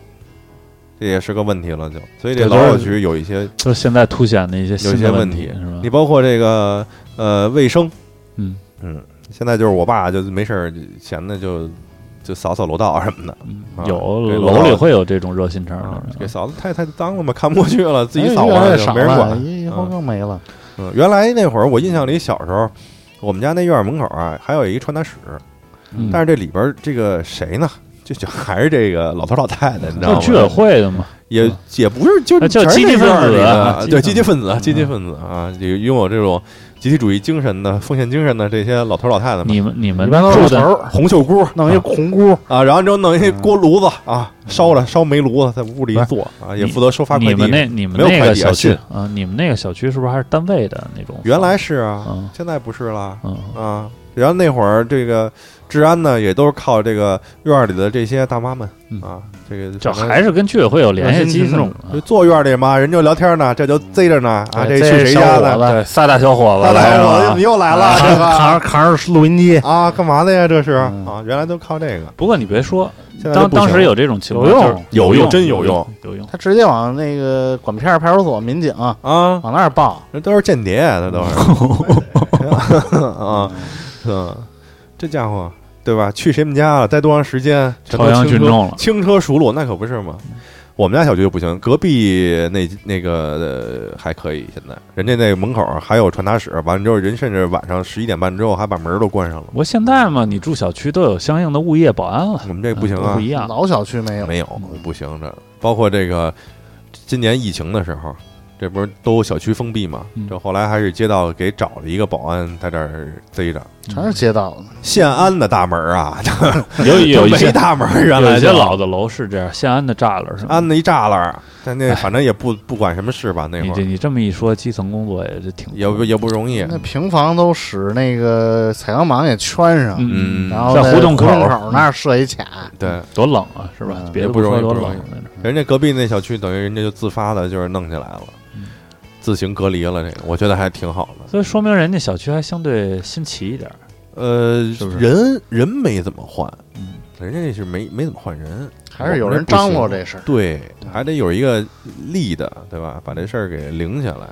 Speaker 2: 这也是个问题了就。所以这
Speaker 3: 这
Speaker 2: 老
Speaker 3: 都是嗯
Speaker 2: 小区有一些，
Speaker 3: 就是现在凸显的一些
Speaker 2: 有一
Speaker 3: 新
Speaker 2: 些
Speaker 3: 的
Speaker 2: 问
Speaker 3: 题
Speaker 2: 题
Speaker 3: 是吧
Speaker 2: 你？包括这个呃卫生，
Speaker 3: 嗯
Speaker 2: 嗯，现在就是我爸就没事儿闲的就就扫扫楼道什么的。
Speaker 3: 嗯
Speaker 2: 啊
Speaker 3: 有
Speaker 2: 这
Speaker 3: 楼
Speaker 2: 楼
Speaker 3: 里
Speaker 2: 道
Speaker 3: 会有这种热心肠
Speaker 2: 啊
Speaker 3: 的，
Speaker 2: 给
Speaker 3: 人，
Speaker 2: 嫂子太太脏了嘛，看不过去了，自己扫
Speaker 4: 哎越来
Speaker 2: 了
Speaker 4: 越
Speaker 2: 就
Speaker 4: 少
Speaker 2: 没人
Speaker 4: 了，
Speaker 2: 管。
Speaker 4: 以以后
Speaker 2: 嗯
Speaker 4: 更没了。
Speaker 2: 嗯，原来那会儿我印象里小时候，我们家那院门口啊，还有一个传达室，
Speaker 3: 嗯
Speaker 2: 但是这里边儿这个谁呢？就就还是这个老头老太太，你知道
Speaker 3: 就
Speaker 2: 吗？
Speaker 3: 居委会的嘛，
Speaker 2: 也也不是，就
Speaker 3: 啊就是
Speaker 2: 全是
Speaker 3: 积极
Speaker 2: 这院
Speaker 3: 分子
Speaker 2: 里
Speaker 3: 啊
Speaker 2: 的，对积
Speaker 3: 积
Speaker 2: 极
Speaker 3: 极
Speaker 2: 分子，积极分子啊，有拥有这种集体主义精神的、奉献精神的这些老头老太太们，
Speaker 3: 你们你们
Speaker 4: 嗯一般都是嗯
Speaker 3: 住
Speaker 4: 头
Speaker 3: 的
Speaker 4: 儿
Speaker 2: 红袖箍
Speaker 4: 弄一红菇，
Speaker 2: 啊，然后之后弄
Speaker 3: 嗯
Speaker 2: 一锅炉子啊，烧了烧煤炉子，在屋里一坐啊，也负责收发快递。
Speaker 3: 你们那你们
Speaker 2: 没有
Speaker 3: 那
Speaker 2: 快
Speaker 3: 个
Speaker 2: 递啊
Speaker 3: 小区
Speaker 2: 信
Speaker 3: 啊，你们那个小区是不是还是单位的那种？
Speaker 2: 原来是啊
Speaker 3: 嗯，
Speaker 2: 现在不是了
Speaker 3: 嗯，
Speaker 2: 啊。然后那会儿这个治安呢，也都是靠这个院儿里的这些大妈们
Speaker 3: 嗯
Speaker 2: 啊，这个
Speaker 3: 就
Speaker 2: 反正
Speaker 3: 还是跟居委会有联系机制嘛。啊
Speaker 2: 就坐院里嘛，人就聊天呢，这就贼着呢啊，
Speaker 3: 对
Speaker 2: 是谁家
Speaker 3: 小伙
Speaker 2: 的？
Speaker 3: 子对，仨大小伙
Speaker 2: 大
Speaker 3: 子
Speaker 2: 来
Speaker 3: 来
Speaker 2: 了，
Speaker 3: 了啊
Speaker 2: 你。又来了，这个
Speaker 4: 啊扛着扛着录音机，
Speaker 2: <laughs> 啊，干嘛的呀？这是
Speaker 4: 嗯
Speaker 2: 啊，原来都靠这个，
Speaker 3: 不过你别说，
Speaker 2: 现在都
Speaker 3: 当
Speaker 2: 不行
Speaker 3: 当时有这种情况，
Speaker 4: 有用
Speaker 3: 就是
Speaker 2: 有用真有
Speaker 3: 用，有
Speaker 2: 用，
Speaker 3: 有用。
Speaker 4: 他直接往那个管片儿派出所民警往
Speaker 2: 啊，
Speaker 4: 那儿报。
Speaker 2: 人都是间谍，那都是 <laughs>
Speaker 3: <laughs>
Speaker 2: 啊，嗯，这家伙对吧？去谁们家了？待多长时间？全都
Speaker 3: 朝阳
Speaker 2: 轻车
Speaker 3: 群众了
Speaker 2: 轻车熟路，那可不是吗？我们家小区就不行，隔壁那那个、呃、还可以，现在人家那门口还有传达室，完了之后人甚至晚上十一点半之后还把门都关上了。
Speaker 3: 我现在嘛，你住小区都有相应的物业保安了，
Speaker 2: 我们这不行啊
Speaker 4: 嗯
Speaker 3: 不一，样。嗯
Speaker 4: 老小区没有，
Speaker 2: 没有不行，这包括这个今年疫情的时候，这不是都小区封闭嘛
Speaker 3: 嗯？
Speaker 2: 这后来还是街道给找了一个保安在这儿逮着，
Speaker 4: 全是街道的，
Speaker 2: 县安的大门啊， <laughs>
Speaker 3: 有嗯有一
Speaker 2: 没
Speaker 3: 些
Speaker 2: 大门儿，原
Speaker 3: 有
Speaker 2: 来
Speaker 3: 一些
Speaker 2: 就
Speaker 3: 老的楼是这样，县安的栅栏是吧？
Speaker 2: 安的一栅栏儿，但那反正也不不管什么事吧，那
Speaker 3: 哎你
Speaker 2: 会
Speaker 3: 这
Speaker 2: 儿
Speaker 3: 你这么一说，基层工作也是挺
Speaker 2: 也不也不容易，
Speaker 4: 那平房都使那个彩钢网给圈上，
Speaker 3: 嗯，
Speaker 4: 然后
Speaker 3: 在
Speaker 4: 在
Speaker 3: 胡同口
Speaker 4: 口那儿设一卡，
Speaker 2: 对。
Speaker 3: 多冷啊，是吧？别的
Speaker 2: 嗯不容
Speaker 3: 说
Speaker 2: 易
Speaker 3: 多
Speaker 2: 不容
Speaker 3: 冷
Speaker 2: 易
Speaker 3: 在那儿
Speaker 2: 人家隔壁那小区等于人家就自发的，就是弄起来了，自行隔离了。这个我觉得还挺好的。
Speaker 3: 所以说明人家小区还相对新奇一点儿。
Speaker 2: 呃，
Speaker 3: 是不是
Speaker 2: 人人没怎么换
Speaker 3: 嗯，
Speaker 2: 人家那是没没怎么换人，
Speaker 4: 还是有
Speaker 2: 我
Speaker 4: 人
Speaker 2: 们这不
Speaker 4: 张
Speaker 2: 行
Speaker 4: 罗这事儿。
Speaker 2: 对，还得有一个立的，对吧？把这事儿给领下来，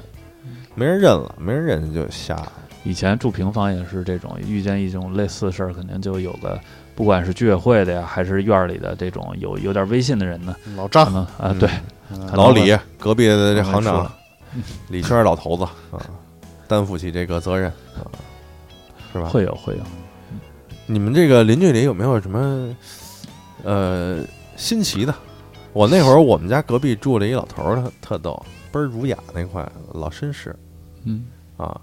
Speaker 2: 没人认了，没人认就瞎了。
Speaker 3: 以前住平房也是这种，遇见一种类似的事儿，肯定就有个，不管是居委会的呀，还是院儿里的这种有有点威信的人呢，
Speaker 4: 老
Speaker 3: 可
Speaker 4: 张，
Speaker 3: 能啊，
Speaker 2: 嗯
Speaker 3: 对，可能
Speaker 2: 老
Speaker 3: 会
Speaker 2: 李，隔壁的这行
Speaker 3: 刚才说
Speaker 2: 长
Speaker 3: 了，
Speaker 2: 李圈儿老头子啊，担负起这个责任啊，是吧？
Speaker 3: 会有会有，
Speaker 2: 你们这个邻居里有没有什么呃新奇的？我那会儿我们家隔壁住了一老头儿，他特逗，倍儿儒雅那块，老绅士
Speaker 3: 嗯，
Speaker 2: 啊。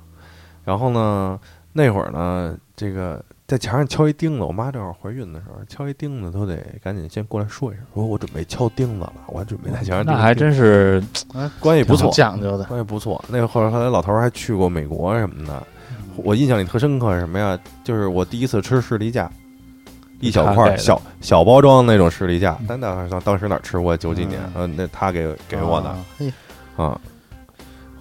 Speaker 2: 然后呢，那会儿呢，这个在墙上敲一钉子，我妈正好怀孕的时候，敲一钉子都得赶紧先过来说一声，说我准备敲钉子了，我准备在墙上钉
Speaker 3: 哦那
Speaker 2: 钉。
Speaker 3: 还真是
Speaker 2: 关系不错，
Speaker 4: 讲究的。
Speaker 2: 关系不错。那会儿后来老头儿还去过美国什么的，我印象里特深刻是什么呀？就是我第一次吃士力架，一小块
Speaker 3: 他给
Speaker 2: 儿
Speaker 3: 的
Speaker 2: 小小包装那种士力架
Speaker 3: 嗯，
Speaker 2: 但那当当时哪吃过？九几年，嗯、那他给给我的
Speaker 4: 啊，嘿
Speaker 2: 啊、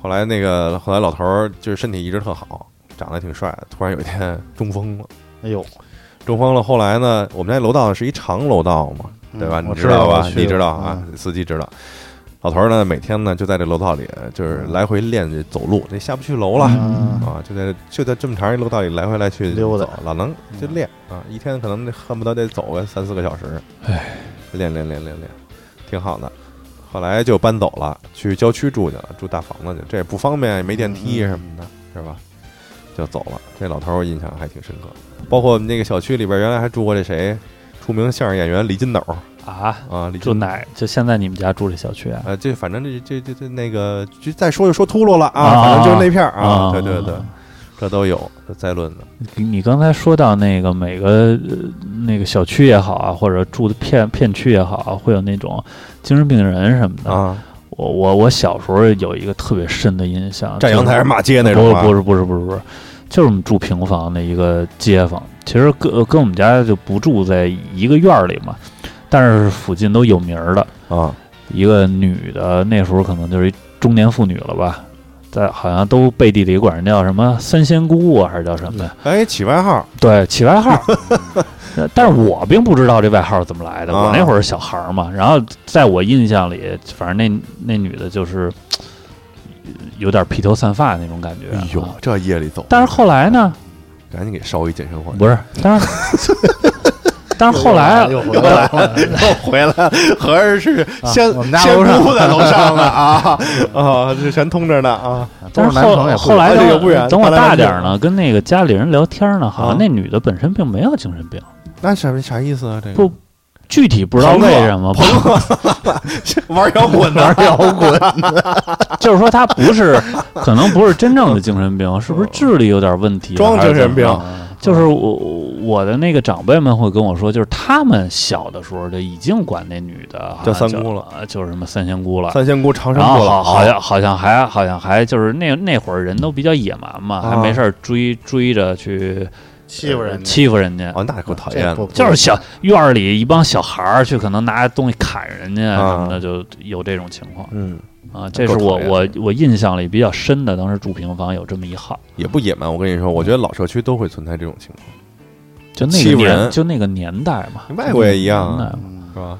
Speaker 2: 后来那个后来老头儿就是身体一直特好，长得挺帅的，突然有一天中风了。
Speaker 4: 哎呦，
Speaker 2: 中风了，后来呢，我们家楼道是一长楼道嘛，
Speaker 4: 嗯
Speaker 2: 对吧？
Speaker 4: 我
Speaker 2: 你
Speaker 4: 知道
Speaker 2: 道
Speaker 4: 我
Speaker 2: 吧
Speaker 4: 去？过
Speaker 2: 你知道啊
Speaker 4: 嗯，
Speaker 2: 司机知道。老头儿呢，每天呢就在这楼道里，就是来回练这走路，这下不去楼了
Speaker 4: 嗯
Speaker 2: 啊，就在就在这么长一楼道里来回来去
Speaker 4: 溜达嗯
Speaker 2: 走，老能就练啊，一天可能得恨不得得走个三四个小时，
Speaker 3: 哎，
Speaker 2: 练练练练练，挺好的。后来就搬走了，去郊区住去了，住大房子去，这也不方便，也没电梯
Speaker 4: 嗯
Speaker 2: 什么的，是吧？就走了。这老头儿我印象还挺深刻，包括我们那个小区里边儿原来还住过这谁，出名相声演员李金斗
Speaker 3: 啊，
Speaker 2: 啊，李
Speaker 3: 住
Speaker 2: 金斗。
Speaker 3: 哪？就现在你们家住这小区啊？
Speaker 2: 呃，这反正这这这这那个，就再说就说秃噜了
Speaker 3: 啊
Speaker 2: 啊，反正就是那片儿
Speaker 3: 啊
Speaker 2: 对对对，这都有这再论的，
Speaker 3: 你你刚才说到那个每个、呃那个小区也好啊，或者住的片片区也好啊，会有那种精神病人什么的。
Speaker 2: 啊，
Speaker 3: 我我我小时候有一个特别深的印象，
Speaker 2: 站阳台上骂街那
Speaker 3: 不
Speaker 2: 种
Speaker 3: 是
Speaker 2: 啊，
Speaker 3: 不是不是不是不是，就是我们住平房的一个街坊，其实跟呃跟我们家就不住在一个院儿里嘛，但是附近都有名儿的。
Speaker 2: 啊，
Speaker 3: 一个女的，那时候可能就是一中年妇女了吧，在好像都背地里管人叫什么三仙姑啊，还是叫什么呀？
Speaker 2: 哎，起外号
Speaker 3: 对，起外
Speaker 2: <laughs>
Speaker 3: 号。呃但是我并不知道这外号怎么来的，我
Speaker 2: 啊
Speaker 3: 那会儿是小孩儿嘛。然后在我印象里，反正那那女的就是呃有点披头散发那种感觉、
Speaker 2: 哎呦
Speaker 3: 啊，
Speaker 2: 这夜里走，
Speaker 3: 但是后来呢，
Speaker 2: 赶紧给烧一健身环，
Speaker 3: 不是，
Speaker 2: <laughs>
Speaker 3: 但是但是后来
Speaker 4: 又回来了，
Speaker 2: 又 <laughs> 回来了，合着是
Speaker 4: 啊
Speaker 2: 先
Speaker 4: 我们家
Speaker 2: 先
Speaker 4: 楼上
Speaker 2: 铺在楼上了啊啊，这全通着呢啊，
Speaker 4: 都
Speaker 3: 但
Speaker 4: 是
Speaker 3: 是
Speaker 4: 男朋
Speaker 3: 后
Speaker 4: 友。
Speaker 3: 后来
Speaker 2: 哎这
Speaker 3: 等
Speaker 2: 个不然
Speaker 3: 等我
Speaker 2: 看来
Speaker 3: 大
Speaker 2: 完
Speaker 3: 点
Speaker 2: 全
Speaker 3: 儿呢，跟那个家里人聊天呢，好像
Speaker 2: 啊
Speaker 3: 那女的本身并没有精神病，
Speaker 2: 那什么啥意思啊？这
Speaker 3: 不具体不知道
Speaker 2: 朋克
Speaker 3: 为什么，
Speaker 2: 个玩摇滚
Speaker 4: <laughs>
Speaker 2: 的，<laughs>
Speaker 4: 摇滚，
Speaker 3: 就是说她不是，可能不是真正的精神病，是不是智力有点问题？
Speaker 2: 哦装
Speaker 3: 还是
Speaker 2: 精神
Speaker 3: 怎么着
Speaker 2: 病
Speaker 3: 就是我我的那个长辈们会跟我说，就是他们小的时候就已经管那女的好像
Speaker 2: 叫三姑了
Speaker 3: 呃就是什么三仙姑了。
Speaker 2: 三仙姑长生
Speaker 3: 然
Speaker 2: 不
Speaker 3: 后好
Speaker 2: 老，
Speaker 3: 好像好像还好像还就是那那会儿人都比较野蛮嘛，
Speaker 2: 啊
Speaker 3: 还没事儿追追着去
Speaker 4: <laughs> 欺负人家，
Speaker 3: 欺负人家，
Speaker 2: 哦，那够讨
Speaker 4: 这
Speaker 2: 厌
Speaker 4: 不
Speaker 2: 的，
Speaker 3: 就是小院儿里一帮小孩儿去，可能拿东西砍人家什么的，
Speaker 2: 啊
Speaker 3: 就有这种情况
Speaker 2: 嗯，
Speaker 3: 啊。这是我
Speaker 2: 讨厌
Speaker 3: 我我印象里比较深的，当时住平房有这么一号，
Speaker 2: 也不野蛮。我跟你说，我觉得老社区都会存在这种情况，
Speaker 3: 就那
Speaker 2: 欺
Speaker 3: 个
Speaker 2: 负
Speaker 3: 年
Speaker 2: 人
Speaker 3: 就那个年代嘛，
Speaker 2: 外国也一样
Speaker 3: 年代
Speaker 2: 啊，
Speaker 3: 嘛
Speaker 4: 嗯
Speaker 2: 是吧？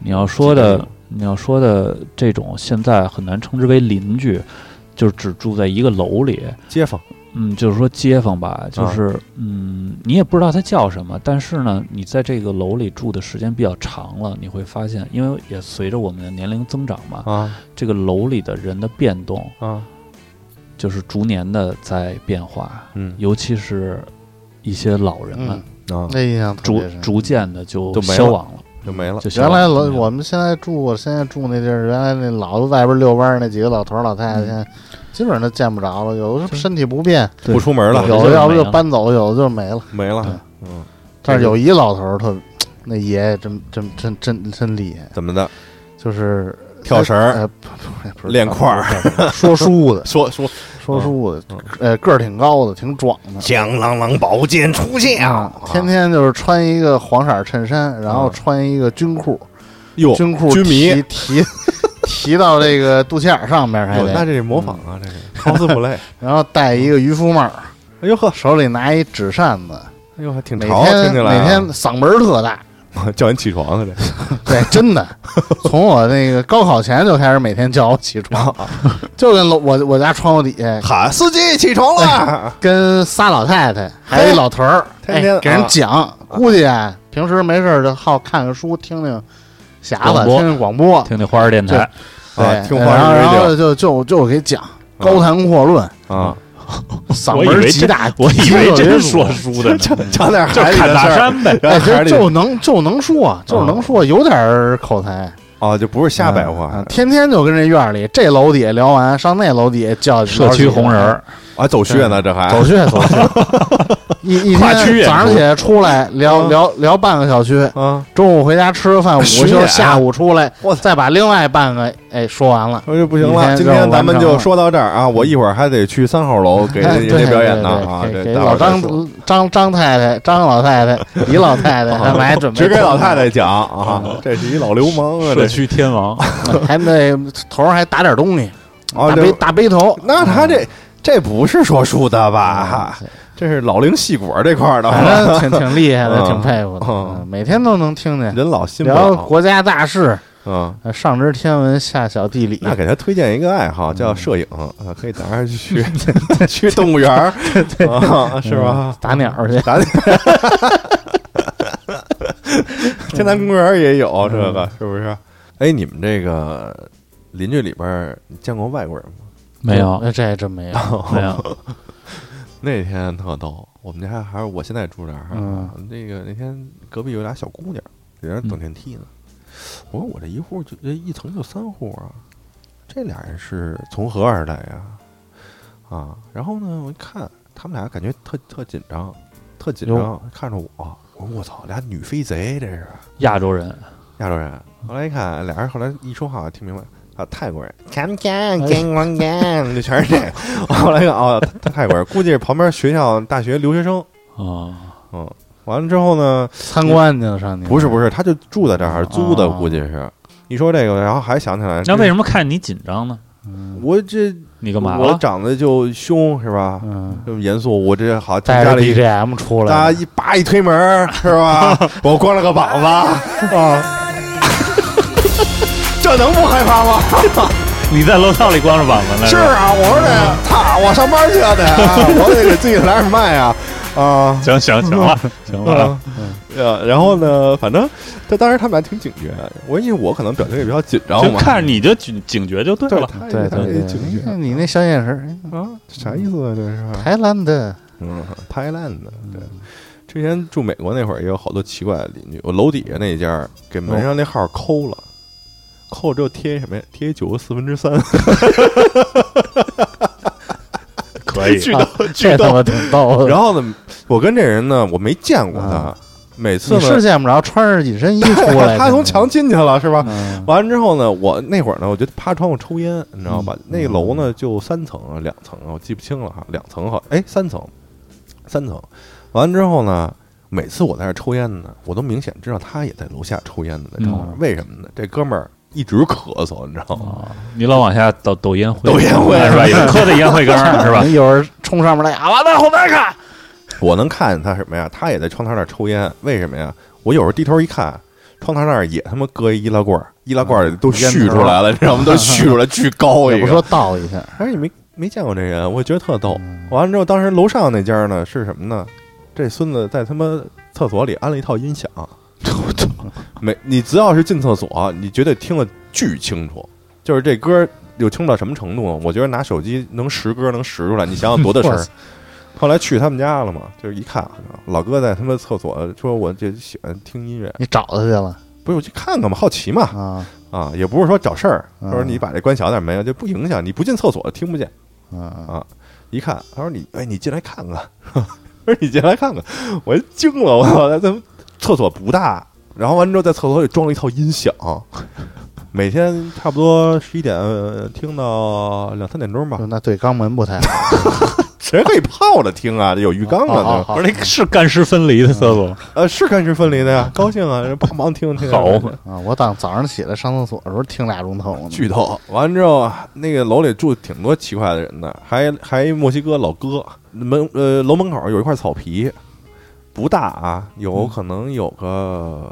Speaker 3: 你要
Speaker 2: 欺负
Speaker 3: 说的你要说的这种，现在很难称之为邻居，就是只住在一个楼里，
Speaker 2: 街坊
Speaker 3: 嗯，就是说街坊吧，
Speaker 2: 啊
Speaker 3: 就是、嗯，你也不知道他叫什么，但是呢，你在这个楼里住的时间比较长了，你会发现，因为也随着我们的年龄增长嘛，
Speaker 2: 啊
Speaker 3: 这个楼里的人的变动
Speaker 2: 啊，
Speaker 3: 就是逐年的在变化，
Speaker 2: 嗯
Speaker 3: 尤其是一些老人们
Speaker 4: 嗯，
Speaker 2: 啊，
Speaker 4: 哎那印象特
Speaker 3: 逐
Speaker 4: 别深
Speaker 3: 逐渐的就
Speaker 2: 就没
Speaker 3: 消亡了，
Speaker 2: 就没了。
Speaker 3: 就消
Speaker 4: 原来
Speaker 3: 了嗯
Speaker 4: 老我们现在住，我现在住那地儿，原来那老外边遛弯儿那几个老头儿老太太，现在基本上都见不着了。有的是身体不便，
Speaker 3: 对
Speaker 2: 不出门了，
Speaker 4: 有
Speaker 3: 就
Speaker 4: 的
Speaker 3: 是
Speaker 4: 要不
Speaker 3: 没
Speaker 4: 就
Speaker 3: 了
Speaker 4: 搬走，有的就没了。
Speaker 2: 没了，嗯
Speaker 4: 但是有一老头儿特，那爷爷真真真真真厉害，
Speaker 2: 怎么的？
Speaker 4: 就是
Speaker 2: 跳绳儿
Speaker 4: 哎哎不不不是
Speaker 2: 练块儿嗯
Speaker 4: 跳绳儿说书的，
Speaker 2: 说说
Speaker 4: 说书的，呃，个儿挺高的，挺壮的。
Speaker 2: 江郎郎宝剑出
Speaker 4: 啊，天天就是穿一个黄色儿衬衫，然后穿一个军裤，
Speaker 2: 哟，
Speaker 4: 军裤
Speaker 2: 嗯军迷
Speaker 4: 提提提到这个肚脐眼儿上面还
Speaker 2: 哟，那
Speaker 4: 得，
Speaker 2: 这是模仿啊，这是 cosplay。
Speaker 4: 然后戴一个渔夫帽，
Speaker 2: <laughs> 哎呦呵，
Speaker 4: 手里拿一纸扇子，
Speaker 2: 哎呦，还挺
Speaker 4: 每
Speaker 2: 潮，
Speaker 4: 天
Speaker 2: 听起来啊
Speaker 4: 每天嗓门儿特大，
Speaker 2: <laughs> 叫你起床啊，这
Speaker 4: 对，真的，从我那个高考前就开始每天叫我起床，
Speaker 2: 啊
Speaker 4: <laughs> 就跟楼我我家窗户底下
Speaker 2: 喊司机起床了。啊
Speaker 4: 跟仨老太太，还有一老头儿，
Speaker 2: 天天
Speaker 4: 哎、给人
Speaker 2: 啊
Speaker 4: 讲。估计啊，平时没事儿就好看看书，听听
Speaker 3: 广播啊
Speaker 4: 匣子，听听广播，
Speaker 3: 听那花儿电台，
Speaker 4: 对，
Speaker 2: 啊听花
Speaker 4: 然后
Speaker 2: 式
Speaker 4: 然
Speaker 2: radio
Speaker 4: 后就就就给讲高谈阔论，
Speaker 2: 啊，
Speaker 4: 嗓
Speaker 3: 我以
Speaker 4: 门儿
Speaker 3: 为
Speaker 4: 极
Speaker 3: 真
Speaker 4: 大，
Speaker 3: 我以为
Speaker 4: 极
Speaker 3: 真
Speaker 4: 有
Speaker 3: 说
Speaker 4: 意思
Speaker 3: 书的
Speaker 4: <laughs>
Speaker 3: 呢，
Speaker 2: 讲点
Speaker 3: 就
Speaker 2: 海里
Speaker 3: 砍
Speaker 2: 的
Speaker 3: 大
Speaker 2: 事儿
Speaker 3: 山呗。
Speaker 4: 哎，
Speaker 2: 然后海
Speaker 4: 这
Speaker 2: 里
Speaker 4: 就能就能
Speaker 3: 啊
Speaker 4: 说，就是能说，有点儿口才，
Speaker 2: 啊，就不是瞎白
Speaker 4: 啊
Speaker 2: 话
Speaker 4: 天天就跟这院儿里这楼底下聊完，上那楼底下叫
Speaker 3: 社区红人儿，
Speaker 2: 啊，走穴呢，这还
Speaker 4: 走穴走穴，
Speaker 3: <laughs>
Speaker 4: 一一
Speaker 3: 跨区啊
Speaker 4: 天
Speaker 3: 演
Speaker 4: 早上
Speaker 3: 出
Speaker 4: 起来出来聊
Speaker 2: 嗯
Speaker 4: 聊聊半个小区，
Speaker 2: 啊，
Speaker 4: 中午回家吃个饭，午
Speaker 2: 巡
Speaker 4: 休
Speaker 2: 演啊
Speaker 4: 下午出来
Speaker 2: 我，
Speaker 4: 再把另外半个哎说完了。
Speaker 2: 我就不行
Speaker 4: 你
Speaker 2: 了。
Speaker 4: 看
Speaker 2: 今
Speaker 4: 让
Speaker 2: 天
Speaker 4: 我
Speaker 2: 咱们
Speaker 4: 完成嗯
Speaker 2: 就
Speaker 4: 了
Speaker 2: 说到这儿啊，我一会儿还得去三号楼
Speaker 4: <laughs>
Speaker 2: 给
Speaker 4: 哎
Speaker 2: 人
Speaker 4: 对
Speaker 2: 家表演呢
Speaker 4: 对对
Speaker 2: 啊，这
Speaker 4: 给给
Speaker 2: 待会
Speaker 4: 老
Speaker 2: 儿再
Speaker 4: 张
Speaker 2: 说哦
Speaker 4: 张张太太、张老
Speaker 2: <laughs>
Speaker 4: 太太、李老太太，他们还准备
Speaker 2: 只给老太太讲啊，这是一老流氓啊，
Speaker 3: 社
Speaker 2: 这
Speaker 3: 区天王，
Speaker 4: 太， <laughs> 还那头上还打点东西，
Speaker 2: 啊，
Speaker 4: 大嗯
Speaker 2: 这
Speaker 4: 背大背头，
Speaker 2: 那他这这不是说书的吧？这是老龄戏果这块儿的
Speaker 4: 嗯
Speaker 2: 啊
Speaker 4: 反
Speaker 2: 吧，
Speaker 4: 正挺挺厉害的，
Speaker 2: 嗯
Speaker 4: 挺佩服的，
Speaker 2: 嗯
Speaker 4: 嗯每天都能听见
Speaker 2: 人老心不
Speaker 4: 聊
Speaker 2: 老，
Speaker 4: 国家大事，
Speaker 2: 嗯。
Speaker 4: 呃上知天文，下晓地理，
Speaker 2: 那给他推荐一个爱好，
Speaker 4: 嗯
Speaker 2: 叫摄影，啊，可以带他
Speaker 4: <laughs>
Speaker 2: 去去动物园儿，啊是吧？
Speaker 4: 打鸟去。
Speaker 2: <laughs> 咱天坛公园儿也有这个，是不是？哎，你们这个邻居里边儿你见过外国人吗？
Speaker 3: <laughs> 没有
Speaker 4: 呃，这还真
Speaker 2: 啊
Speaker 4: 没有。
Speaker 3: 没
Speaker 4: <laughs>
Speaker 3: 有，
Speaker 2: 那天特逗，我们家还是我现在住这儿，
Speaker 4: 嗯
Speaker 2: 那个那天隔壁有俩小姑娘，在那儿等电梯呢。我说我这一户就这一层就三户啊，这俩人是从何而来呀、啊？然后呢，我一看他们俩感觉特特紧张，特紧张
Speaker 4: 哟，
Speaker 2: 看着我，我说我操，俩女飞贼这是
Speaker 3: 亚洲人，
Speaker 2: 亚洲人。后来一看，俩人后来一说话听明白。啊，泰
Speaker 3: <laughs>
Speaker 2: 国人，
Speaker 5: Come down, gang, one gang.
Speaker 2: 就全是这个。后来一看，哦，泰泰国人，估计是旁边学校大学留学生。
Speaker 3: 啊，
Speaker 2: 嗯，完了之后呢，
Speaker 4: 参观去了，上你
Speaker 2: 不是不是，他就住在这儿租的，估计是。一说这个，然后还想起来，
Speaker 3: 那为什么看你紧张呢？
Speaker 2: 我这
Speaker 3: 你干嘛
Speaker 2: 我
Speaker 3: 了？
Speaker 2: 长得就凶是吧？
Speaker 4: 嗯，
Speaker 2: 这么严肃，我这好从
Speaker 4: 带
Speaker 2: 家
Speaker 4: 着
Speaker 2: 里
Speaker 4: BGM 出
Speaker 2: 大家
Speaker 4: 来，
Speaker 2: 一叭一推门儿是吧？
Speaker 3: <laughs>
Speaker 2: 我光了个膀子啊， <laughs> 这能不害怕吗？
Speaker 3: 你在楼道里光着膀子
Speaker 2: <laughs>
Speaker 3: 呢？
Speaker 2: 是啊，我说这操，我上班去了得，啊我得给自己来点麦啊啊。
Speaker 3: 行行行了，
Speaker 4: 嗯
Speaker 3: 行了，
Speaker 2: 呃，然后呢，反正这当时他们俩挺警觉，我因为我可能表情也比较紧张
Speaker 3: 就
Speaker 2: 嘛，
Speaker 3: 看着你就警警觉就对
Speaker 2: 对
Speaker 3: 了。
Speaker 2: 他也
Speaker 4: 对
Speaker 2: 他也
Speaker 4: 对
Speaker 2: 警
Speaker 4: 对，
Speaker 2: 觉
Speaker 4: 哎你那小眼神儿，
Speaker 2: 啊，啥意思啊？这是
Speaker 4: 哎台湾的，
Speaker 2: 嗯，泰兰的对。之前住美国那会儿也有好多奇怪的邻居，我楼底下那一家儿给门上那号抠了，抠了之后贴什么呀？贴九个四分之三，
Speaker 3: <laughs> 可以，
Speaker 2: <laughs> 巨
Speaker 4: 啊 <laughs>
Speaker 2: 逗巨
Speaker 4: 这他
Speaker 2: 逗。
Speaker 4: 妈挺逗的。
Speaker 2: 然后呢，我跟这人呢，我没见过他
Speaker 4: 啊，
Speaker 2: 每次
Speaker 4: 你是
Speaker 2: 呢，
Speaker 4: 见不着，穿着紧身衣出来的，
Speaker 2: 他从墙进去了是吧？
Speaker 4: 嗯
Speaker 2: 完了之后呢，我那会儿呢，我就趴窗户抽烟，你知道
Speaker 4: 嗯
Speaker 2: 吧？那个楼呢就三层啊，两层啊，我记不清了哈，两层好，哎，三层，三层。完了之后呢，每次我在这儿抽烟呢，我都明显知道他也在楼下抽烟呢，在抽、
Speaker 3: 嗯
Speaker 2: 为什么呢？这哥们儿一直咳嗽，你知道
Speaker 4: 嗯
Speaker 2: <laughs> 吗？
Speaker 3: 啊你老往下抖抖烟灰，
Speaker 2: 抖烟灰
Speaker 3: 是吧？
Speaker 4: <laughs>
Speaker 3: 也磕在烟灰缸上是吧？
Speaker 4: 有人冲上面来，啊，完了后边看，
Speaker 2: 我能看见他什么呀？他也在窗台那儿抽烟，为什么呀？我有时候低头一看，窗台那儿也他妈搁一易拉罐儿，易拉
Speaker 4: 嗯
Speaker 2: 罐儿里都蓄出来了，你知道吗？都蓄出来，巨高一
Speaker 4: 也
Speaker 2: 个
Speaker 4: 不。说倒一下，
Speaker 2: 哎，你没没见过这人，啊我觉得特逗。完了之后，当时楼上那家呢是什么呢？这孙子在他妈厕所里安了一套音响， <laughs> 每你只要是进厕所，你绝对听得巨清楚。就是这歌有清楚到什么程度啊？我觉得拿手机能识歌能识出来，你想想多
Speaker 4: <laughs>
Speaker 2: 大声
Speaker 4: 哇
Speaker 2: 儿
Speaker 4: 塞。
Speaker 2: 后来去他们家啊了嘛，就是一看，老哥在他们厕所说：“我这喜欢听音乐。”
Speaker 4: 你找他去了，
Speaker 2: 不是我去看看嘛，好奇嘛
Speaker 4: 啊
Speaker 2: 啊，也不是说找事儿，
Speaker 4: 啊
Speaker 2: 说你把这关小点没有，就不影响你不进厕所听不见。
Speaker 4: 啊
Speaker 2: 啊，一看，他说你，哎，你进来看看， <laughs> 我说你进来看看，我就惊了，我操，他们厕所不大，然后完之后在厕所里装了一套音响，每天差不多十一点呃听到两三点钟吧
Speaker 4: 啊！，那对肛门不太好。
Speaker 2: 谁可以泡着听啊？这有浴缸
Speaker 4: 好好
Speaker 2: 啊，
Speaker 4: 好
Speaker 3: 不是那 <laughs> 是干湿分离的厕所，
Speaker 4: 嗯
Speaker 2: 呃，是干湿分离的呀，高兴啊，帮忙听听，
Speaker 3: 好
Speaker 2: 听
Speaker 3: 嘛
Speaker 4: 啊！我当早上起来上厕所的时候听俩钟头呢，
Speaker 2: 巨逗。完之后，那个楼里住挺多奇怪的人的，还还一墨西哥老哥，门呃楼门口有一块草皮，不大啊，有可能有个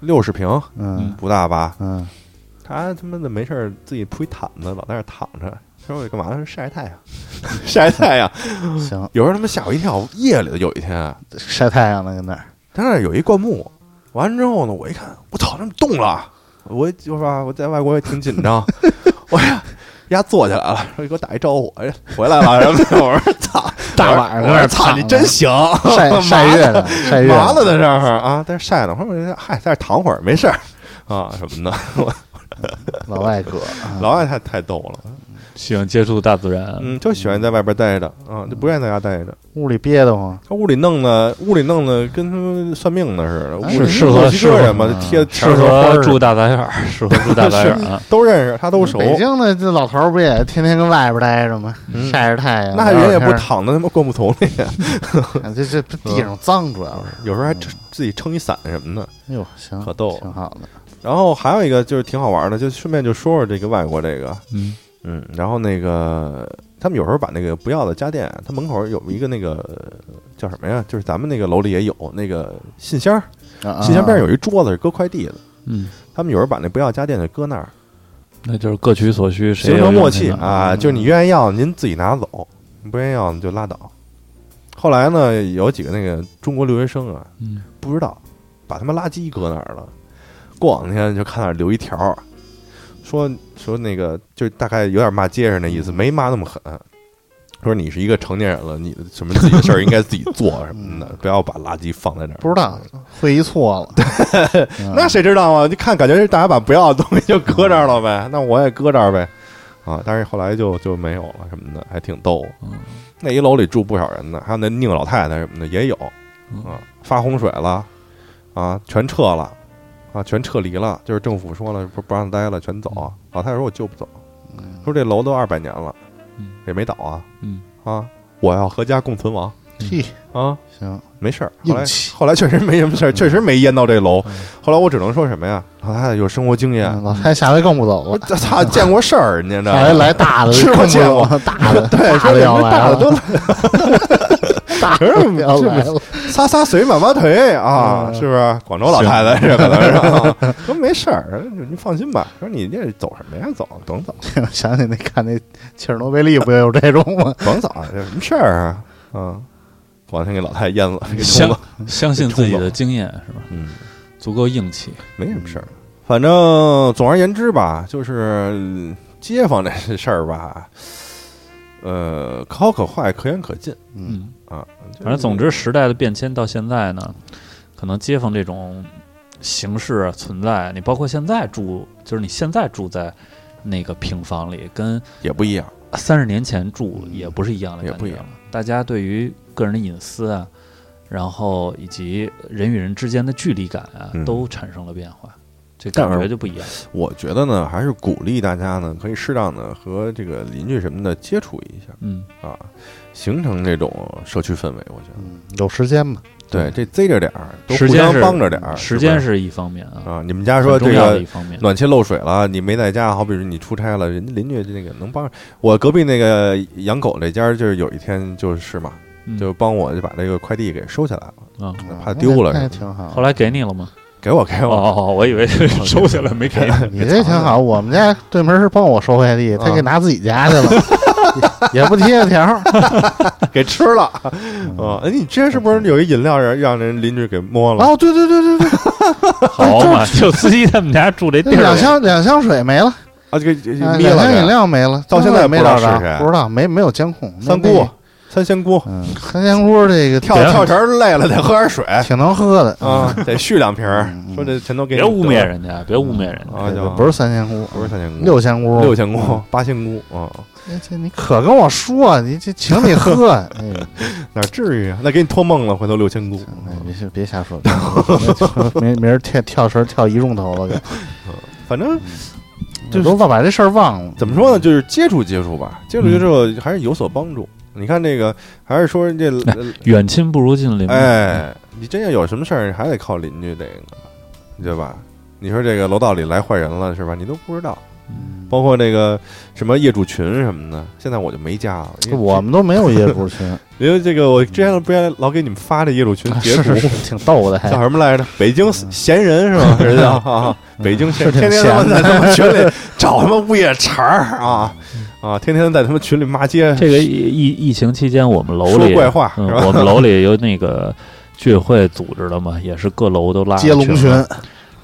Speaker 2: 六十平，
Speaker 4: 嗯
Speaker 2: 不大吧？
Speaker 4: 嗯
Speaker 2: 他他妈的没事儿自己铺一毯子，老在那儿躺着。他说我干嘛呢？晒太阳，晒太阳。
Speaker 4: 嗯行，
Speaker 2: 有时候他妈吓我一跳，夜里头有一天，啊
Speaker 4: 晒太阳呢，跟那儿
Speaker 2: 他那儿有一灌木，完之后呢，我一看，我操，那么动了，我就吧，我在外国也挺紧张， <laughs> 我呀，丫坐起来了，说给我打一招呼，哎，回来了，然后我说
Speaker 3: <laughs>
Speaker 2: 操，
Speaker 4: 大晚上
Speaker 2: 我
Speaker 4: 在那
Speaker 2: 说
Speaker 4: 儿
Speaker 2: 操，
Speaker 4: 躺
Speaker 2: 你
Speaker 4: 着
Speaker 2: 真行， <laughs>
Speaker 4: 晒晒月亮，晒月
Speaker 2: 麻哦
Speaker 3: 哎
Speaker 4: 亮
Speaker 2: 了在这儿啊，在这儿晒呢，我说我嗨，在这儿躺会儿没事儿啊什么的，我
Speaker 4: 老外哥啊
Speaker 2: 老外太太逗了，
Speaker 3: 喜欢接触大自然。
Speaker 2: 嗯，就喜欢在外边待着啊，就不愿意在家待着，
Speaker 4: 屋里憋得慌，
Speaker 2: 他屋里弄的，屋里弄的跟他们算命的似的，屋里
Speaker 4: 是
Speaker 3: 适合嗯
Speaker 2: 墨西哥人嘛
Speaker 4: 适，合
Speaker 2: 贴！
Speaker 3: <laughs> 适合 <laughs> 住大杂院儿，适合住大杂院儿啊
Speaker 2: 都认识，他都熟，
Speaker 4: 北京的这老头儿不也天天跟外边待着吗？
Speaker 2: 嗯
Speaker 4: 晒着太阳，
Speaker 2: 那人也不
Speaker 4: 哎聊
Speaker 2: 躺在他妈灌木丛里，
Speaker 4: 天儿，这这地上脏主要是。
Speaker 2: 有时候还撑自己撑一伞什么的。
Speaker 4: 哎呦，行，
Speaker 2: 嗯可逗了
Speaker 4: 挺好的。
Speaker 2: 然后还有一个就是挺好玩的，就顺便就说说这个外国这个，
Speaker 3: 嗯
Speaker 2: 嗯，然后那个他们有时候把那个不要的家电，他门口有一个那个呃叫什么呀？就是咱们那个楼里也有那个信箱，
Speaker 4: 啊
Speaker 2: 信箱边有一桌子是搁快递的，
Speaker 3: 嗯，
Speaker 2: 他们有时候把那不要家电就搁那儿，
Speaker 3: 那就是各取所需，谁
Speaker 2: 形
Speaker 3: 有
Speaker 2: 成默
Speaker 3: 用
Speaker 2: 契
Speaker 3: 谁拿
Speaker 2: 啊，就是你愿意要您自己拿走，不愿意要你就拉倒。后来呢，有几个那个中国留学生啊，
Speaker 3: 嗯，
Speaker 2: 不知道，把他妈垃圾搁哪儿了。过两天就看那儿留一条儿，说说那个就大概有点骂街上的
Speaker 4: 嗯
Speaker 2: 意思，没骂那么狠。说你是一个成年人了，你什么自己的事儿应该自己做什么的，不要把垃圾放在那儿。
Speaker 4: 嗯不知道会议错了，嗯
Speaker 2: 那谁知道啊？就看感觉是大家把不要的东西就搁这儿了
Speaker 3: 嗯
Speaker 2: 呗，那我也搁这儿呗，啊！但是后来就就没有了什么的，还挺逗。
Speaker 3: 嗯
Speaker 2: 那一楼里住不少人呢，还有那宁老太太什么的也有
Speaker 3: 嗯
Speaker 2: 啊，发洪水了啊，全撤了啊，全撤离了，就是政府说了不不让待了，全走。啊老太太说我就不走，说这楼都二百年了
Speaker 3: 嗯，
Speaker 2: 也没倒啊
Speaker 3: 嗯，
Speaker 2: 啊！我要和家共存亡
Speaker 4: 嘿，
Speaker 2: 啊！
Speaker 4: 嗯行，
Speaker 2: 没事儿。后来嗯
Speaker 4: 硬气
Speaker 2: <laughs> 后来确实没什么事儿，确实没淹到这楼。后来我只能说什么呀？老太太有生活经验，
Speaker 4: 嗯老太太下回更不走
Speaker 2: 我
Speaker 4: 了，
Speaker 2: 操，见过事儿，你知啊道
Speaker 4: 下回
Speaker 2: 吗？
Speaker 4: 来大的
Speaker 2: 吃过
Speaker 4: 更不
Speaker 2: 见
Speaker 4: 走
Speaker 2: 过
Speaker 4: 了大的
Speaker 2: 对，
Speaker 4: 大
Speaker 2: 说
Speaker 4: 的
Speaker 2: 你
Speaker 4: 要
Speaker 2: 们
Speaker 4: 来
Speaker 2: 大的
Speaker 4: 了，
Speaker 2: 都
Speaker 4: <laughs>
Speaker 2: 是
Speaker 4: 大的要来
Speaker 2: 是
Speaker 4: <laughs> 了，
Speaker 2: 撒撒水满马腿啊，
Speaker 4: 嗯
Speaker 2: 是不是？广州老太太这可能是啊
Speaker 4: <laughs>
Speaker 2: 说没事儿，您放心吧。说你这走什么呀？走，甭走，
Speaker 4: 我想起那看那切尔诺贝利不也有这种吗？
Speaker 2: 甭走，这什么事儿啊？嗯，我先给老太太淹了，给冲
Speaker 3: 相
Speaker 2: 了，
Speaker 3: 相信自己的经验是吧？
Speaker 2: 嗯，
Speaker 3: 足够硬气。
Speaker 2: 没什么事儿。反正总而言之吧，就是嗯街坊这事儿吧，呃，可好可坏，可远可近
Speaker 4: 嗯，
Speaker 3: 嗯，
Speaker 2: 啊。
Speaker 3: 反正总之，时代的变迁到现在呢，可能街坊这种形式啊存在，你包括现在住，就是你现在住在那个平房里，跟
Speaker 2: 也不一样。
Speaker 3: 三十年前住也不是一样的
Speaker 2: 嗯也
Speaker 3: 感觉
Speaker 2: 不一样
Speaker 3: 了。大家对于个人的隐私啊，然后以及人与人之间的距离感啊，
Speaker 2: 嗯
Speaker 3: 都产生了变化，这
Speaker 2: 但
Speaker 3: 感觉
Speaker 2: 是
Speaker 3: 就不一样。
Speaker 2: 我觉得呢，还是鼓励大家呢，可以适当的和这个邻居什么的接触一下。
Speaker 3: 嗯，
Speaker 2: 啊，形成这种社区氛围，我觉得
Speaker 4: 嗯有时间吧，
Speaker 2: 对这贼着点儿，都
Speaker 3: 时
Speaker 2: 互
Speaker 3: 间
Speaker 2: 相
Speaker 3: 是
Speaker 2: 帮着点儿，
Speaker 3: 时间
Speaker 2: 啊是
Speaker 3: 是一方面
Speaker 2: 吧
Speaker 3: 啊，
Speaker 2: 啊，你们家
Speaker 3: 他
Speaker 2: 说这
Speaker 3: 重要的
Speaker 2: 个
Speaker 3: 一方面，
Speaker 2: 暖气漏水了，你没在家，好比是你出差了，人家邻居那个能帮。我隔壁那个养狗那家，就是有一天就是嘛，
Speaker 3: 嗯
Speaker 2: 就帮我就把这个快递给收起来了，
Speaker 3: 啊。
Speaker 4: 嗯
Speaker 2: 怕丢了
Speaker 4: 那也挺好。
Speaker 3: 后来给你了
Speaker 2: <laughs>
Speaker 3: 吗？
Speaker 2: 给我给我，
Speaker 3: 哦，我以为是收
Speaker 2: <laughs>
Speaker 3: 起来没给你。
Speaker 4: 你这挺好，我们家对门是帮我收快递，他给拿自己家去了，也也不贴条儿。
Speaker 2: 给吃了
Speaker 3: 嗯
Speaker 2: 啊！哎，你之前是不是有一饮料让让人邻居给摸了？
Speaker 4: 哦，对对对对对，
Speaker 3: 好
Speaker 4: <laughs>
Speaker 3: 嘛，就司机他们家住这地
Speaker 4: 那两
Speaker 3: 儿，
Speaker 4: 箱两箱水没了，
Speaker 2: 啊，这个这
Speaker 4: 啊
Speaker 2: 灭
Speaker 4: 两
Speaker 2: 了
Speaker 4: 箱饮
Speaker 2: 给。
Speaker 4: 料没了，
Speaker 2: 到现在
Speaker 4: 没找
Speaker 2: 不知道是谁
Speaker 4: 着，不知道没没有监控。那
Speaker 2: 三姑，三仙姑
Speaker 4: 嗯，三仙姑这个
Speaker 2: 跳
Speaker 4: 挺
Speaker 2: 跳绳儿累了得喝点水
Speaker 4: 挺能喝的，
Speaker 2: 啊，得续两瓶儿。
Speaker 4: 嗯
Speaker 2: 说这全都给你
Speaker 3: 别污蔑
Speaker 2: 得
Speaker 3: 人家，别污蔑人家。
Speaker 2: 啊，就
Speaker 4: 不是三仙姑，
Speaker 2: 不是三仙姑，
Speaker 4: 六仙姑，
Speaker 2: 六仙
Speaker 3: 嗯
Speaker 2: 姑、八仙姑啊，
Speaker 4: 哎这你可跟我说，你这请你喝，哎
Speaker 2: 哪至于啊？那给你托梦了，回头六啊仙姑。
Speaker 4: 哎，别瞎别瞎说，明明儿跳跳绳跳一钟头了，给
Speaker 2: 反正就是
Speaker 4: 都忘把这事儿忘了。
Speaker 2: 怎么说呢，就是接触接触吧，接触接
Speaker 4: 嗯
Speaker 2: 触还是有所帮助。你看这个，还是说人家，
Speaker 3: 哎远亲不如近邻。
Speaker 2: 哎，你真要有什么事儿，还得靠邻居这个，对吧？你说这个楼道里来坏人了是吧？你都不知道，
Speaker 3: 嗯，
Speaker 2: 包括这个什么业主群什么的。现在我就没加了，因为
Speaker 4: 我们都没有业主群，
Speaker 2: 因为这个我之前不是老给你们发这业主
Speaker 3: 嗯
Speaker 2: 群截
Speaker 3: 啊
Speaker 4: 是
Speaker 2: 图
Speaker 4: 是，是，挺逗的，
Speaker 2: <laughs>
Speaker 4: 还
Speaker 2: 叫什么来着？北京闲人是吧？
Speaker 3: <laughs>
Speaker 2: 这叫啊，北京闲人，
Speaker 4: 是挺
Speaker 2: 天天他妈
Speaker 4: 闲
Speaker 2: 在他妈群里找他妈物业茬儿啊啊，天天在他妈群里骂街，
Speaker 3: 这个疫疫疫情期间，我们楼
Speaker 2: 说
Speaker 3: 里
Speaker 2: 怪话
Speaker 3: 嗯
Speaker 2: 是吧
Speaker 3: 我们楼里有那个居委会组织的嘛，也是各楼都拉
Speaker 4: 接龙
Speaker 3: 群
Speaker 4: 啊群，
Speaker 3: 嘛，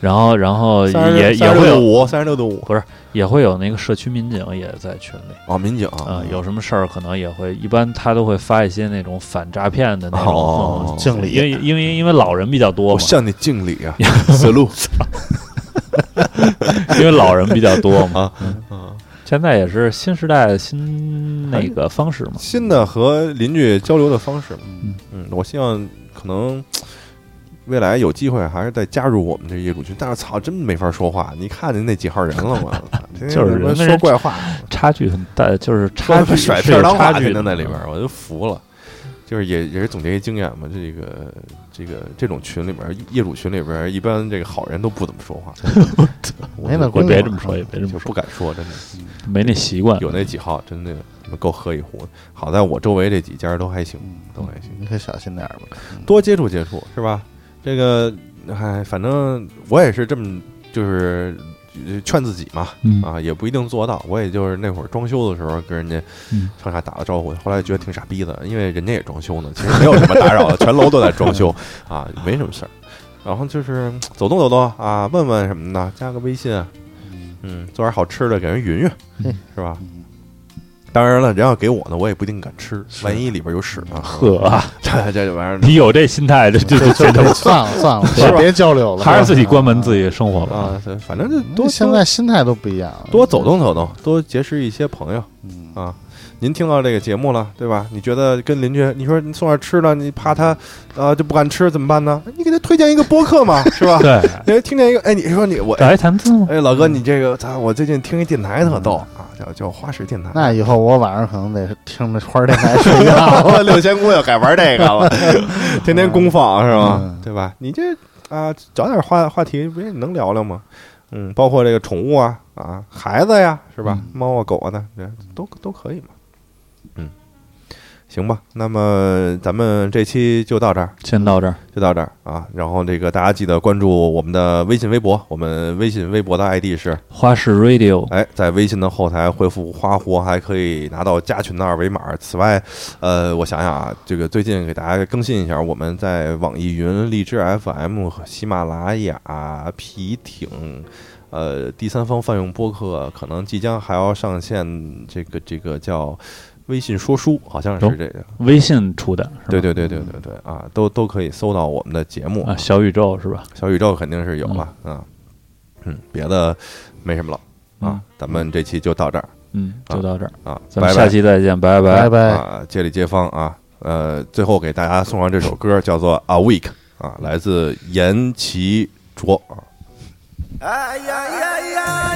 Speaker 3: 然后然后
Speaker 2: 三
Speaker 3: 呃也也会有
Speaker 2: 五，三十六度五
Speaker 3: 也会有那个社区民警也在群里
Speaker 2: 哦，民警
Speaker 3: 啊、有什么事儿可能也会，一般他都会发一些那种反诈骗的那种
Speaker 2: 哦
Speaker 3: 嗯
Speaker 4: 敬礼
Speaker 3: 因为因为因为老人比较多
Speaker 2: 我
Speaker 3: 嘛，
Speaker 2: 向你敬礼 <laughs> 啊，死路
Speaker 3: 因为老人比较多嘛，
Speaker 2: <laughs>
Speaker 3: 嗯
Speaker 2: 啊！
Speaker 3: 现在也是新时代新那个方式嘛，
Speaker 2: 新的和邻居交流的方式嘛
Speaker 3: 嗯，
Speaker 2: 嗯，我希望可能。未来有机会还是再加入我们这业主群，但是操，真没法说话。你看您那几号人了
Speaker 3: <laughs>
Speaker 2: 吗？天天
Speaker 3: 就是
Speaker 2: 他妈
Speaker 3: 人跟
Speaker 2: 说
Speaker 3: 人
Speaker 2: 怪话，
Speaker 3: 差距很大，就是
Speaker 2: 他
Speaker 3: 差距
Speaker 2: 甩
Speaker 3: 是
Speaker 2: 片
Speaker 3: 有
Speaker 2: 儿当
Speaker 3: 差
Speaker 2: 话
Speaker 3: 距
Speaker 2: 题
Speaker 3: 的嗯
Speaker 2: 呢，那里边儿我就服了。就是也也是总结一经验嘛，这个这个这种群里边儿业主群里边儿，一般这个好人都不怎么说话，
Speaker 3: <laughs>
Speaker 2: 我
Speaker 4: 没那
Speaker 2: 就
Speaker 4: 功
Speaker 3: 也别
Speaker 4: 夫。
Speaker 3: 这么说，也别这么
Speaker 2: 就
Speaker 3: 说，
Speaker 2: 不敢说，真的
Speaker 3: 没那习惯。
Speaker 2: 有那几号真的你们够喝一壶。好在我周围这几家都还行，
Speaker 4: 嗯
Speaker 2: 都还行，
Speaker 4: 你可小心点儿吧。
Speaker 2: 多接触接触是吧？这个哎，反正我也是这么就是呃劝自己嘛，
Speaker 3: 嗯
Speaker 2: 啊，也不一定做到。我也就是那会儿装修的时候跟人家
Speaker 3: 嗯
Speaker 2: 上下打个招呼，后来觉得挺傻逼的，因为人家也装修呢，其实没有什么打扰的，全楼都在装修啊，没什么事儿。然后就是嗯走动走动啊，问问什么的，加个微信，嗯，做点好吃的给人匀匀
Speaker 4: 嗯，
Speaker 2: 是吧？当然了，人要给我呢，我也不一定敢吃，万一里边有屎呢。 <laughs>
Speaker 3: 呵啊，
Speaker 2: 这这玩意儿
Speaker 3: 你有这心态，这这这这
Speaker 4: <laughs> 就算了算了，别别交流了，
Speaker 3: 还是自己关门自己生活吧。
Speaker 2: 啊，对反正就多
Speaker 4: 现在心态都不一样了，
Speaker 2: 多走动走动，多结识一些朋友
Speaker 4: 嗯
Speaker 2: 啊。您听到这个节目了，对吧？你觉得跟邻居，你说你送点吃的，你怕他，啊就不敢吃怎么办呢？你给他推荐一个播客 <laughs> 嘛，是
Speaker 4: 啊
Speaker 2: 吧？
Speaker 3: 对，
Speaker 2: 哎，听见一个，哎，你说你我，
Speaker 3: 找一谈资嘛。
Speaker 2: 哎，老哥，你这个，咱我最近听一电台特逗啊，叫叫花式电台。
Speaker 4: 那以后我晚上可能得听着花儿电台睡觉。 <laughs>
Speaker 2: 六仙姑又改玩这个了， <laughs> 天天公放是吧
Speaker 4: 嗯？
Speaker 2: 对吧？你这啊，找点话话题，不是你能聊聊吗？嗯，包括这个宠物啊啊，孩子呀，是吧？猫啊狗啊的，这都都可以嘛。嗯，行吧，那么咱们这期就到这儿，
Speaker 3: 先到这儿，
Speaker 2: 就到这儿啊。然后这个大家记得关注我们的微信、微博，我们微信、微博的 ID 是
Speaker 3: 花式 Radio，
Speaker 2: 哎，在微信的后台回复“花活”，还可以拿到加群的二维码。此外，呃，我想想啊，这个最近给大家更新一下，我们在网易云、荔枝 FM、喜马拉雅、皮艇。呃，第三方泛用播客可能即将还要上线，这个这个叫微信说书，好像是
Speaker 3: 哦
Speaker 2: 这个，
Speaker 3: 微信出的，是吧
Speaker 2: 对对对对对对啊，都都可以搜到我们的节目
Speaker 3: 啊，小宇宙是吧？
Speaker 2: 小宇宙肯定是有了啊，嗯，别的没什么了啊
Speaker 3: 嗯，
Speaker 2: 咱们这期就到这儿。
Speaker 3: 嗯，就到这儿，
Speaker 2: 啊，
Speaker 3: 咱们
Speaker 2: 拜
Speaker 3: 下
Speaker 2: 拜
Speaker 3: 期再见，拜拜
Speaker 4: 拜拜。
Speaker 2: 啊，街里街坊啊，呃，最后给大家送上这首歌，叫做《A Week》啊，来自严其卓啊。
Speaker 1: 哎呀呀呀！